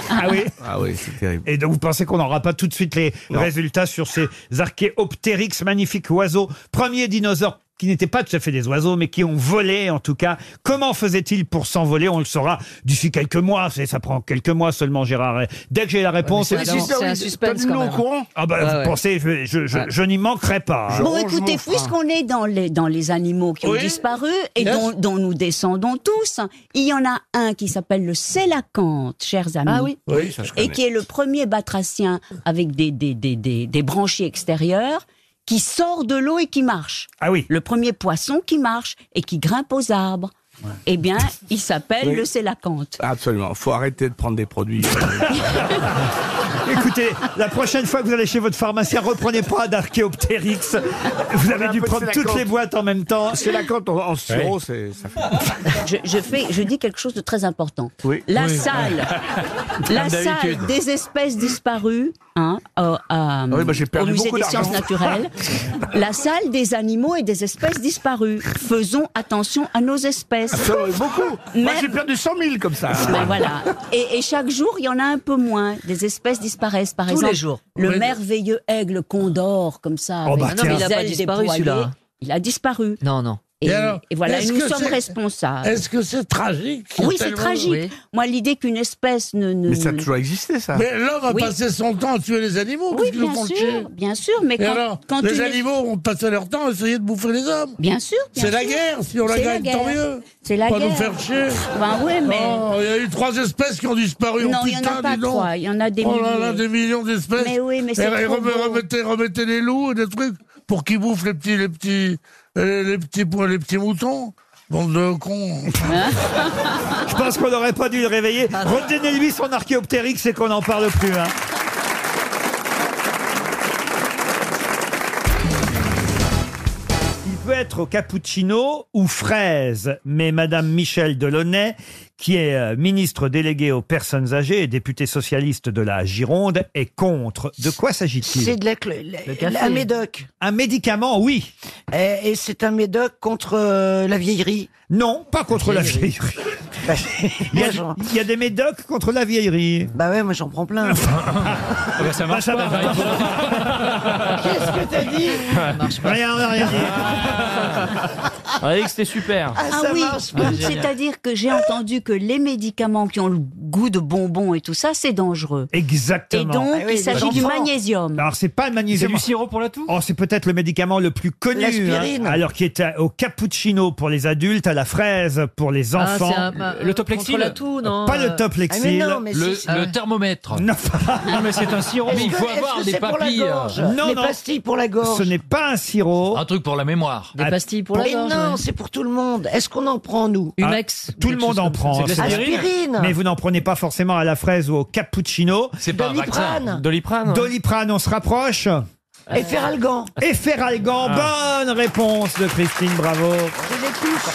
S1: Ah oui
S2: Ah oui, c'est terrible.
S1: Et donc, vous pensez qu'on n'aura pas tout de suite les
S2: Non.
S1: résultats sur ces archéoptérix, magnifiques oiseaux, premier dinosaure qui n'étaient pas tout à fait des oiseaux, mais qui ont volé en tout cas. Comment faisaient-ils pour s'envoler On le saura d'ici quelques mois. C'est- Ça prend quelques mois seulement, Gérard. Dès que j'ai la réponse,
S16: Ouais, Ah, mais c'est un- c'est un suspense quand même.
S1: Ah bah,
S16: Ouais,
S1: vous
S16: ouais.
S1: pensez, je, je- je-
S16: Ouais.
S1: je n'y manquerai pas. hein.
S13: Bon, écoutez, puisqu'on est dans les, dans les animaux qui ont
S1: Oui.
S13: disparu et
S1: Yes.
S13: dont, dont nous descendons tous, il y en a un qui s'appelle le sélacanthe, chers amis.
S9: Ah oui. Oui, ça, je
S13: et
S9: connais.
S13: qui est le premier batracien avec des, des, des, des, des branchies extérieures qui sort de l'eau et qui marche.
S1: Ah oui.
S13: Le premier poisson qui marche et qui grimpe aux arbres. Eh bien, il s'appelle
S2: Oui.
S13: le sélacanthe.
S2: Absolument, faut arrêter de prendre des produits.
S1: (laughs)
S2: euh,
S1: Écoutez, la prochaine fois que vous allez chez votre pharmacien, reprenez pas d'archéoptérix. Vous avez
S2: Un
S1: dû
S2: peu de
S1: prendre toutes
S2: sélacanthe.
S1: les boîtes en même temps.
S2: C'est la quand en, en sirop,
S1: Oui.
S2: c'est ça fait.
S13: (laughs) Je, je fais, je dis quelque chose de très important. La
S2: Oui. (laughs)
S13: salle, la
S2: Comme
S13: salle
S2: d'habitude.
S13: des espèces disparues hein, au, à-
S2: Oui, bah, j'ai
S13: au
S2: perdu
S13: musée
S2: beaucoup
S13: des
S2: d'argent.
S13: sciences
S2: (laughs)
S13: naturelles, la salle des animaux et des espèces disparues. Faisons attention à nos espèces.
S2: beaucoup. Ah. Moi,
S13: Même-
S2: j'ai perdu 100 000 comme ça.
S13: Ben voilà. Et, et chaque jour, il y en a un peu moins. Des espèces disparaissent, par
S2: Tous
S13: exemple.
S2: les jours.
S13: Le
S2: Oui.
S13: merveilleux aigle condor, comme ça.
S16: Oh,
S13: avec
S16: bah,
S13: ses
S16: tiens. Non, mais il a pas
S13: ailes
S16: disparu,
S13: déployées.
S16: celui-là.
S13: Il a disparu.
S16: Non, non.
S13: Et,
S16: Et alors,
S13: et voilà,
S16: est-ce
S13: nous
S16: que
S13: sommes
S16: c'est-
S13: responsables.
S16: est-ce
S14: que c'est tragique
S13: Oui, c'est
S14: Tellement-
S13: tragique.
S14: Oui.
S13: Moi, l'idée qu'une espèce ne, ne-
S14: Mais ça a
S13: ne-
S14: toujours existé, ça. Mais l'homme a passé son temps à tuer les animaux,
S13: Oui,
S14: qu'est-ce qu'ils nous
S13: bien
S14: font
S13: sûr,
S14: chier
S13: bien sûr, mais
S14: Et
S13: quand,
S14: alors,
S13: quand
S14: les
S13: une-
S14: animaux ont passé leur temps à essayer de bouffer les hommes.
S13: Bien sûr. bien
S14: C'est la
S13: sûr.
S14: guerre, si on la
S13: C'est
S14: gagne, tant
S13: guerre.
S14: mieux.
S13: C'est la
S14: Pas
S13: guerre.
S14: nous faire chier.
S13: Ben oui, mais.
S14: Oh, il y a eu trois espèces qui ont disparu.
S13: Non,
S14: Oh,
S13: il y en a
S14: putain,
S13: pas
S14: dis donc.
S13: trois, il y en a des
S14: Oh là
S13: milliers.
S14: là, des millions d'espèces.
S13: Mais oui, mais
S14: Et-
S13: c'est
S14: et
S13: trop
S14: rem-
S13: beau.
S14: remettez, remettez les loups et des trucs pour qu'ils bouffent les petits, les petits, euh, les petits, pois- les petits moutons. Bande de cons.
S16: Hein
S1: Je pense qu'on n'aurait pas dû le réveiller.
S17: Ah.
S1: Redonnez-lui son archéoptérix et qu'on n'en parle plus. hein. Il peut être au cappuccino ou fraise, mais Madame Michel Delaunay, qui est euh, ministre déléguée aux personnes âgées et députée socialiste de la Gironde, est contre. De quoi s'agit-il
S17: C'est de la, cl- la-
S1: café.
S17: un médoc.
S1: Un médicament, oui.
S13: Eh,
S17: Et, et c'est un médoc contre euh, la vieillerie
S1: Non, pas contre la vieillerie. Il y, a, il y a des médocs contre la vieillerie.
S17: Bah ouais, moi j'en prends plein.
S2: Ah bah,
S1: Ah, ça marche
S2: (laughs)
S1: Qu'est-ce que t'as dit Rien, on a rien dit.
S2: Ah.
S18: On a dit que c'était super.
S13: Ah, oui,
S18: Ah, génial.
S13: c'est-à-dire que j'ai entendu que les médicaments qui ont le goût de bonbons et tout ça, c'est dangereux.
S1: Exactement.
S13: Et donc, il s'agit du magnésium.
S1: Alors, c'est pas le magnésium.
S13: C'est du
S1: sirop pour la toux Oh, c'est peut-être le médicament le plus connu. hein.
S13: L'aspirine.
S1: alors, qui est à- au cappuccino pour les adultes, à la fraise pour les
S16: Ah,
S1: enfants.
S16: c'est un- un-
S18: Le toplexil
S16: contre la toux, non
S1: Pas le toplexil.
S13: Ah,
S18: le, le thermomètre.
S1: Non.
S18: Non, mais c'est un sirop.
S17: Est-ce
S18: Mais il
S17: que-
S18: faut
S17: est-ce
S18: avoir
S17: que
S18: des
S17: c'est pour la
S18: papilles.
S17: gorge
S18: euh,
S17: Les pastilles pour la gorge.
S1: Ce n'est pas un sirop.
S18: Un truc pour la mémoire.
S17: Ah, Mais non, c'est pour tout le monde. Est-ce qu'on en prend, nous
S1: Ah, tout le monde en prend.
S17: C'est de
S1: hein,
S17: l'aspirine. Aspirine.
S1: Mais vous n'en prenez pas forcément à la fraise ou au cappuccino. C'est
S17: pas un Doliprane. vaccin.
S1: Doliprane. Doliprane, on se rapproche.
S17: Et Feralgan.
S1: Et Feralgan, bonne réponse de Christine, bravo.
S17: Je les
S2: Ah,
S17: touche.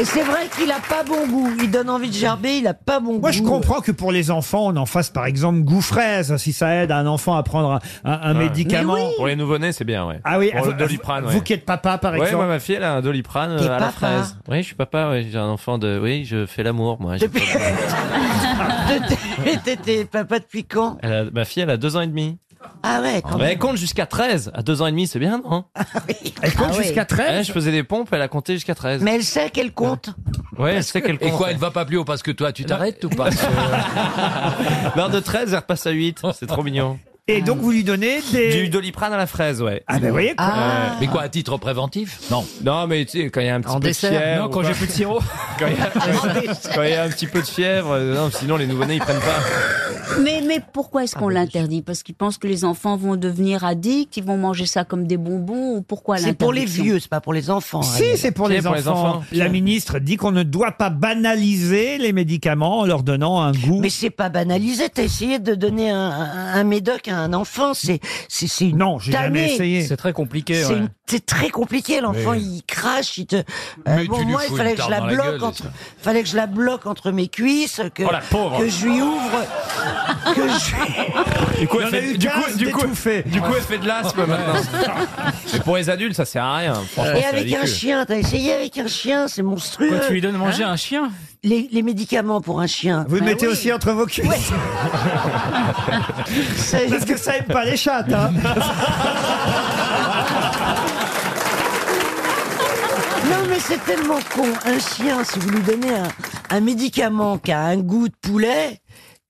S17: Et c'est vrai qu'il a pas bon goût. Il donne envie de gerber, il a pas bon goût.
S1: Moi, je comprends que pour les enfants, on en fasse par exemple goût fraise, hein, si ça aide un enfant à prendre un, un- un
S9: Ouais.
S1: médicament.
S9: Pour les nouveau-nés, c'est bien, ouais.
S1: Ah oui,
S9: Pour
S1: ah,
S9: le
S1: vous-
S9: doliprane,
S1: vous qui êtes papa, par
S9: Ouais,
S1: exemple.
S9: moi, ma fille, elle a un doliprane euh, à la
S1: papa.
S9: fraise. Oui, je suis papa, ouais, j'ai un enfant de. Oui, je fais l'amour, moi. j'ai pas de-
S17: (laughs) Mais t'es- t'es papa depuis quand
S9: Elle a- Ma fille, elle a deux ans et demi.
S17: Ah ouais, quand
S9: Mais
S17: même.
S9: elle compte jusqu'à 13. À deux ans et demi, c'est bien, non
S17: (laughs)
S1: Elle
S17: compte Ah ouais. jusqu'à 13?
S9: Ouais, Je faisais des pompes, elle a compté jusqu'à 13.
S17: Mais elle sait qu'elle compte.
S9: Ouais, elle sait qu'elle compte. Et quoi, elle
S18: va pas plus haut parce que toi, tu t'arrêtes ou
S9: (laughs)
S18: pas
S9: Non, de 13, elle repasse à 8. C'est trop mignon.
S1: Et donc, vous lui donnez des.
S9: Du doliprane à la fraise,
S2: (laughs)
S9: ouais.
S1: Ah, ben, vous voyez quoi.
S18: Euh,
S1: Ah.
S9: Mais quoi, à titre préventif Non. Non, mais tu sais, quand il y a un petit
S18: En
S9: peu
S18: dessert.
S9: de fièvre.
S18: Non, quand
S9: ou
S18: j'ai
S9: pas.
S18: plus de sirop.
S9: quand il y a- (laughs) quand il y a un petit peu de fièvre, euh, non, sinon les nouveau-nés, ils prennent pas.
S13: Mais, mais pourquoi
S14: Ah
S13: est-ce qu'on
S14: bah,
S13: l'interdit Parce qu'ils pensent que les enfants vont devenir addicts, ils vont manger ça comme des bonbons, ou pourquoi
S17: C'est pour les
S13: l'interdiction
S17: vieux, c'est pas pour les
S1: (laughs)
S17: enfants.
S1: Si,
S17: Ariel.
S1: c'est pour, les, enfants. La ministre dit qu'on ne doit pas banaliser les médicaments en leur donnant un goût.
S17: Mais c'est pas banalisé, t'as essayé de donner un, un- un médoc à un enfant, c'est c'est c'est une
S1: Non, j'ai jamais
S17: tannée.
S1: essayé.
S17: C'est
S18: très compliqué.
S17: C'est une- c'est très compliqué, l'enfant
S18: Mais-
S17: il crache, il te. Euh,
S18: Mais
S17: bon,
S18: tu lui
S17: moi
S18: fous
S17: il
S18: une
S17: fallait que
S18: tarte
S17: je la
S18: dans la
S17: bloque
S18: gueule,
S17: entre,
S18: ça.
S17: fallait que je la bloque entre mes cuisses, que
S18: Oh, la pauvre.
S17: que je lui ouvre, (laughs) que je.
S9: Du coup,
S17: Il y
S9: elle
S17: en a
S9: fait,
S17: eu
S9: du, coup,
S17: 15
S9: du, coup, du coup, elle fait de l'as, quoi,
S17: Ouais.
S9: (laughs) maintenant. Mais pour les adultes, ça sert à rien. Franchement,
S17: Et avec
S9: c'est
S17: un
S9: ridicule.
S17: chien, t'as essayé avec un chien, c'est monstrueux.
S9: Quoi, tu lui donnes manger
S17: à
S9: un chien
S17: les, les médicaments pour un chien. Ben
S1: Vous le mettez aussi entre vos cuisses.
S18: (laughs)
S1: hein. Parce que ça aime pas les chattes. hein.
S6: c'est tellement con. Un chien, si vous lui donnez un, un médicament qui a un goût de poulet,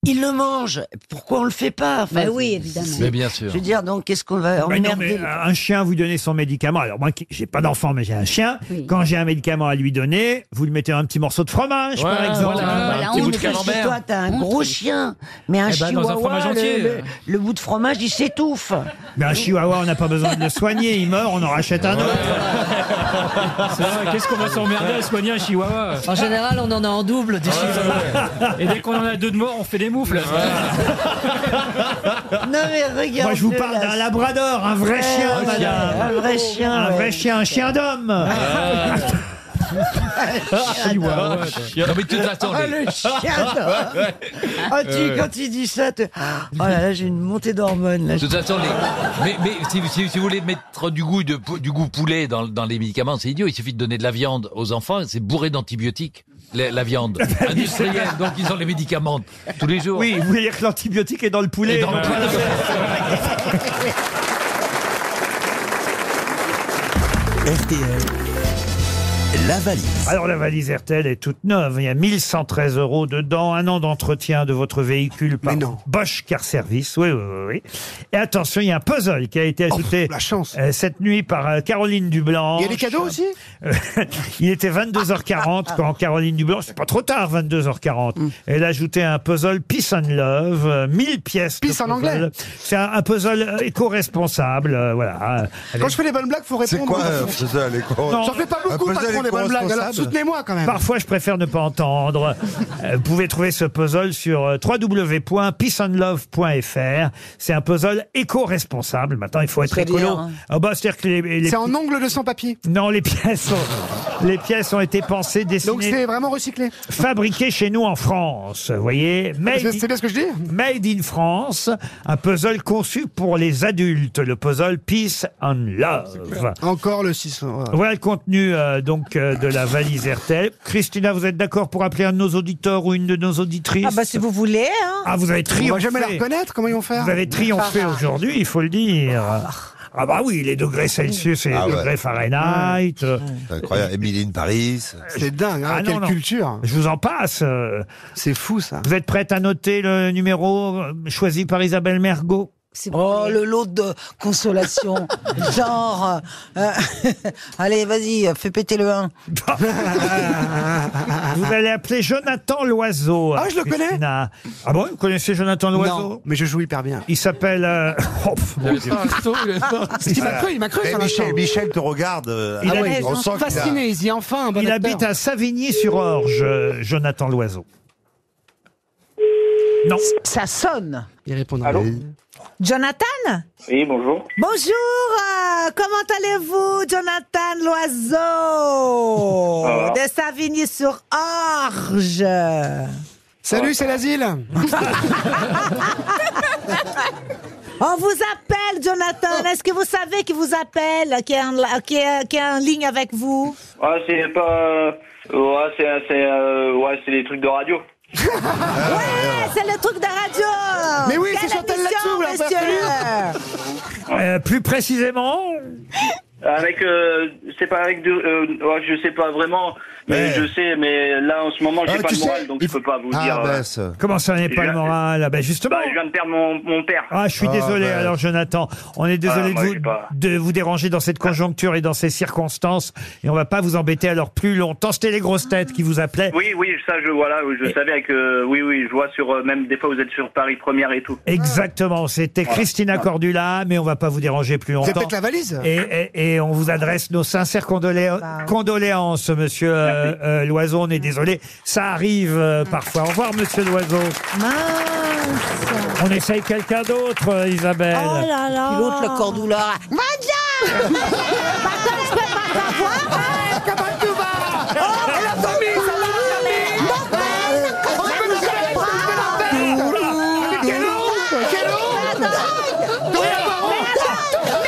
S6: il le mange. Pourquoi on le fait pas
S27: Bah oui, évidemment.
S6: c'est-
S27: Mais bien sûr.
S6: Je veux dire, donc, qu'est-ce qu'on va
S1: Bah non,
S6: emmerder
S1: mais un chien, vous donnez son médicament. Alors moi, qui- j'ai pas d'enfant, mais j'ai un chien. Quand j'ai un médicament à lui donner, vous lui mettez un petit morceau de fromage,
S6: Ouais,
S1: par exemple.
S6: voilà, Ah, Voilà, un petit on bout de le fait chez camembert. toi, t'as un gros chien, mais un Eh ben, dans un chihuahua, fromage le- entier. le-
S1: bout de fromage, il s'étouffe. Mais Ben, un chihuahua, on n'a pas besoin de le soigner. Il meurt, on en rachète un autre.
S16: C'est vrai, Qu'est-ce qu'on va s'emmerder à soigner un chihuahua
S17: En général, on en a en double des chiffres.
S16: Et dès qu'on en a deux de morts, on fait des
S6: Non,
S16: moufles.
S6: mais regarde.
S1: Moi, je vous parle d'un labrador, un vrai
S6: Ouais,
S1: chien,
S6: un
S1: madame.
S6: chien, un vrai chien,
S1: Un vrai
S6: ouais.
S1: chien, un chien d'homme.
S16: Ah
S11: Chihuahua, toi. Non, mais tu t'attendais.
S1: (laughs)
S6: Ah, le chien d'homme. (laughs)
S11: Ouais.
S6: Ah, tu-
S11: Ouais.
S6: quand il dit ça, tu- oh là là, j'ai une montée d'hormones. là.
S11: De toute façon, les- mais, mais si, vous- si- si vous voulez mettre du goût, de, pou- du goût poulet dans, dans les médicaments, c'est idiot. Il suffit de donner de la viande aux enfants, c'est bourré d'antibiotiques, la, la viande industrielle. Donc ils ont les médicaments tous les jours.
S1: Oui, vous voulez dire que l'antibiotique est dans le poulet. euh.
S11: Et dans le
S1: donc.
S11: poulet.
S1: La valise. Alors la valise RTL est toute neuve. Il y a 1113 euros dedans, un an d'entretien de votre véhicule par Bosch Car Service. Oui, oui, oui, oui. Et attention, il y a un puzzle qui a été ajouté euh, cette nuit par euh, Caroline Dublanc.
S24: Oh, Il y a des cadeaux aussi
S1: Euh, (laughs) Il était 22h40 quand Caroline Dublanc, c'est pas trop tard, 22h40.
S24: Mm.
S1: Elle a ajouté un puzzle Peace and Love, euh, 1000 pièces. de
S24: Peace en
S1: puzzle.
S24: anglais.
S1: C'est un, un puzzle euh, éco-responsable, euh, voilà.
S24: Quand je fais les bonnes blagues, faut répondre.
S2: euh,
S1: puzzle éco
S24: J'en fais pas beaucoup, patron, les bonnes blagues. Alors soutenez-moi quand même.
S1: Parfois, je préfère ne pas entendre. Euh, Vous pouvez trouver ce puzzle sur euh, www.peaceandlove.fr. C'est un puzzle éco-responsable. Maintenant, il faut être
S24: C'est-à-dire,
S1: écolo.
S24: hein
S1: Ah bah, c'est-à-dire que les, les-
S24: C'est en ongle de sans-papier.
S1: Non, les pièces ont, les pièces ont été pensées, dessinées.
S24: Donc c'est vraiment recyclé.
S1: fabriqué chez nous en France, vous voyez.
S24: C'est- c'est bien
S1: ce que je dis Made in France, un puzzle conçu pour les adultes, le puzzle Peace and Love.
S24: Encore le 600. ouais.
S1: Voilà le contenu euh, donc euh, de la valise RTL. Christina, vous êtes d'accord pour appeler un de nos auditeurs ou une de nos auditrices
S6: Ah bah si vous voulez. Hein.
S1: Ah, vous avez
S24: On va
S1: triomphé.
S24: jamais la reconnaître, hein. comment ils vont faire Ah,
S1: Vous avez triomphé aujourd'hui, il faut le dire. Ah bah oui, les degrés Celsius et les
S28: Ah ouais.
S1: degrés Fahrenheit. euh,
S28: C'est incroyable. Emily in Paris.
S24: C'est dingue, hein,
S1: Ah non,
S24: quelle
S1: non.
S24: culture.
S1: Je vous en passe. euh.
S24: C'est fou ça.
S1: Vous êtes prête à noter le numéro euh, choisi par Isabelle Mergot
S24: (laughs)
S6: Oh, le lot de consolation. Genre, euh, euh, allez, vas-y, fais péter le 1.
S1: Vous allez appeler Jonathan Loiseau.
S24: Ah, je le connais.
S1: Christina. Ah bon, vous connaissez Jonathan Loiseau
S24: Non, mais je joue hyper bien.
S1: Il s'appelle. euh, (laughs) oh, pff, mon Dieu. (laughs)
S24: Il m'a cru, il m'a cru
S28: Mais
S24: sur
S28: Michel,
S24: l'instant.
S28: Michel te regarde. euh,
S1: Il
S28: ah
S1: a
S28: oui,
S1: raison.
S28: on sent qu'il a-
S24: Fasciné, il y a enfin un bon
S1: Il
S24: acteur.
S1: habite à Savigny-sur-Orge, euh, Jonathan Loiseau. Non.
S6: Ça sonne.
S24: Il répond
S6: Jonathan
S2: Oui, bonjour.
S6: Bonjour, euh, comment allez-vous, Jonathan Loiseau
S2: Ça va.
S6: de Savigny-sur-Orge.
S24: Salut, c'est l'asile.
S6: On vous appelle,
S24: Oh.
S6: Jonathan. Est-ce que vous savez qui vous appelle, qui est en, qui est- qui est en ligne avec vous
S2: Ouais, Ah, c'est pas. euh, Ouais, c'est c'est, euh, ouais, c'est les trucs de radio.
S6: Ouais, c'est le truc de radio.
S24: Ah. Mais oui,
S6: Quelle
S24: c'est Chantal
S6: émission,
S24: Latsou, là, on va
S6: monsieur
S1: Euh, plus précisément,
S2: Avec, euh, c'est pas avec de, euh, ouais, je sais pas vraiment, mais je sais, mais là en ce moment j'ai
S28: Ah,
S2: pas
S28: tu
S2: le moral,
S28: sais,
S2: donc
S28: il-
S2: je peux pas vous
S28: Ah,
S2: dire. euh,
S28: mince.
S1: comment ça n'est pas le moral Ah Ben justement.
S2: bah, je viens de perdre mon, mon père.
S1: Ah, je suis désolé,
S29: ben.
S1: alors Jonathan. On est
S2: ben. Ah,
S1: désolé
S2: moi,
S1: de,
S2: j'ai
S1: vous,
S2: pas.
S1: de vous déranger dans cette conjoncture et dans ces circonstances. Et on va pas vous embêter alors plus longtemps. C'était les grosses têtes qui vous appelaient.
S2: Oui, oui, ça, je voilà, oui, je savais que, euh, oui, oui, je vois sur, euh, même des fois vous êtes sur Paris Première et tout.
S1: Exactement, c'était
S2: Voilà.
S1: Christina Cordula, mais on va pas vous déranger plus
S24: Vous
S1: longtemps.
S24: avez peut-être la valise Bah.
S1: Et, et- et on vous adresse nos sincères condolé- condoléances, monsieur euh, euh, Loiseau. On est désolé, ça arrive euh, parfois. Au revoir, monsieur Loiseau. On essaye quelqu'un d'autre, euh, Isabelle.
S6: Oh là là.
S24: Puis l'autre, le
S6: cordouleur. Vadia
S24: (laughs)
S6: Par contre, je peux pas t'avoir. Comment tu vas Oh, mais la famille, ça va, la famille Non, mais je vous aime pas. Mais quelle honte Quelle honte Mais la honte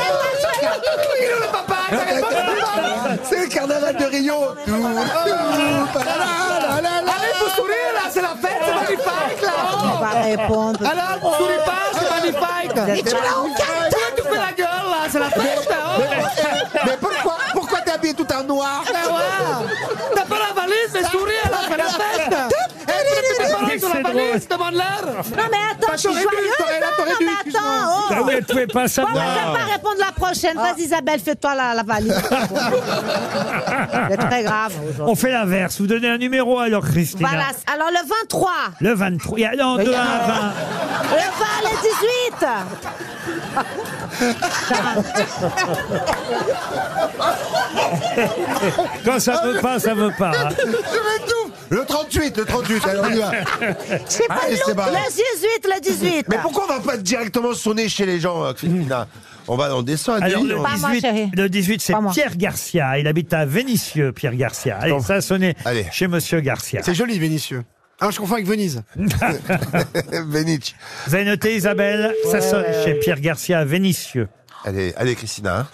S24: Il est où le papa Il est où le papa C'est le carnaval de Rio. Tout, tout, Ah, palala, la, la, la. Arrête de sourire là, c'est la fête, c'est magnifique là. Ah,
S6: On va répondre.
S24: Alors, souris pas, c'est magnifique.
S6: Et tu l'as en
S24: Toi, tu fais la gueule là, c'est la fête. Mais pourquoi, pourquoi t'as
S6: habillé tout en noir. T'as pas la valise, mais souris, elle a fait la fête.
S24: eh,
S6: Et tu prépares sur la valise, demande l'air.
S30: Non, mais attends, je suis
S6: t'aurais dû,
S30: joyeuse,
S6: t'aurais- là,
S30: hein,
S6: t'aurais
S30: non,
S6: dû,
S30: mais
S6: excuse-moi.
S30: attends, oh.
S1: Bah oui, elle pouvait pas
S30: Bon,
S1: savoir.
S30: moi, je vais pas répondre la prochaine.
S5: Ah.
S30: Vas-y, Isabelle, fais-toi la, la
S5: (laughs)
S30: valise. C'est très grave. aujourd'hui.
S1: On fait l'inverse. Vous donnez un numéro alors, Christina.
S30: Voilà. Ah, Alors, le 23.
S1: Le 23. Il y a- Non, de
S30: Le
S1: 1 à 20. (laughs) Quand ça veut pas, ça veut pas. hein.
S29: Je m'étouffe. Le 38, le 38, allez, on y va.
S30: (laughs) C'est
S24: Ah,
S30: pas
S29: Allez,
S30: le-
S29: c'est parti.
S30: le 18, le 18.
S29: Mais pourquoi on va pas directement sonner chez les gens, euh, Christina On va dans des sons.
S1: Alors,
S29: dis
S1: le
S29: donc.
S1: 18, le 18, c'est Pierre Garcia. Il habite à Vénissieux, Pierre Garcia. Allez, ça a sonné chez Monsieur Garcia.
S24: C'est joli, Vénitieux. Ah, je confonds
S1: (laughs)
S24: avec Venise.
S29: Vénitch.
S1: Vous avez noté, Isabelle Ça
S29: Ouais,
S1: sonne
S29: ouais,
S1: chez
S29: ouais.
S1: Pierre Garcia à Vénissieux.
S29: Allez, allez, Christina. hein.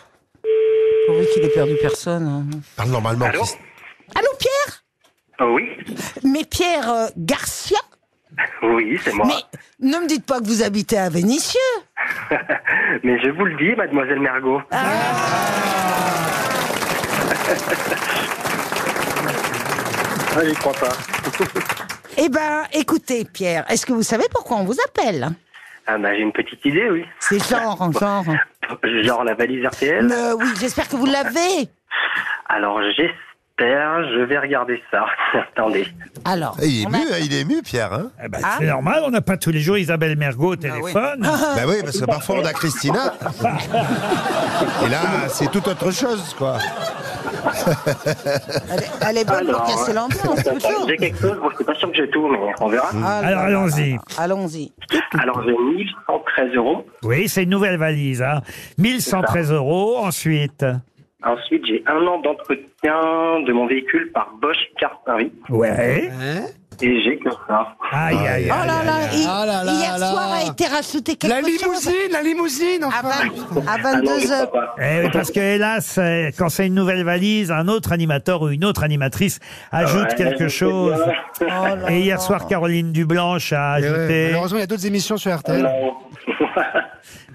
S31: Pourvu qu'il ait perdu personne.
S5: hein.
S29: Parle normalement,
S31: Allô
S29: Christina.
S5: Allô, Pierre
S2: Oh Oui,
S5: Mais Pierre euh, Garcia
S2: oui, c'est moi.
S5: Mais ne me dites pas que vous habitez à Vénissieux.
S2: Mais je vous le dis, mademoiselle Mergot. Ah, j'y crois pas.
S5: Eh ben, écoutez, Pierre, est-ce que vous savez pourquoi on vous appelle
S2: Ah bah j'ai une petite idée, oui.
S5: C'est genre, genre.
S2: Genre la valise RTL.
S5: Euh, oui, j'espère que vous l'avez.
S2: Alors j'espère, je vais regarder ça. (laughs) Attendez.
S5: Alors.
S29: Eh, Il est ému, hein, il est ému, Pierre. Hein
S1: Ah. C'est normal, on n'a pas tous les jours Isabelle Mergot au téléphone.
S29: Bah oui, parce que parfois on
S30: (laughs)
S29: a Christina. Et là, c'est tout autre chose, quoi. (laughs)
S5: Elle est bonne pour casser l'ambiance, toujours.
S2: euh, J'ai quelque chose, bon, je suis pas sûr que j'ai tout, mais on verra.
S1: Alors, allons-y.
S5: Ah, Allons-y.
S2: Alors j'ai 1113 euros.
S1: Oui, c'est une nouvelle valise. Hein. 1113 euros. Ensuite.
S24: Ah
S2: Ensuite, j'ai un an d'entretien de mon véhicule par Bosch Car Paris.
S1: Ouais.
S2: Et j'ai que ça.
S1: Aïe, aïe,
S5: Oh là là, il-
S24: Ah là là
S5: hier
S24: là.
S5: soir a été racheté quelque
S24: La
S5: chose.
S24: limousine, la limousine, enfin.
S2: Ah
S5: À
S2: heures.
S5: 22h.
S1: Eh oui, parce que hélas, euh, quand c'est une nouvelle valise, un autre animateur ou une autre animatrice ajoute
S24: Ah Ouais,
S1: quelque
S24: c'est
S1: chose.
S24: bien. Oh là
S1: Et hier soir, Caroline Dublanche a
S24: Mais Eh ouais,
S1: ajouté.
S24: Malheureusement, il y a d'autres émissions sur RTL.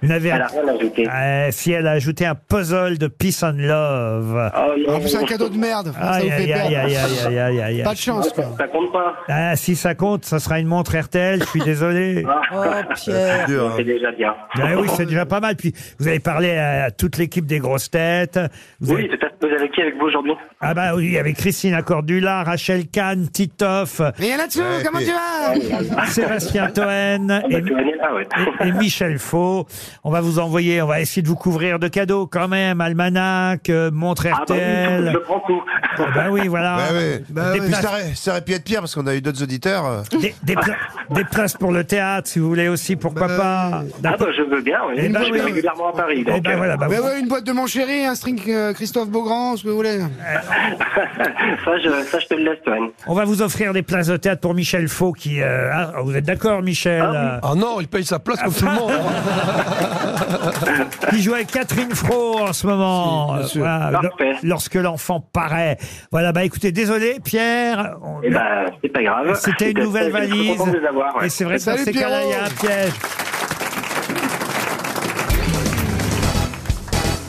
S1: Vous n'avez-
S24: Elle a rien ajouté.
S1: Euh, si elle a ajouté un puzzle de Peace and Love.
S2: Ah,
S24: En plus, c'est un cadeau de merde. Enfin, ça
S1: Aïe,
S24: vous fait
S1: aïe,
S24: perdre.
S1: aïe, aïe, aïe, aïe, aïe, aïe.
S24: Pas de chance, quoi.
S2: Ça compte pas.
S1: Ah, si ça compte, ça sera une montre RTL, je suis désolé.
S2: Ah.
S24: Ah.
S5: Oh,
S2: Oh, C'est
S1: dur, hein.
S2: déjà bien.
S1: Ben oui, c'est déjà pas mal. Puis vous avez parlé à toute l'équipe des grosses têtes. Vous avez-
S2: Oui, tout à fait. Vous avez qui avec vous aujourd'hui
S1: Ah bah oui, il y avait Christine Accordula, Rachel Kahn, Titoff. Ah,
S24: Rien là-dessous,
S2: Ouais,
S24: comment
S2: puis-
S24: tu vas
S2: (laughs)
S1: Sébastien Toen
S2: bah, Toen est là, ouais.
S1: et, et Michel Faux. On va vous envoyer, on va essayer de vous couvrir de cadeaux quand même. Almanach, euh, montre
S29: Ah, bah oui,
S1: RTL.
S29: je
S2: prends tout.
S1: Ah bah oui, voilà.
S29: Bah oui.
S1: Des
S29: Et puis,
S1: places-
S29: ça, aurait, ça aurait pu être pire parce qu'on a eu d'autres auditeurs.
S1: Des, des pla- des places pour le théâtre, si vous voulez aussi, pourquoi pas.
S2: Ah bah je veux bien, oui.
S1: Eh ben
S2: je vais
S1: oui.
S2: régulièrement à Paris.
S1: Eh
S2: Donc,
S1: ben
S2: euh,
S1: voilà, bah
S24: Ben
S1: vous-
S24: ouais, une boîte de mon chéri, un string euh, Christophe Beaugrand, ce que vous voulez.
S1: Euh,
S2: ça, je, ça, je te le laisse, Toen.
S1: On va vous offrir des places de théâtre pour Michel Faux qui. euh, ah, vous êtes d'accord, Michel euh,
S32: Ah non, il paye sa place comme tout le monde.
S1: (laughs) qui joue avec Catherine Fro en ce moment.
S32: bien sûr.
S1: Voilà,
S2: Parfait.
S1: lo- lorsque l'enfant paraît. Voilà, bah écoutez, désolé Pierre. on-
S2: Eh ben, c'est pas grave.
S1: C'était une
S2: Je
S1: nouvelle
S2: suis très
S1: valise.
S2: content de les avoir, ouais.
S1: Et c'est
S32: Eh,
S1: vrai, que dans
S2: Salut,
S1: ces cas-là, il y a un piège.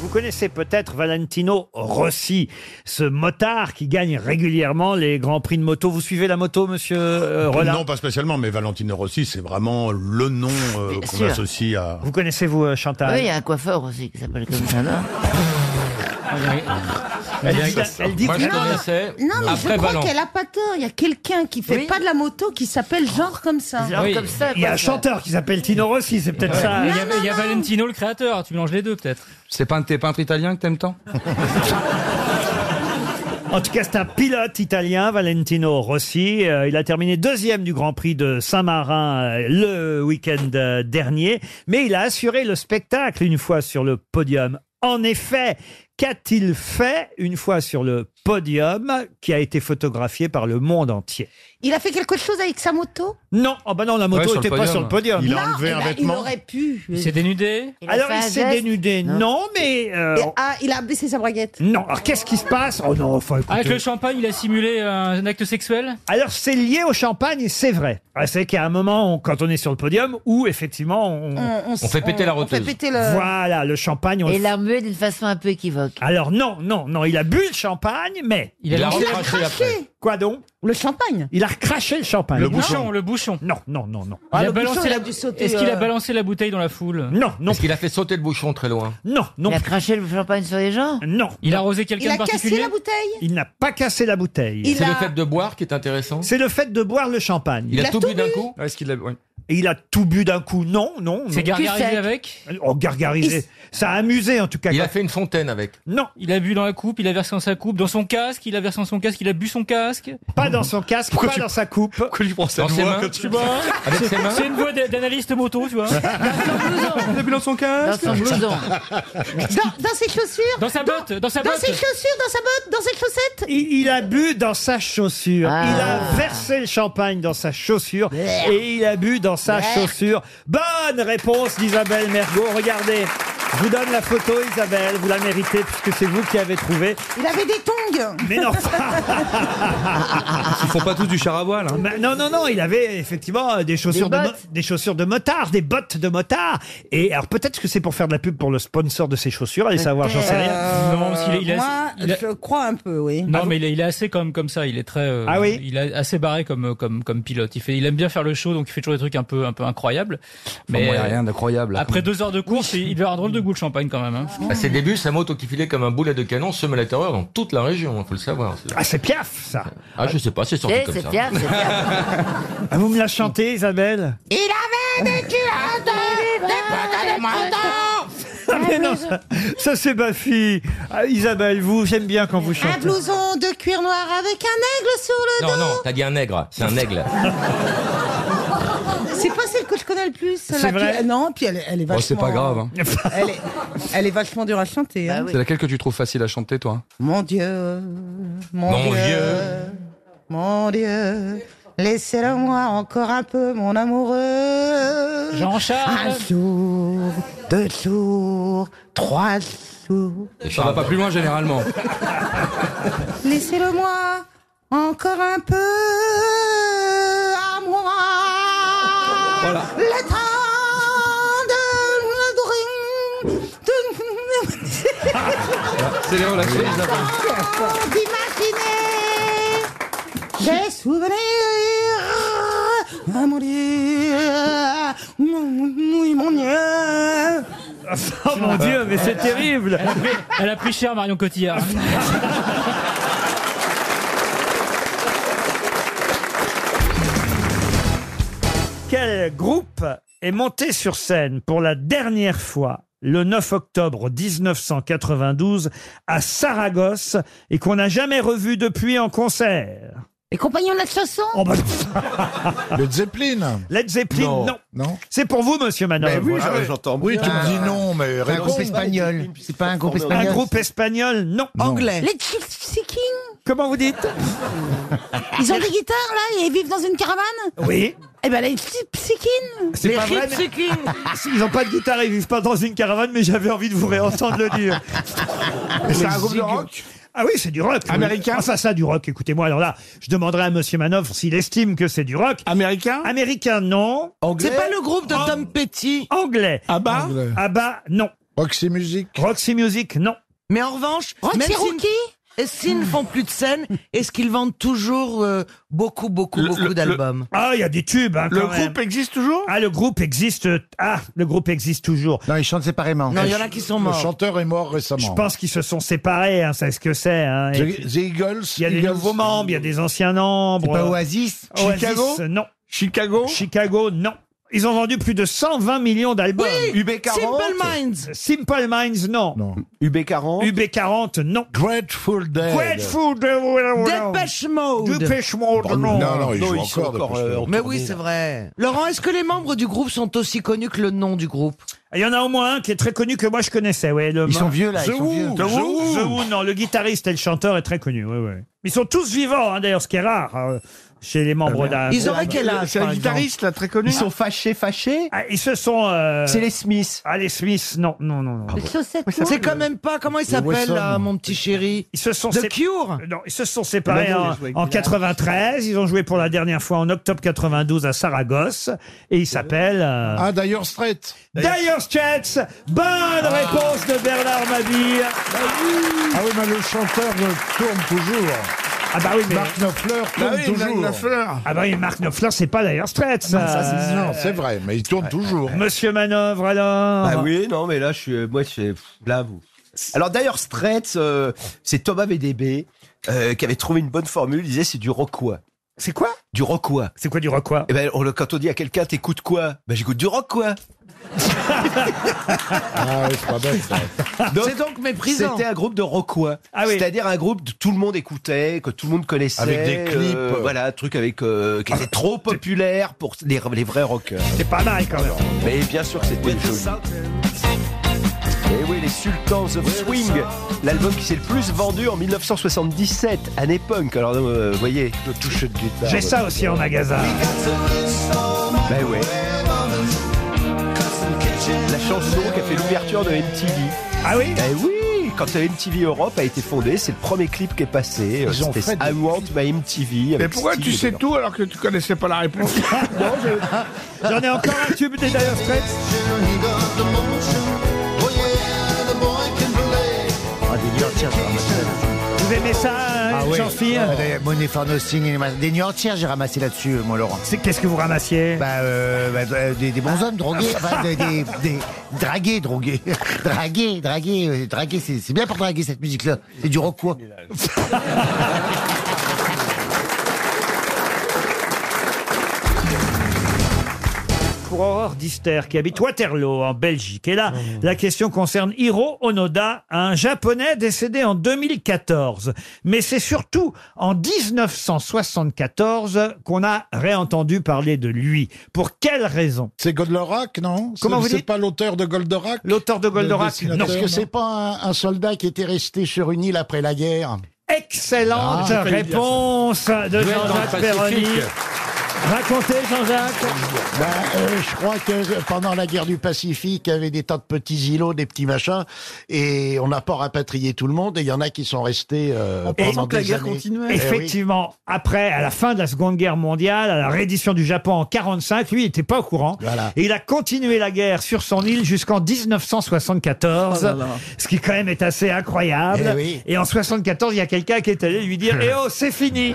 S1: Vous connaissez peut-être Valentino Rossi, ce motard qui gagne régulièrement les grands prix de moto. Vous suivez la moto, monsieur euh, Rollin
S20: Non, pas spécialement, mais Valentino Rossi, c'est vraiment le nom euh, Bien qu'on sûr. associe à.
S1: Vous connaissez, vous, euh, Chantal
S20: Oui,
S5: Il y a un coiffeur aussi qui s'appelle comme ça,
S1: Elle dit- elle dit
S7: Moi, je
S1: que-
S7: connaissais
S5: Non, mais
S7: après
S5: je crois
S7: Valence.
S5: qu'elle a pas tort. Il y a quelqu'un qui fait pas de la moto qui s'appelle genre comme ça.
S7: Genre Oui. comme ça,
S1: Il y a un chanteur qui s'appelle Tino Rossi, c'est peut-être ça. hein.
S32: Il y a, il y a Valentino, le créateur. Tu mélanges les deux, peut-être. C'est pas un de tes peintres italiens que t'aimes tant
S1: En tout cas, c'est un pilote italien, Valentino Rossi. Euh, il a terminé deuxième du Grand Prix de Saint-Marin euh, le week-end euh, dernier, mais il a assuré le spectacle une fois sur le podium. En effet, qu'a-t-il fait une fois sur le podium qui a été photographié par le monde entier
S5: Il a fait quelque chose avec sa moto
S1: Non, oh bah non, la moto
S33: Ouais, sur
S1: n'était
S33: le
S1: pas
S33: podium.
S1: sur le podium.
S33: Il a
S5: Non, eh ben, Il aurait pu.
S1: Il s'est dénudé Alors, il s'est dénudé, non, mais... euh,
S5: Et- ah, il a baissé sa braguette.
S1: Non, alors qu'est-ce qui se passe Oh non, enfin écoutez.
S2: Avec le champagne, il a simulé un acte sexuel
S1: Alors c'est lié au champagne, et c'est vrai. Ah, C'est qu'il y a un moment, on- quand on est sur le podium, où effectivement on,
S14: On- on s- On fait péter la on- on fait roteuse. péter le-
S1: Voilà, le champagne. on
S14: Et
S1: le-
S14: l'a remué d'une façon un peu équivoque.
S1: Alors non, non, non, il a bu le champagne, mais
S14: Il a Il l'a lancé- recraché après.
S1: Quoi donc
S5: Le champagne.
S1: Il a recraché le champagne.
S2: (laughs) Le bouchon,
S1: le bouchon. Non, non, non, non.
S2: Il a balancé la- Est-ce qu'il a balancé la bouteille dans la foule
S1: Non, non.
S7: Est-ce qu'il a fait sauter le bouchon très loin
S1: Non, non.
S14: Il a craché le champagne sur les gens
S1: Non.
S2: Il a arrosé
S5: Il
S2: quelqu'un
S5: a
S2: de
S5: cassé
S2: particulier
S5: la bouteille
S1: Il n'a pas cassé la bouteille.
S5: Il C'est a- le fait
S7: de boire qui est intéressant
S1: C'est le fait de boire le champagne.
S7: Il a Il a tout bu tout d'un bu Ah,
S1: coup
S7: Est-ce qu'il a... oui.
S1: Et il a tout bu d'un coup Non, non. non.
S7: C'est gargarisé Cul sec. avec
S1: Oh, gargarisé. Ça a amusé en tout cas.
S7: Il a fait une fontaine avec.
S1: Non.
S2: Il a bu dans la coupe, il a versé dans sa coupe, dans son casque, il a versé dans son casque, il a bu son casque.
S1: Pas dans son casque, pas dans sa coupe.
S2: Pourquoi
S7: tu prends
S2: ça
S7: cette Dans ses voix mains quand tu-
S2: tu
S1: hein. (laughs)
S2: vois
S7: Avec ses
S2: C'est-
S7: mains
S2: C'est une voix d'a- d'analyste moto, tu vois. Il a bu dans son casque.
S14: Dans son blouson.
S5: Dans, dans ses chaussures
S2: Dans sa botte, dans sa botte.
S5: Dans ses chaussures, dans sa botte, dans ses chaussettes
S1: Il, il a bu dans sa chaussure.
S14: Ah.
S1: Il a versé le champagne dans sa chaussure et il a bu dans sa chaussure. Bonne réponse d'Isabelle Mergot. Regardez, je vous donne la photo, Isabelle. Vous la méritez puisque c'est vous qui avez trouvé.
S5: Il avait des tongs
S1: Mais non
S7: Ah, Ils font pas tous du char à voile. hein.
S1: Mais Bah, non, non, non, il avait effectivement euh, des chaussures,
S14: Des
S1: de, mo-
S14: bottes.
S1: des chaussures de motard, des bottes de motard. Et alors peut-être que c'est pour faire de la pub pour le sponsor de ces chaussures, allez savoir, j'en sais rien.
S2: Non, parce qu'il est- il est-
S5: Moi,
S2: il est-
S5: je crois un peu, oui.
S2: Non, mais il est, il est assez comme comme ça. Il est très. euh,
S1: Ah oui
S2: Il est assez barré comme euh, comme comme pilote. Il fait, il aime bien faire le show, donc il fait toujours des trucs un peu un peu incroyables.
S7: Enfin,
S2: Mais
S7: moi, il y a
S2: euh,
S7: rien d'incroyable.
S2: après deux heures de course, il il devait avoir un drôle de goût le champagne quand même. hein.
S1: Ah,
S7: À ses débuts, sa moto qui filait comme un boulet de canon semait la terreur dans toute la région, il faut le savoir.
S1: Ah, c'est Piaf, (laughs) ça
S7: Ah, je sais pas, c'est sorti
S14: Eh,
S7: comme
S14: c'est
S7: ça.
S14: Piaf, c'est
S1: (laughs) Ah, Vous me la chantez, Isabelle
S5: (laughs) Il avait des culottes, des bottes de
S1: Ah, mais non,
S5: mouton
S1: ça, ça, c'est ma fille. Ah, Isabelle, vous, j'aime bien quand vous
S5: Un
S1: chantez.
S5: blouson de cuir noir avec un aigle sur le
S7: Non,
S5: dos
S7: non, t'as dit un nègre, c'est un aigle.
S5: C'est pas celle que je connais le plus.
S7: C'est
S5: celle-là.
S7: vrai
S5: Puis- Non, puis elle, est- elle est vachement...
S7: Oh, c'est pas grave, hein.
S5: (laughs) Elle, est, elle est vachement dure à chanter.
S20: Bah Ah
S5: hein.
S7: C'est laquelle que tu trouves facile à chanter, toi
S5: Mon Dieu, mon,
S7: Mon
S5: Dieu,
S7: Dieu.
S5: mon Dieu, laissez-le moi encore un peu, mon amoureux.
S2: Jean-Charles.
S5: Un jour, deux jours, trois jours.
S7: Ça va pas plus loin généralement.
S5: Laissez-le moi encore un peu à moi.
S7: Voilà.
S5: Le temps de me
S7: C'est les relâchés, je l'appelle.
S5: d'imaginer (laughs) des souvenirs à mourir. Mon, mon, mon Dieu.
S1: Oh mon Dieu, mais c'est terrible
S2: Elle a, pris, elle a pris cher
S1: (laughs)
S2: Marion Cotillard.
S1: Quel groupe est monté sur scène pour la dernière fois le 9 octobre 1992 à Saragosse et qu'on n'a jamais revu depuis en concert
S5: Les compagnons de la chanson
S1: Oh bah,
S34: Le Zeppelin
S1: Led Zeppelin, non.
S34: Non. Non.
S1: C'est pour vous, monsieur Manon.
S34: Mais oui,
S35: Ah,
S34: j'en- j'entends
S35: Oui,
S34: bien.
S35: tu me dis
S34: non, mais
S35: Ah. C'est un
S34: réponds.
S35: groupe espagnol. C'est pas un groupe espagnol.
S1: Un groupe espagnol, non.
S34: Anglais.
S5: Les Chick
S1: Comment vous dites
S5: Ils ont des guitares là et ils vivent dans une caravane
S1: Oui.
S5: Eh ben les Chick
S1: C'est pas vrai, mais- (laughs) Ah, Ils n'ont pas de guitare, ils vivent pas dans une caravane, mais j'avais envie de vous réentendre le dire.
S6: (laughs) C'est un groupe de rock
S1: Ah oui, c'est du rock. oui.
S6: Américain
S1: Enfin, ça, du rock. Écoutez-moi, alors là, je demanderai à Monsieur Manoff s'il estime que c'est du rock.
S6: Américain
S1: Américain, non.
S6: Anglais
S1: C'est pas le groupe de Tom Petty. Anglais.
S6: Abba
S1: Abba, bah Ah non.
S34: Roxy Music
S1: Roxy Music, non.
S3: Mais en revanche,
S5: Roxy
S3: même s'ils-
S5: Rookie
S3: et s'ils ne font plus
S34: (laughs)
S3: de scène, est-ce qu'ils vendent toujours euh, beaucoup, beaucoup, beaucoup d'albums
S1: Ah, il y a des tubes. hein,
S3: Le
S1: quand même.
S3: groupe
S6: existe toujours
S1: Ah, le groupe existe. Ah, le groupe existe toujours.
S35: Non, ils chantent séparément.
S3: Non, il y en a qui sont
S34: Le
S3: morts.
S34: chanteur est mort
S1: Je
S34: récemment.
S1: pense qu'ils se sont séparés, hein, c'est ce que c'est. hein. Et
S34: The,
S1: puis,
S34: The Eagles
S1: Il y a des
S34: Eagles.
S1: nouveaux membres, il y a des anciens membres.
S35: C'est pas Oasis
S1: Oasis,
S6: Chicago
S1: Non.
S6: Chicago
S1: Chicago, non. Ils ont vendu plus de 120 millions d'albums.
S3: Oui, Simple Minds.
S1: Simple Minds, non.
S6: UB40
S1: UB40, non.
S34: Grateful Dead.
S1: Grateful Dead.
S3: Dépêche Mode.
S1: Dépêche Mode, Bah, non.
S34: ils jouent
S3: sont
S34: encore Dépêche Mode.
S3: euh, en Mais oui, c'est vrai. Laurent, est-ce que les membres du groupe sont aussi connus que le nom du groupe
S1: Il y en a au moins un qui est très connu que moi je connaissais. Ouais, le
S35: Ils sont vieux, là, ils
S1: The
S35: sont
S1: Who,
S35: vieux.
S1: The
S35: The
S1: Who,
S35: Who.
S1: The Who, non. Le guitariste et le chanteur est très connu. Ouais, ouais. Ils sont tous vivants, hein, d'ailleurs, ce qui est rare. hein. chez les membres d'un.
S2: Ah, Ils auraient quel âge, C'est un par exemple guitariste, là, très connu. Ils sont
S1: fâchés, fâchés.
S3: Ah,
S1: ils se sont.
S2: C'est
S1: les Smiths. Ah, les Smiths, non, non, non.
S3: bah.
S1: non.
S3: C'est quand même pas. Comment il
S1: Les
S3: s'appelle
S1: Wesson.
S3: là, mon petit chéri
S1: Ils se sont
S3: The
S1: sép-
S3: Cure.
S1: Non, ils se sont séparés
S3: Ah bah oui,
S1: en,
S3: je jouais avec
S1: en
S3: Dylan.
S1: 93. Ils ont joué pour la dernière fois en octobre 92 à Saragosse. Et ils s'appellent. Ah, d'ailleurs, Strait. D'ailleurs, Straits. Bonne
S2: Ah.
S1: réponse de Bernard Mabille. Ah oui, mais le chanteur tourne toujours. Ah bah oui, mais...
S7: Marc Knopfler
S1: Bah
S7: tourne
S1: oui,
S7: toujours.
S1: Marc Knopfler. Ah bah oui, Marc Knopfler, c'est pas d'ailleurs Straits.
S7: Ah, ça, c'est sûr.
S1: Euh,
S7: Non, c'est vrai, mais il tourne toujours.
S1: Monsieur Manœuvre, alors
S9: Bah oui, non, mais là, je suis. Moi, je suis. pff, Là, vous. Alors d'ailleurs, Stretz, euh, c'est Thomas VDB euh, qui avait trouvé une bonne formule. Il disait c'est du roquois.
S1: C'est quoi
S9: Du roquois.
S1: C'est quoi du roquois
S9: Eh ben, on le- quand on dit à quelqu'un, t'écoutes quoi Ben, j'écoute du roquois. ah c'est pas bête,
S3: C'est donc méprisant.
S9: C'était un groupe de roquois.
S1: Ah
S9: C'est-à-dire un groupe que tout le monde écoutait, que tout le monde connaissait.
S7: Avec des clips.
S9: voilà, un truc avec, euh, qui était trop populaire pour les, les vrais rockers.
S1: C'est pas mal quand même.
S9: Mais bien sûr que c'était joli. Et Eh oui, les Sultans of Swing, l'album qui s'est le plus vendu en 1977, année punk. Alors, euh, vous voyez, le touche de guitare.
S1: J'ai ça aussi en magasin.
S9: Ben ouais. La chanson qui a fait l'ouverture de MTV.
S1: Ah oui
S9: Ben oui Quand MTV Europe a été fondée, c'est le premier clip qui est passé.
S2: Ils ont
S9: C'était
S2: fait des-
S9: I Want My MTV.
S2: Mais
S9: avec
S2: pourquoi
S9: Sting
S2: tu sais
S9: dedans.
S2: tout alors que tu connaissais pas la
S1: (laughs)
S2: réponse
S1: J'en ai encore un tube des Dire Straits.
S6: Ah, oh,
S1: Vous aimez ça,
S6: Ah,
S19: Ah
S1: hein, Jean-Phil
S19: Mon effort Des nuits entières, j'ai ramassé là-dessus, mon Laurent.
S1: C'est qu'est-ce que vous ramassiez
S19: Bah, euh, bah, euh, des, des bons hommes drogués, enfin, des, des, des- dragués, drogués, (laughs) dragués, dragués, euh, dragués. C'est c'est bien pour draguer cette musique-là. C'est du rock quoi.
S1: (laughs) pour Aurore Dister qui habite Waterloo en Belgique. Et là, la question concerne Hiro Onoda, un japonais décédé en 2014. Mais c'est surtout en 1974 qu'on a réentendu parler de lui. Pour quelle raison
S7: C'est Goldorak, non
S1: Comment
S7: C'est-
S1: vous
S7: C'est
S1: dites
S7: pas l'auteur de Goldorak
S1: L'auteur de Goldorak, non.
S25: Parce que c'est pas un, un soldat qui était resté sur une île après la guerre.
S1: Excellente
S25: Ah, j'ai failli dire ça.
S1: réponse de
S25: Duel dans
S1: Jean-Jacques
S25: le Pacifique.
S1: Perroni. Racontez, Jean-Jacques.
S25: Ben, euh, je crois que pendant la guerre du Pacifique, il y avait des tas de petits îlots, des petits machins, et on n'a pas rapatrié tout le monde, et il y en a qui sont restés euh, pendant des années. Eh oui.
S1: Effectivement, après, à la fin de la Seconde Guerre mondiale, à la reddition du Japon en 45, lui, il n'était pas au courant. Et il a continué la guerre sur son île jusqu'en 1974,
S19: Oh là là.
S1: ce qui quand même est assez incroyable.
S19: Eh oui.
S1: Et en 74, il y a quelqu'un qui est allé lui
S2: Hein.
S1: dire Eh oh,
S25: (laughs)
S1: c'est fini !»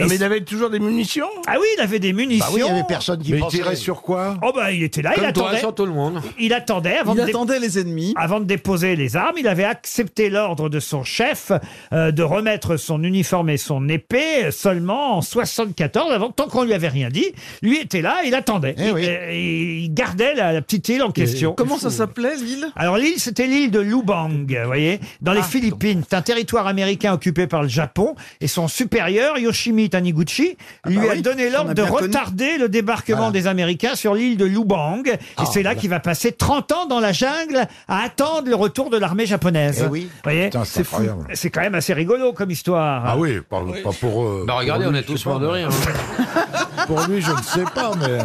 S2: Non, mais il avait toujours des munitions
S1: Ah oui, il avait des munitions.
S2: Bah oui, il y avait personne qui Mais il pensait. tirait
S1: sur quoi Oh bah, il était là,
S2: Comme
S1: il
S2: toi,
S1: attendait.
S2: sur tout le monde.
S1: Il attendait avant
S2: Il
S1: de attendait les ennemis. Avant de déposer les armes, il avait accepté l'ordre de son chef euh, de remettre son uniforme et son épée euh, seulement en 74 avant tant qu'on lui avait rien dit. Lui était là, il attendait.
S19: Eh
S1: il, euh, il gardait la, la petite île en question.
S18: Comment ça s'appelait l'île Ah,
S1: Alors l'île, c'était l'île de Lubang, vous voyez, dans les Philippines. C'est un territoire américain occupé par le Japon et son supérieur, Yoshimi Taniguchi, lui
S19: bah
S1: a
S19: oui,
S1: donné l'ordre
S19: on a
S1: de
S19: bien connu.
S1: retarder le débarquement des Américains sur l'île de Lubang. Et
S19: Ah,
S1: c'est là qu'il va passer 30 ans dans la jungle à attendre le retour de l'armée japonaise.
S7: Eh oui.
S1: Vous voyez
S7: Putain, c'est
S1: fou.
S7: incroyable.
S1: C'est quand même assez rigolo comme histoire.
S7: Ah oui, pas, pas pour. euh,
S1: Bah, regardez,
S7: pour
S1: on
S7: lui,
S1: est
S7: je
S1: tous
S7: sais pas,
S1: morts de
S7: mais-
S1: rire,
S7: pour lui, je ne sais pas, mais.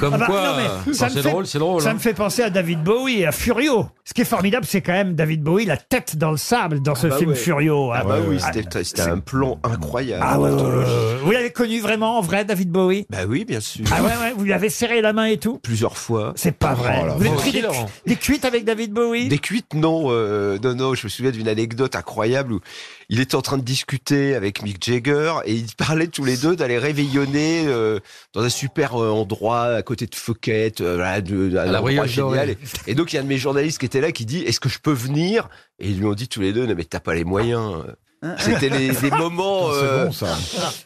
S11: Comme
S1: Ah bah,
S11: quoi,
S1: non, mais
S11: euh,
S1: ça
S11: quand
S1: me
S11: c'est
S1: fait-
S11: drôle, c'est drôle.
S1: Ça
S11: hein.
S1: me fait penser à David Bowie et à Furio. Ce qui est formidable, c'est quand même David Bowie, la tête dans le sable dans ce
S9: bah
S1: film
S9: ouais.
S1: Furio.
S9: Ah
S1: hein.
S9: bah oui,
S1: Ah,
S9: c'était c'était un plomb incroyable.
S1: Ah ouais, ouais, ouais, ouais. Vous l'avez connu vraiment en vrai, David Bowie
S9: Bah oui, bien sûr.
S1: Ah ouais, ouais, vous lui avez serré la main et tout
S9: Plusieurs fois.
S1: C'est pas vrai.
S9: Oh là
S1: vous avez
S9: là.
S1: pris des, des cuites avec David Bowie
S9: Des cuites, non, euh, non, non. Je me souviens d'une anecdote incroyable où il était en train de discuter avec Mick Jagger et ils parlaient tous les deux d'aller réveillonner euh, dans un super euh, endroit à côté de Fouquet, euh, voilà, de- un
S11: la
S9: endroit
S11: Brioche
S9: génial.
S11: Dorée.
S9: Et, et donc il y a un de mes journalistes qui était là qui dit Est-ce que je peux venir Et ils lui ont dit tous les deux Non, mais t'as pas les moyens.
S1: Ah.
S9: C'était les, des moments
S7: C'est
S9: euh,
S7: bon, ça.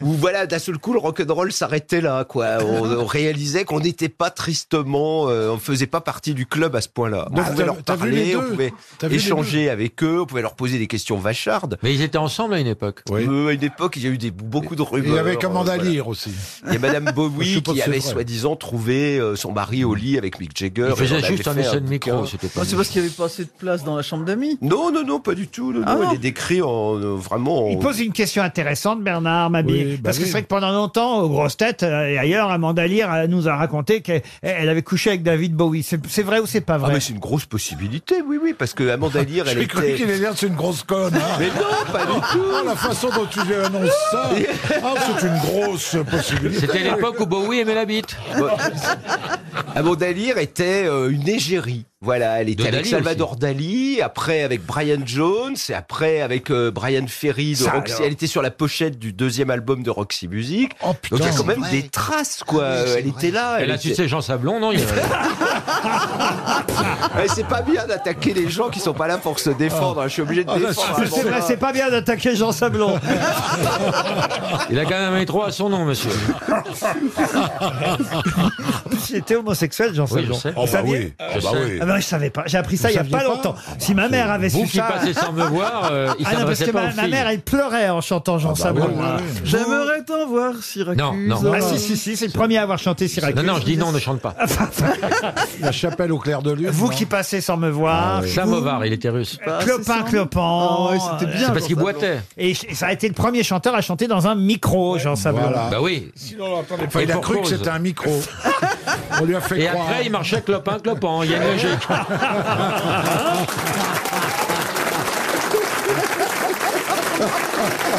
S9: où voilà d'un seul coup le rock'n'roll s'arrêtait là quoi. On,
S7: (laughs)
S9: on réalisait qu'on n'était pas tristement, euh, on faisait pas partie du club à ce point-là. On
S7: Donc,
S9: pouvait
S7: t'as-
S9: leur
S7: t'as vu les
S9: parler, on
S7: deux
S9: pouvait
S7: T'as vu les
S9: échanger avec eux, on pouvait leur poser des questions vachardes. Mais ils étaient ensemble à une époque. à une époque, il y a eu des, beaucoup de rumeurs.
S7: Il avait commandé
S9: euh,
S7: à
S9: voilà.
S7: lire aussi.
S9: Il y a
S7: (laughs)
S9: Madame
S7: Je sais
S9: Bowie
S7: pas
S9: qui
S7: si c'est
S9: avait
S7: vrai.
S9: soi-disant trouvé euh, son mari au lit avec Mick Jagger.
S7: Il faisait
S9: et on avait
S7: juste un
S9: fait
S7: essai de
S9: bouquin.
S2: hein.
S7: micro, c'était
S18: Ah, C'est parce qu'il n'y avait pas assez de place dans la chambre d'amis.
S9: Non, non, non, pas du tout. Non,
S18: Ah
S9: non,
S18: non.
S9: Il est décrit en euh, vraiment.
S1: Il pose une question intéressante, Bernard Mabille.
S9: Oui, bah
S1: parce que
S9: oui.
S1: c'est vrai que pendant longtemps, aux grosses têtes euh, et ailleurs, Amanda Lear euh, nous a raconté qu'elle elle avait couché avec David Bowie. C'est c'est vrai ou c'est pas
S9: Ah,
S1: vrai
S9: mais c'est une grosse possibilité, oui, oui, parce que
S14: (laughs)
S9: Amanda Lear,
S1: (laughs)
S9: elle
S1: J'ai cru
S9: était.
S1: qu'il
S14: allait dire, c'est une grosse conne. hein.
S9: Mais non, pas du tout.
S14: Ah, la façon dont tu lui annonces
S18: (laughs)
S14: ça, ah, c'est une grosse possibilité.
S9: C'était l'époque
S7: où Bowie aimait la bite.
S9: Amanda Lear était euh, une égérie. Voilà, elle était
S7: De
S9: avec
S7: Dali
S9: Salvador Dali, après avec Brian Jones, et après avec euh, Brian Ferry de
S14: Ça,
S9: Roxy.
S14: alors. Oh,
S9: Elle était sur la pochette du deuxième album de Roxy Music.
S14: putain,
S9: Donc il y a
S14: c'est
S9: quand même
S14: vrai.
S9: des traces, quoi.
S14: Ah oui, c'est
S9: elle était là.
S7: Elle a
S9: était-
S7: sucé Jean Sablon, non il y
S9: (laughs)
S7: a-
S9: Ouais, c'est pas bien d'attaquer les gens qui sont pas là pour se défendre. hein. Je suis obligé de
S1: Ah,
S9: défendre.
S1: c'est- c'est
S9: Amanda.
S1: vrai, c'est pas bien d'attaquer Jean Sablon.
S7: Il a quand même un métro à son nom, monsieur.
S1: (laughs) J'étais homosexuel, j'en
S7: Oui,
S1: sais.
S7: je sais.
S1: Vous
S7: Oh, bah
S1: saviez
S7: oui. Je sais.
S1: Ah bah, je savais pas. J'ai appris ça
S7: Vous
S1: il y a
S7: saviez
S1: pas
S7: pas Ah,
S1: longtemps. Si ma mère avait
S7: Vous
S1: su
S7: qui
S1: ça.
S7: passez sans me voir,
S1: (laughs)
S7: euh, il
S1: ah non, parce
S7: s'adressait
S1: que
S7: pas
S1: ma,
S7: aux
S1: ma
S7: filles.
S1: mère, elle pleurait en chantant Jean
S7: Ah bah
S1: Sablon.
S7: oui, oui, oui.
S2: J'aimerais t'en voir, Syracuse.
S7: Non, non.
S1: Ah si, si, si, c'est le premier à avoir chanté Syracuse.
S7: Non, non, je dis non, ne chante pas.
S14: La chapelle au clair de lune.
S1: Vous qui passez sans me voir.
S7: Samovar, Ah il était russe.
S1: Vous, Ah, Clopin, Clopin.
S7: Ah ouais, c'était bien, C'est parce Jean qu'il Sablon. boitait.
S1: Et ch- ça a été le premier chanteur à chanter dans un micro, Jean Sablon.
S7: Bah oui.
S14: Enfin, il a cru que c'était un micro. On lui a fait
S7: Et
S14: croire.
S7: après, il marchait clopin, clopin. Il y a (laughs) une logique.
S6: (laughs)